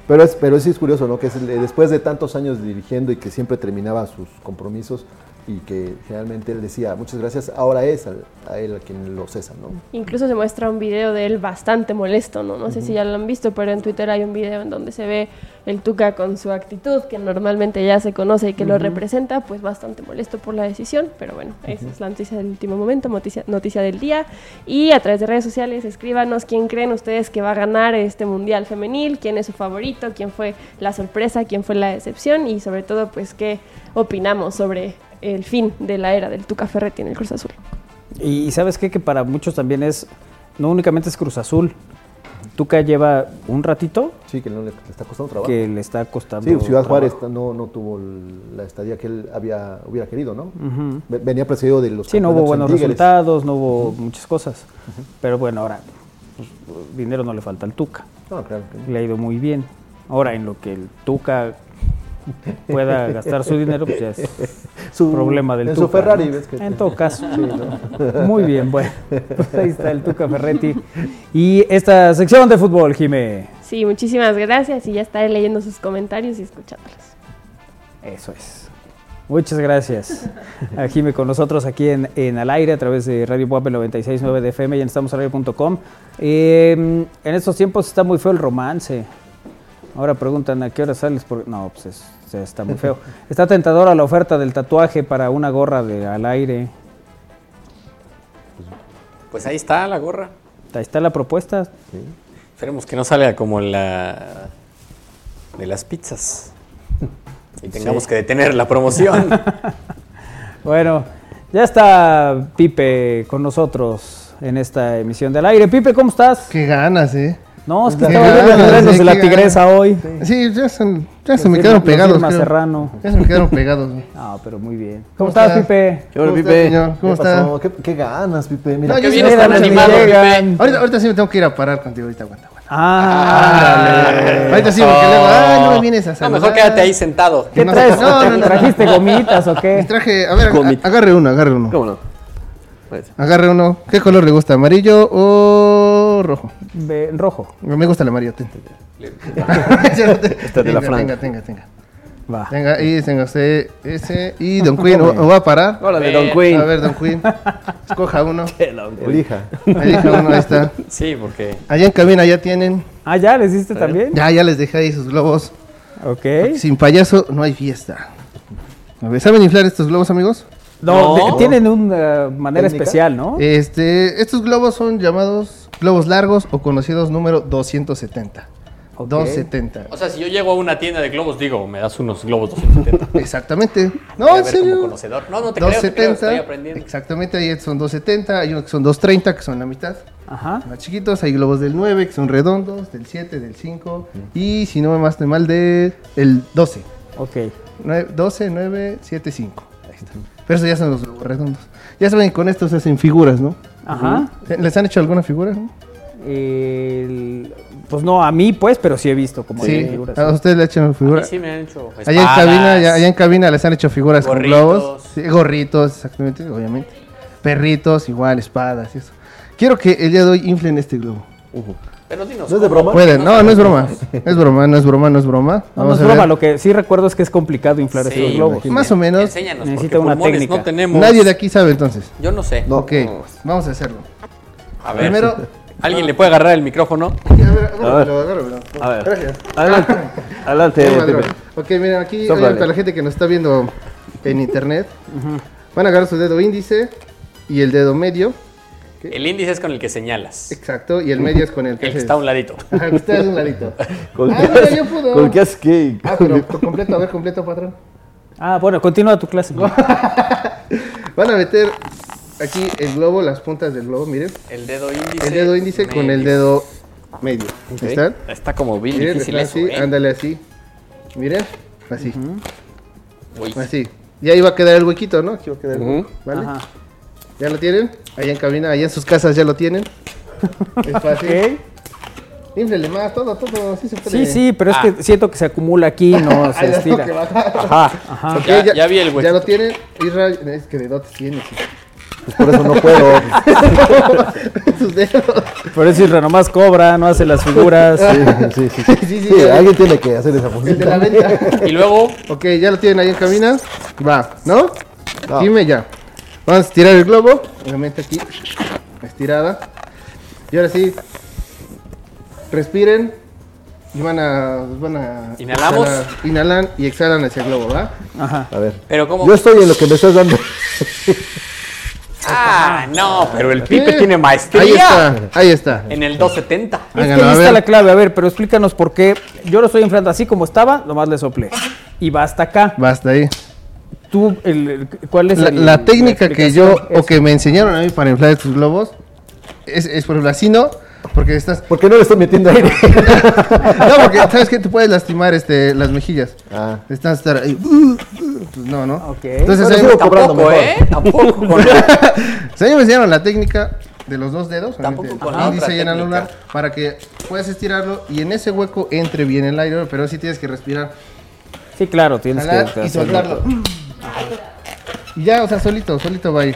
Pero, es, pero sí es curioso, ¿no? Que es el- después de tantos años dirigiendo y que siempre terminaba sus compromisos y que generalmente él decía, muchas gracias, ahora es al- a, él a quien lo cesan, ¿no?
Incluso se muestra un video de él bastante molesto, ¿no? No sé si ya lo han visto, pero en Twitter hay un video en donde se ve el Tuca con su actitud, que normalmente ya se conoce y que lo
Ujú.
representa, pues bastante molesto por la decisión. Pero bueno, esa es la noticia del último momento, noticia, noticia del día. Y a través de redes sociales, escríbanos quién creen ustedes que va a ganar este Mundial Femenil, quién es su favorito, quién fue la sorpresa, quién fue la decepción y sobre todo, pues, qué opinamos sobre el fin de la era del Tuca Ferretti en el Cruz Azul.
Y, y sabes qué? que para muchos también es, no únicamente es Cruz Azul. Tuca lleva un ratito.
Sí, que no le, está costando trabajo.
Que le está costando.
Sí, pues, Ciudad Juárez
trabajo.
no, no tuvo el- la estadía que él había, hubiera querido, ¿no?
Ujú.
Ve- Venía precedido de los...
Sí, no hubo
campeonatos en
buenos
Tigres.
resultados, no hubo muchas cosas. Pero bueno, ahora pues, dinero no le falta al Tuca.
No, claro que no.
Le ha ido muy bien. Ahora, en lo que el Tuca pueda gastar su dinero, pues ya es
Su-
problema del
en su
Tuca.
Ferrari,
¿no?
ves que-
En todo caso.
Sí, ¿no?
Muy bien, bueno. Pues ahí está el Tuca Ferretti. Y esta sección de fútbol, Jimé.
Sí, muchísimas gracias y ya estaré leyendo sus comentarios y escuchándolos.
Eso es. Muchas gracias a Jime con nosotros aquí en, en Al Aire a través de Radio Puebla 969 de FM y en estamosalaire.com. Eh, en estos tiempos está muy feo el romance. Ahora preguntan a qué hora sales. Por... No, pues es- es- está muy feo. Está tentadora la oferta del tatuaje para una gorra de Al Aire.
Pues ahí está la gorra.
Ahí está la propuesta.
Esperemos que no salga como la de las pizzas. Y tengamos
Sí.
que detener la promoción.
Bueno, ya está Pipe con nosotros en esta emisión del aire. Pipe, ¿cómo estás?
Qué ganas, ¿eh?
No, es que
Ajá,
estaba viendo los
desde
renos de la
que-
tigresa hoy.
Sí, ya se, ya se
Los
me
firma- Pues
quedaron
los
pegados.
firma
creo.
Serrano.
Ya se me quedaron pegados. güey.
Ah, pero muy bien. ¿Cómo, estás, Pipe?
¿Qué onda, Pipe? señor? ¿Cómo
¿Qué
está?
pasó? ¿Qué, qué ganas, Pipe? Mira,
No, yo
qué
sí no
ganas
estaba
ni
animado,
llegan.
Pipe. Ahorita, ahorita sí me tengo que ir a parar contigo. Ahorita aguanta, aguanta.
Ah, ándale.
Ahorita sí, porque luego, ay, no me vienes a
No, Ah,
saludar.
mejor quédate ahí sentado.
Que no se- No, no, no.
gomitas o qué?
Traje, Eh, a ver, ag-
Gomita.
agarre uno, agarre uno.
¿Cómo no?
Agarre uno. ¿Qué color le gusta? ¿Amarillo o rojo?
Ve- rojo.
Me gusta el amarillo. ten.
Esta Este de la franja.
Tenga, Tenga, tenga, tenga. Tenga, ahí tenga usted ese. Y Don Queen, ¿o, o va a parar?
Órale, Don Queen.
A ver, Don Queen. Escoja uno.
Elija.
Elija uno, ahí está.
Sí, porque.
Allá en cabina ya tienen.
Ah, ya, ¿les
¿Eh?
diste también?
Ya, ya les dejé ahí sus globos.
Ok.
Sin payaso no hay fiesta. A ver, ¿saben inflar estos globos, amigos?
No, de- tienen una manera
¿Técnica?
especial, ¿no?
Este, estos globos son llamados globos largos o conocidos número 270. 270.
O sea, si yo llego a una tienda de globos, digo, me das unos globos 270.
Exactamente. No, en serio.
Como conocedor. No, no te creo, te creo, estoy aprendiendo.
Exactamente, ahí son 270, hay unos que son 230, que son la mitad.
Ajá.
Más chiquitos, hay globos del 9, que son redondos, del 7, del 5, y si no me más de mal, del 12.
Ok.
12, 9, 7, 5. Ahí está. Pero esos ya son los globos redondos. Ya saben, con estos se hacen figuras, ¿no?
Ajá.
¿Se- ¿Les han hecho alguna figura? no?
El- pues no a mí, pues, pero sí he visto como
Sí,
de figuras.
a ustedes le han hecho figuras.
mí sí me han hecho
Allá en,
espadas.
cabina, ya- allá en cabina les han hecho figuras
Gorritos.
con globos. Sí, gorritos, exactamente, obviamente. Perritos, igual, espadas y eso. Quiero que el día de hoy inflen este globo.
Pero dinos.
¿No es de
¿cómo?
broma?
Pueden, no, no es broma. Es broma, no es broma, no es broma.
No, no es
a ver.
broma, lo que sí recuerdo es que es complicado inflar
Sí,
esos globos.
Más o menos.
Enséñanos, Necesita porque una pulmones técnica. no tenemos.
Nadie de aquí sabe entonces.
Yo no sé.
Ok, vamos a hacerlo.
A ver.
Primero,
¿Alguien le puede agarrar el micrófono?
agárramelo, agárramelo.
A ver.
Gracias.
Adelante. Adelante,
Toma,
Pepe.
droga. Ok, miren, aquí
Sóplale.
oye, para la gente que nos está viendo en internet, van a agarrar su dedo índice y el dedo medio.
El índice es con el que señalas.
Exacto, y el medio es con el que
El que
haces-
está a un ladito.
Ajá, el que está a un ladito.
¿Con
Ah,
qué
mira,
has-
yo puedo.
¿Con qué haces qué?
Ah, pero completo, a ver, completo, patrón.
Ah, bueno, continúa tu clase.
Van a meter aquí el globo, las puntas del globo, miren.
El dedo índice.
El dedo índice con el
medio.
dedo medio.
Ok.
¿Están?
Está como bien
Miren,
difícil
está
eso,
así,
¿eh?
ándale así. Miren, así,
Uy.
así. Y ahí va a quedar el huequito, ¿no? Aquí va a quedar el
Ujú.
hueco, ¿vale? ¿Ya lo tienen? Allá en cabina, allá en sus casas ya lo tienen. Es fácil. Inflele más, todo, todo, sí se puede.
Sí, sí, pero es
Ah.
que siento que se acumula aquí, no se
Ahí la tengo que
estira.
bajar.
Ajá.
Ok,
Ya- ya vi el
Ya
huequito.
lo tienen. Israel, es que de dotes tienes.
Pues por eso no puedo.
Sus dedos.
Por eso Isra nomás cobra, no hace las figuras.
Sí, sí, sí. sí.
Sí, sí,
Sí,
ya vi.
alguien tiene que hacer esa
El de
función.
la venta.
Y luego,
ok, ya lo tienen ahí en cabina. Va, ¿no? Dime ya. Vamos a estirar el globo. Obviamente aquí. Estirada. Y ahora sí. Respiren. Y van a. Van a
Inhalamos.
exhalar. inhalan y exhalan hacia el globo, ¿va?
Ajá.
A ver.
pero como.
Yo estoy en lo que me estás dando.
Ah, no, pero el Pipe
Sí.
tiene maestría.
Eh, Ahí está, ahí está.
En el 270.
Es que
Háganlo, a
ahí está
ver.
la clave, a ver, pero explícanos por qué. Yo lo estoy inflando así como estaba, nomás le soplé. Y va hasta acá.
Basta ahí.
Tú, el, el- ¿cuál es
La,
el-
la técnica
la
que yo
explicación?
o que me enseñaron a mí para inflar estos globos es, es por ejemplo así no, porque estás.
¿Por qué no le estoy metiendo aire?
No, porque sabes que te puedes lastimar este, las mejillas.
Ah.
Estás estar ahí. uh, uh, pues no, no.
Ok.
Entonces
Bueno,
ahí-
sigo cobrando
Tampoco,
mejor.
¿eh? Tampoco con
o sea, ellos me enseñaron la técnica de los dos dedos,
Tampoco
obviamente,
con
el
la
índice
otra
y en
técnica.
anular, para que puedas estirarlo y en ese hueco entre bien el aire, pero sí tienes que respirar,
Sí, claro, tienes
jalar
este
que
y
hacerlo.
soltarlo. Y ya, o sea, solito, solito va ahí.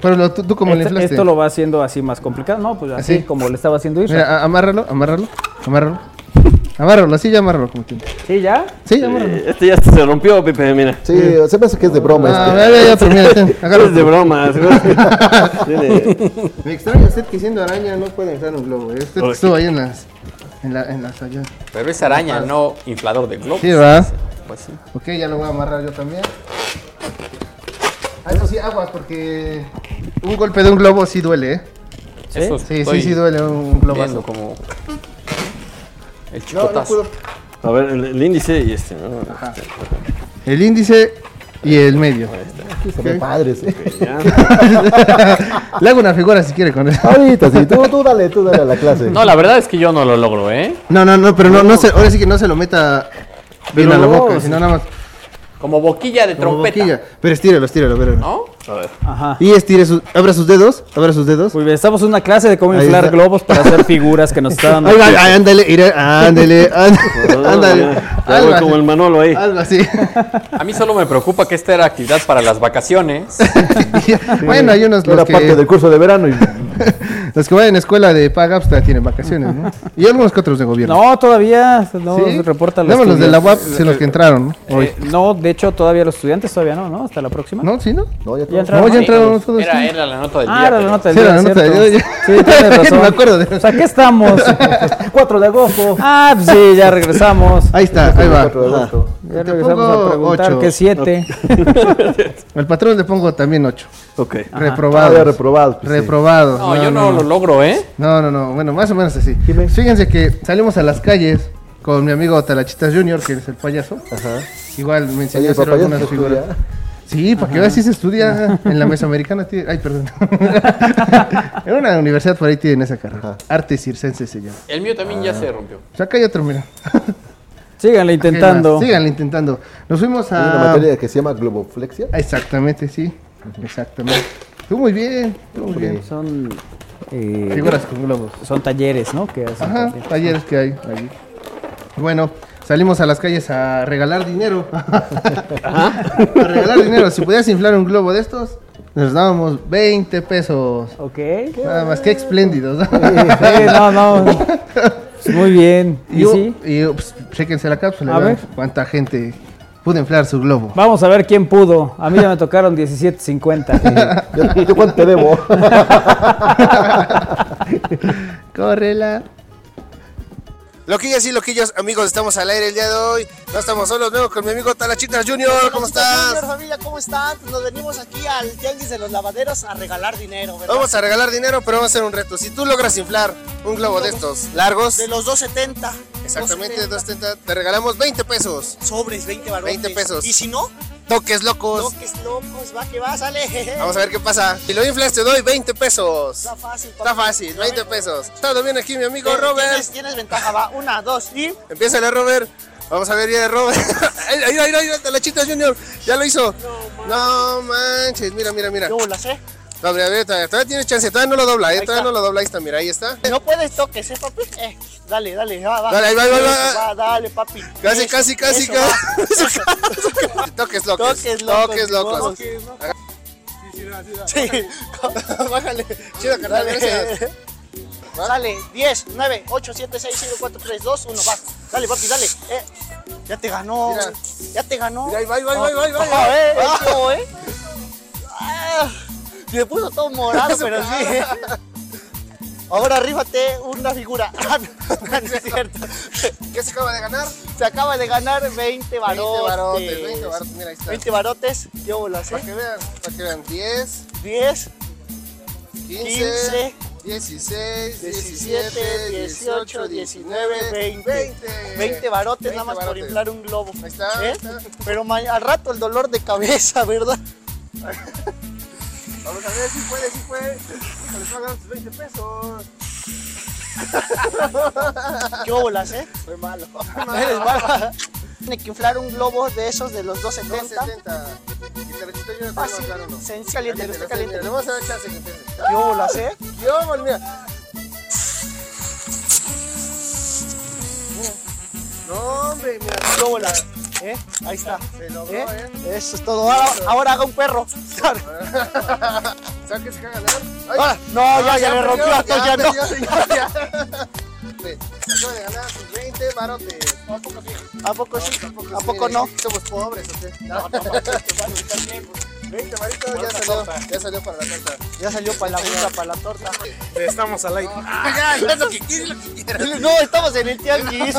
Pero lo- tú, tú como le
Esto,
inflaste.
Este, esto lo va haciendo así más complicado, ¿no? Pues así,
Así.
como le estaba haciendo Isra.
Mira, a- amárralo, amárralo, amárralo. Amárralo, así ya amárralo como tiene.
¿Sí, ya?
Sí, ya amárralo.
Este ya se rompió, Pipe, mira.
Sí, se me hace que es de broma
Ah,
este.
ya, ya, ya, termina, ten, agárralo.
Es de broma. se me hace que- Tiene-
Me extraña usted que siendo araña no puede entrar un globo. ¿eh?
Este
Usted que estuvo ahí en las. En, la, en las allá.
Pero es araña, no inflador de globos.
Ah. Sí, va.
Pues sí.
Ok, ya lo voy a amarrar yo también. Ah, eso sí, aguas, porque un golpe de un globo sí duele, ¿eh?
Eso
Sí,
estoy
sí, sí duele
viendo
un globazo.
como el
No, no
chicotazo.
pudo.
A ver, el, el índice y este. ¿no?
El índice y el medio.
Aquí se ven padres. ¿eh?
Le hago una figura si quiere con eso.
Ahorita sí, tú, tú dale, tú dale a la clase.
No, la verdad es que yo no lo logro, ¿eh?
No, no, no, pero no, no se, ahora sí que no se lo meta bien
Pero
a la
no,
boca,
sí.
sino nada más.
Como boquilla de
como
trompeta.
boquilla. Pero estíralo, estíralo, pero.
¿No? A ver.
Ajá.
Y estire sus, abra sus dedos, abra sus dedos.
Muy bien, estamos en una clase de cómo
Ahí
inflar
está.
globos para hacer figuras que nos están dando.
Ay, ay, ay, ándale, iré- ándale, ándale, ándale.
Ya voy
Algo
como
así,
el Manolo ahí.
algo así.
A mí solo me preocupa que esta era actividad para las vacaciones.
Bueno, hay unos
Era
los
parte del
que,
curso de verano y
los que van a escuela de paga pues, todavía tienen vacaciones, ¿no? Y algunos que otros de gobierno.
No, todavía no
¿Sí?
se reporta la
Nada más los de la UAP, son los que entraron, ¿no? Hoy.
Eh, No, de hecho, todavía los estudiantes todavía no, ¿no? Hasta la próxima.
¿No? ¿Sí, no?
No, ya
Ya
todos-
entraron.
No, ya entraron todos.
Era,
sí.
era la nota del
Ah,
día.
era la
pero-
nota del
Sí,
día,
era la nota
¿cierto?
del día,
Sí, tienes razón.
Me acuerdo de-
O sea, ¿qué estamos?
4 de agosto.
Ah, pues sí, ya regresamos.
Ahí está, ahí va.
4 de agosto.
Ya
Te
regresamos
pongo
a preguntar
ocho.
que 7.
Al patrón le pongo también 8.
Ok.
Todavía
Reprobado.
reprobado. pues, sí.
Reprobado.
No, yo no, lo logro, ¿eh?
No, no, no. Bueno, más o menos así. Fíjense que salimos a las calles con mi amigo Talachitas Junior, que es el payaso.
Ajá.
Igual me enseñó
Oye,
a hacer
papá, ya
algunas
se
figuras.
estudia.
Sí, para que veas si se estudia en la mesoamericana. tiene- Ay, perdón. en una universidad por ahí tienen esa carrera. Arte circense se llama.
El mío también ya se rompió.
O sea, acá hay otro, mira.
Síganle intentando.
Síganle intentando. Nos fuimos
Hay
a...
una materia que se llama globoflexia.
Ah, Exactamente, sí. Exactamente. Tú muy bien, tú muy bien.
Son, eh,
Figuras con globos.
son talleres, ¿no? Que hacen
Ajá,
también.
talleres que hay ahí. Bueno, salimos a las calles a regalar dinero. a regalar dinero. Si pudieras inflar un globo de estos, nos dábamos 20 pesos.
Ok.
Nada más, qué espléndidos.
Sí, no, no. Pues Muy bien.
y
¿Y,
yo-
sí?
y yo, pues, chéquense la cápsula.
A
vean
ver.
cuánta gente pudo inflar su globo.
Vamos a ver quién pudo. A mí ya me tocaron 17.50.
Yo, yo cuánto te debo.
Córrela.
Loquillas y loquillos, amigos, estamos al aire el día de hoy. No estamos solos, nuevo con mi amigo Talachitas Junior. ¿Cómo estás?
familia, ¿cómo están? Pues nos venimos aquí al Tianguis de los Lavaderos a regalar dinero, ¿verdad?
Vamos a regalar dinero, pero vamos a hacer un reto. Si tú logras inflar un globo de estos largos,
De los 270.
exactamente, dos tenta- te regalamos 20 pesos.
Sobres, 20 varones.
20 pesos.
Y si no,
Toques locos.
toques locos, va que va, sale.
Vamos a ver qué pasa. Si lo inflas, te doy 20 pesos.
Está fácil. papi.
Está fácil, 20 pesos. Todo bien aquí, mi amigo
Eh,
Robert.
Tienes, tienes ventaja, va. Una, dos y.
Empieza la Robert. Vamos a ver, viene Robert. Ay, ay, ay, ay, Talachitas Junior. Ya lo hizo. No manches, mira, mira, mira.
Yo las sé.
No, mira, mira, todavía, todavía tiene chance, todavía no lo dobla, eh,
Ahí
todavía
está.
no lo dobla, ahí está, mira, ahí está.
No puedes toques, ¿eh, papi? Eh, dale, dale, va, va.
Dale, ahí va, ahí va, ahí va.
Eso, dale, papi.
Casi,
Eso,
casi, casi,
eso,
casi.
va. Eso.
Toques locos.
Toques locos,
Toques locos.
toques
Haga-
Sí.
Bájale. Chido, carnal,
Dale.
gracias.
Dale, 10, 9, 8, 7, 6, 5, 4, 3, 2, 1, va. Dale, papi, dale. Eh, ya te ganó.
Mira.
Ya te ganó.
Mira, ahí va, ahí va, ahí va, ahí va, ahí va.
Ah, eh,
Ah.
eso, eh. Ah, me puso todo morado, pero sí. Ahora arríbate una figura. Ah, no, no es cierto.
¿Qué se acaba de ganar?
Se acaba de ganar 20
20
barotes.
barotes, 20 barotes, mira, ahí está.
20 barotes, eh? yo las
Para que
sé.
vean, para que vean, 10,
10,
15,
15,
16,
17,
17, 18, 19,
20.
20.
20 barotes
20
nada más por
barotes.
inflar un globo.
Ahí está, ahí
¿Eh?
está.
Pero ma- al rato el dolor de cabeza, ¿verdad?
Vamos a ver si puede, si puede. Híjole, se va a ganar sus 20 pesos.
¿Qué bolas, eh? Soy malo. No eres malo. Tiene que inflar un globo de esos de los 270.
270. Y te repito, yo no
Fácil,
tengo claro, no.
sencillo, caliente, está
Mira,
caliente.
Le vamos a dar chance que entiendan.
¿Qué bolas, eh?
Yo, bueno, mira. No, hombre, mira.
¿Qué bolas? ¿Eh? Ahí está.
Se logró,
¿Eh?
¿eh?
Eso es todo. Ahora, ahora haga un perro.
¿Sabes qué se caga ganar? Ay,
Ahora- no, ya, ya le
perdió,
rompió, entonces ya no.
perdió, ya, ya. Sí, Acaba de ganar sus 20 barotes. ¿A poco sí?
¿A poco sí? ¿A
sí,
poco no?
Somos pobres, ¿o qué?
No, no,
no. 20 baritos, ya salió, ya salió para la carta.
Ya salió para la fruta, para la torta.
Estamos al aire.
ya, ya es lo que quieres, lo que quieras.
No, estamos en el tianguis.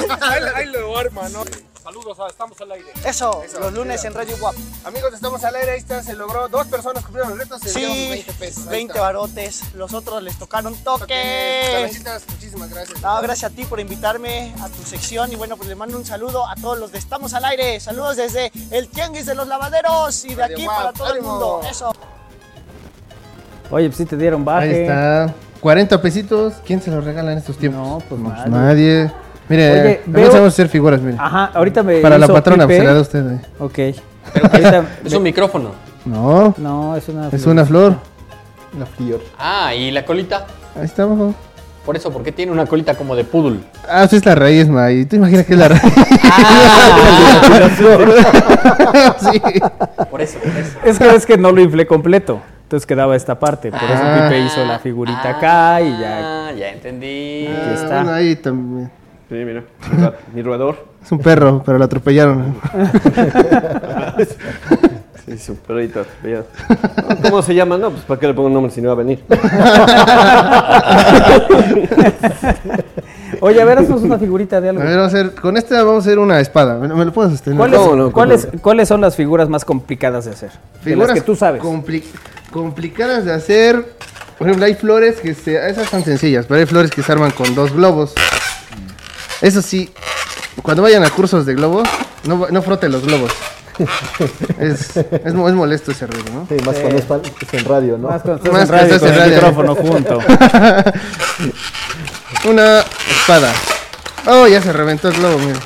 Ahí lo arma, ¿no?
Saludos, a estamos al aire.
Eso, los lunes en Radio Guap.
Amigos, estamos al aire, ahí está, se logró. Dos personas cumplieron el reto, se
Sí,
dieron 20 pesos. ahí
20
está.
barotes. Los otros les tocaron toques.
Cabecitas, muchísimas gracias.
No, gracias a ti por invitarme a tu sección y bueno, pues le mando un saludo a todos los de Estamos al Aire. Saludos desde el Tianguis de los Lavaderos y de
Radio
aquí
Guap,
para todo el
ánimo.
mundo. Eso.
Oye, pues sí te dieron baje.
Ahí está. 40 pesitos. ¿Quién se los regala en estos tiempos? No, pues
nadie.
nadie. Mire,
Oye,
también
veo-
sabemos hacer figuras, mire.
Ajá, ahorita me
Para la
hizo
patrona,
Pipe.
pues, se la da usted. eh.
Ok. Ahorita
Es
me-
un micrófono.
No.
No, es una
Es
flor.
una flor. La flor.
Ah, y la colita.
Ahí está abajo.
Por eso, porque tiene una colita como de poodle.
Ah, usted es la raíz, May. ¿Tú imaginas que es la raíz?
Ah.
sí.
Por eso, por eso.
Es que es que no lo inflé completo. Entonces quedaba esta parte. Por eso
Ah.
Pipe hizo la figurita acá y ya.
Ah, ya entendí.
Ah, bueno, ahí también.
Sí, mira, mi ro- mi roedor.
Es un perro, pero lo atropellaron.
Sí, su perrito atropellado. ¿Cómo se llama? No, pues ¿para qué le pongo un nombre si no va a venir?
Oye, a ver, haznos una figurita de
A
algo.
ver, vamos a hacer, con esta vamos a hacer una espada. ¿Me, me lo puedes sostener?
¿Cuáles, cuáles- cuáles son las figuras más complicadas de hacer? De las
Figuras
que tú sabes.
compli- complicadas de hacer. Por ejemplo, hay flores que se. Esas son sencillas, pero hay flores que se arman con dos globos. Eso sí, cuando vayan a cursos de globos, no, va- no froten los globos. es, es, mo- es molesto ese ruido, ¿no?
Sí, más cuando es, pa- es en radio, ¿no?
Más cuando
Más
estás en radio. Una espada. Oh, ya se reventó el globo, mira.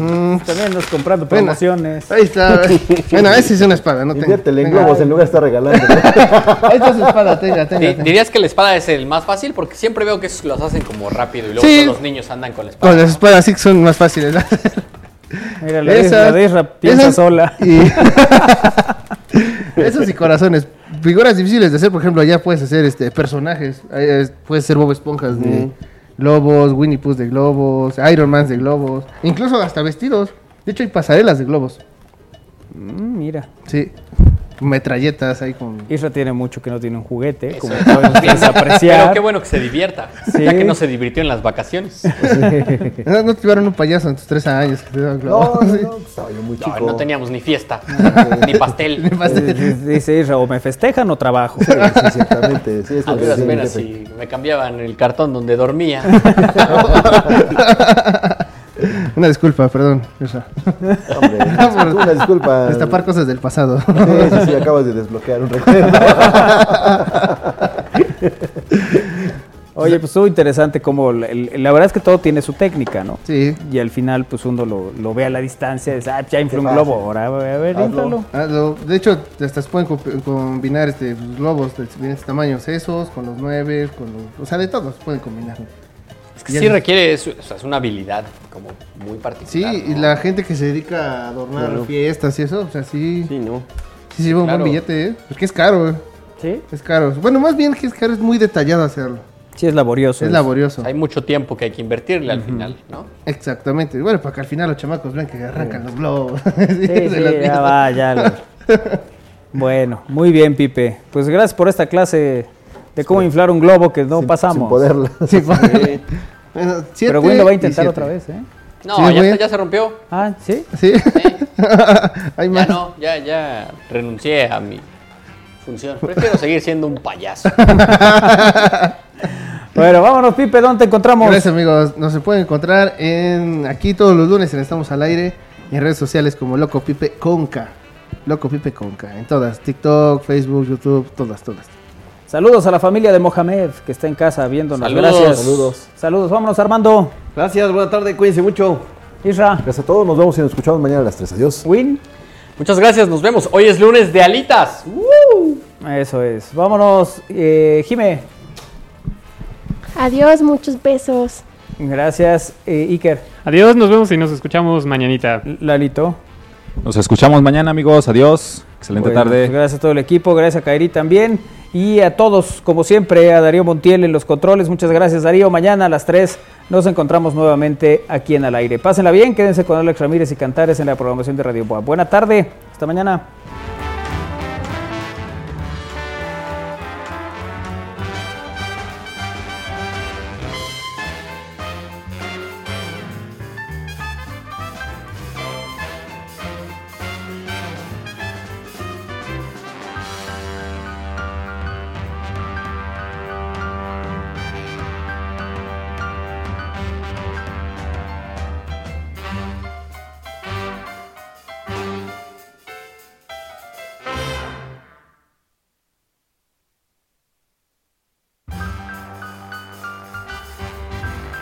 Mm,
También nos comprando
Bueno,
promociones.
ahí está. bueno, esa es una espada, no tengo.
Inviértele en
Venga.
globos en lugar de estar regalando.
Esta Ah, es espada, tenga, tenga.
Di- Dirías que la espada es el más fácil porque siempre veo que esos los hacen como rápido y luego
Sí.
todos los niños andan con la espada.
Con las espadas sí que son más fáciles. ¿no?
Mira, la de- la de Isra piensa
esas
sola.
Y... Esos y corazones. Figuras difíciles de hacer, por ejemplo, allá puedes hacer este personajes. Ahí es- Puedes ser Bob Esponjas de
Ujú.
globos, Winnie Pooh de globos, Iron Man de globos, incluso hasta vestidos. De hecho, hay pasarelas de globos.
Mm, mira.
Sí. Metralletas ahí con.
Isra tiene mucho que no tiene un juguete, como pueden ustedes apreciar.
Pero qué bueno que se divierta.
Sí.
Ya que no se divirtió en las vacaciones.
No, no te llevaron un payaso en tus tres años que te daban globos. Sí.
No, no teníamos ni fiesta,
pues,
ni pastel.
Eh, Dice Isra, o me festejan o trabajo.
Exactamente, sí, es
A
lo que
duras
decía mi
penas
jefe.
si me cambiaban el cartón donde dormía.
Una disculpa, perdón. Isra.
Hombre,
Por
una disculpa.
Destapar cosas del pasado.
Sí, Ah, sí, sí, acabas de desbloquear un recuerdo.
Oye, pues estuvo interesante como la, el- la verdad es que todo tiene su técnica, ¿no?
Sí.
Y al final, pues uno lo, lo ve a la distancia, dice, ah, ya inflé un
fácil.
globo, ahora a ver, inflalo.
Hazlo. De hecho, hasta se pueden comp- combinar este, pues, globos de diferentes tamaños, esos, con los nueve, con los. O sea, de todos se pueden combinar.
Es que sí requiere, es, o sea, es una habilidad como muy
Sí,
particular.
y la gente que se dedica a adornar
Claro.
fiestas y eso, o sea, sí. Sí, no. Sí, se lleva un
Claro.
buen billete, ¿eh? Porque es caro, ¿eh?
Sí.
Es caro. Bueno, más bien que es caro, es muy detallado hacerlo.
Sí, es laborioso.
Es laborioso.
Hay mucho tiempo que hay que invertirle al final, ¿no?
Exactamente. Bueno, para que al final los chamacos vean que arrancan los globos.
Sí,
de
sí,
las
ya
fiestas.
va, ya. lo- Bueno, muy bien, Pipe. Pues gracias por esta clase de cómo inflar un globo que no pasamos.
sin poderla.
Sin poderla. Bueno, siete
Pero Win lo va a
y
intentar
siete.
otra vez, ¿eh?
No,
Sí,
ya,
güey.
está, ya se rompió.
Ah, ¿sí?
Sí. Hay
ya
más.
no, ya, ya renuncié a mi función. Prefiero seguir siendo un payaso.
Bueno, vámonos, Pipe, ¿dónde te encontramos?
Gracias amigos, nos se pueden encontrar en aquí todos los lunes en Estamos al Aire y en redes sociales como Loco Pipe Conca. Loco Pipe Conca, en todas, TikTok, Facebook, YouTube, todas, todas.
Saludos a la familia de Mohamed, que está en casa viéndonos.
Saludos.
Gracias.
Saludos.
Saludos. Vámonos, Armando.
Gracias, buena tarde, cuídense mucho.
Isra.
Gracias a todos, nos vemos y nos escuchamos mañana a las 3. Adiós.
Win.
Muchas gracias, nos vemos. Hoy es lunes de alitas.
Eso es. Vámonos, eh, Jime.
Adiós, muchos besos.
Gracias, eh, Iker.
Adiós, nos vemos y nos escuchamos mañanita.
Lalito.
Nos escuchamos mañana, amigos. Adiós. Excelente
Bueno,
tarde.
pues gracias a todo el equipo, gracias a Kairi también. Y a todos, como siempre, a Darío Montiel en los controles. Muchas gracias, Darío. Mañana a las 3 nos encontramos nuevamente aquí en Al Aire. Pásenla bien, quédense con Alex Ramírez y Cantares en la programación de Radio Boa. Buena tarde, hasta mañana.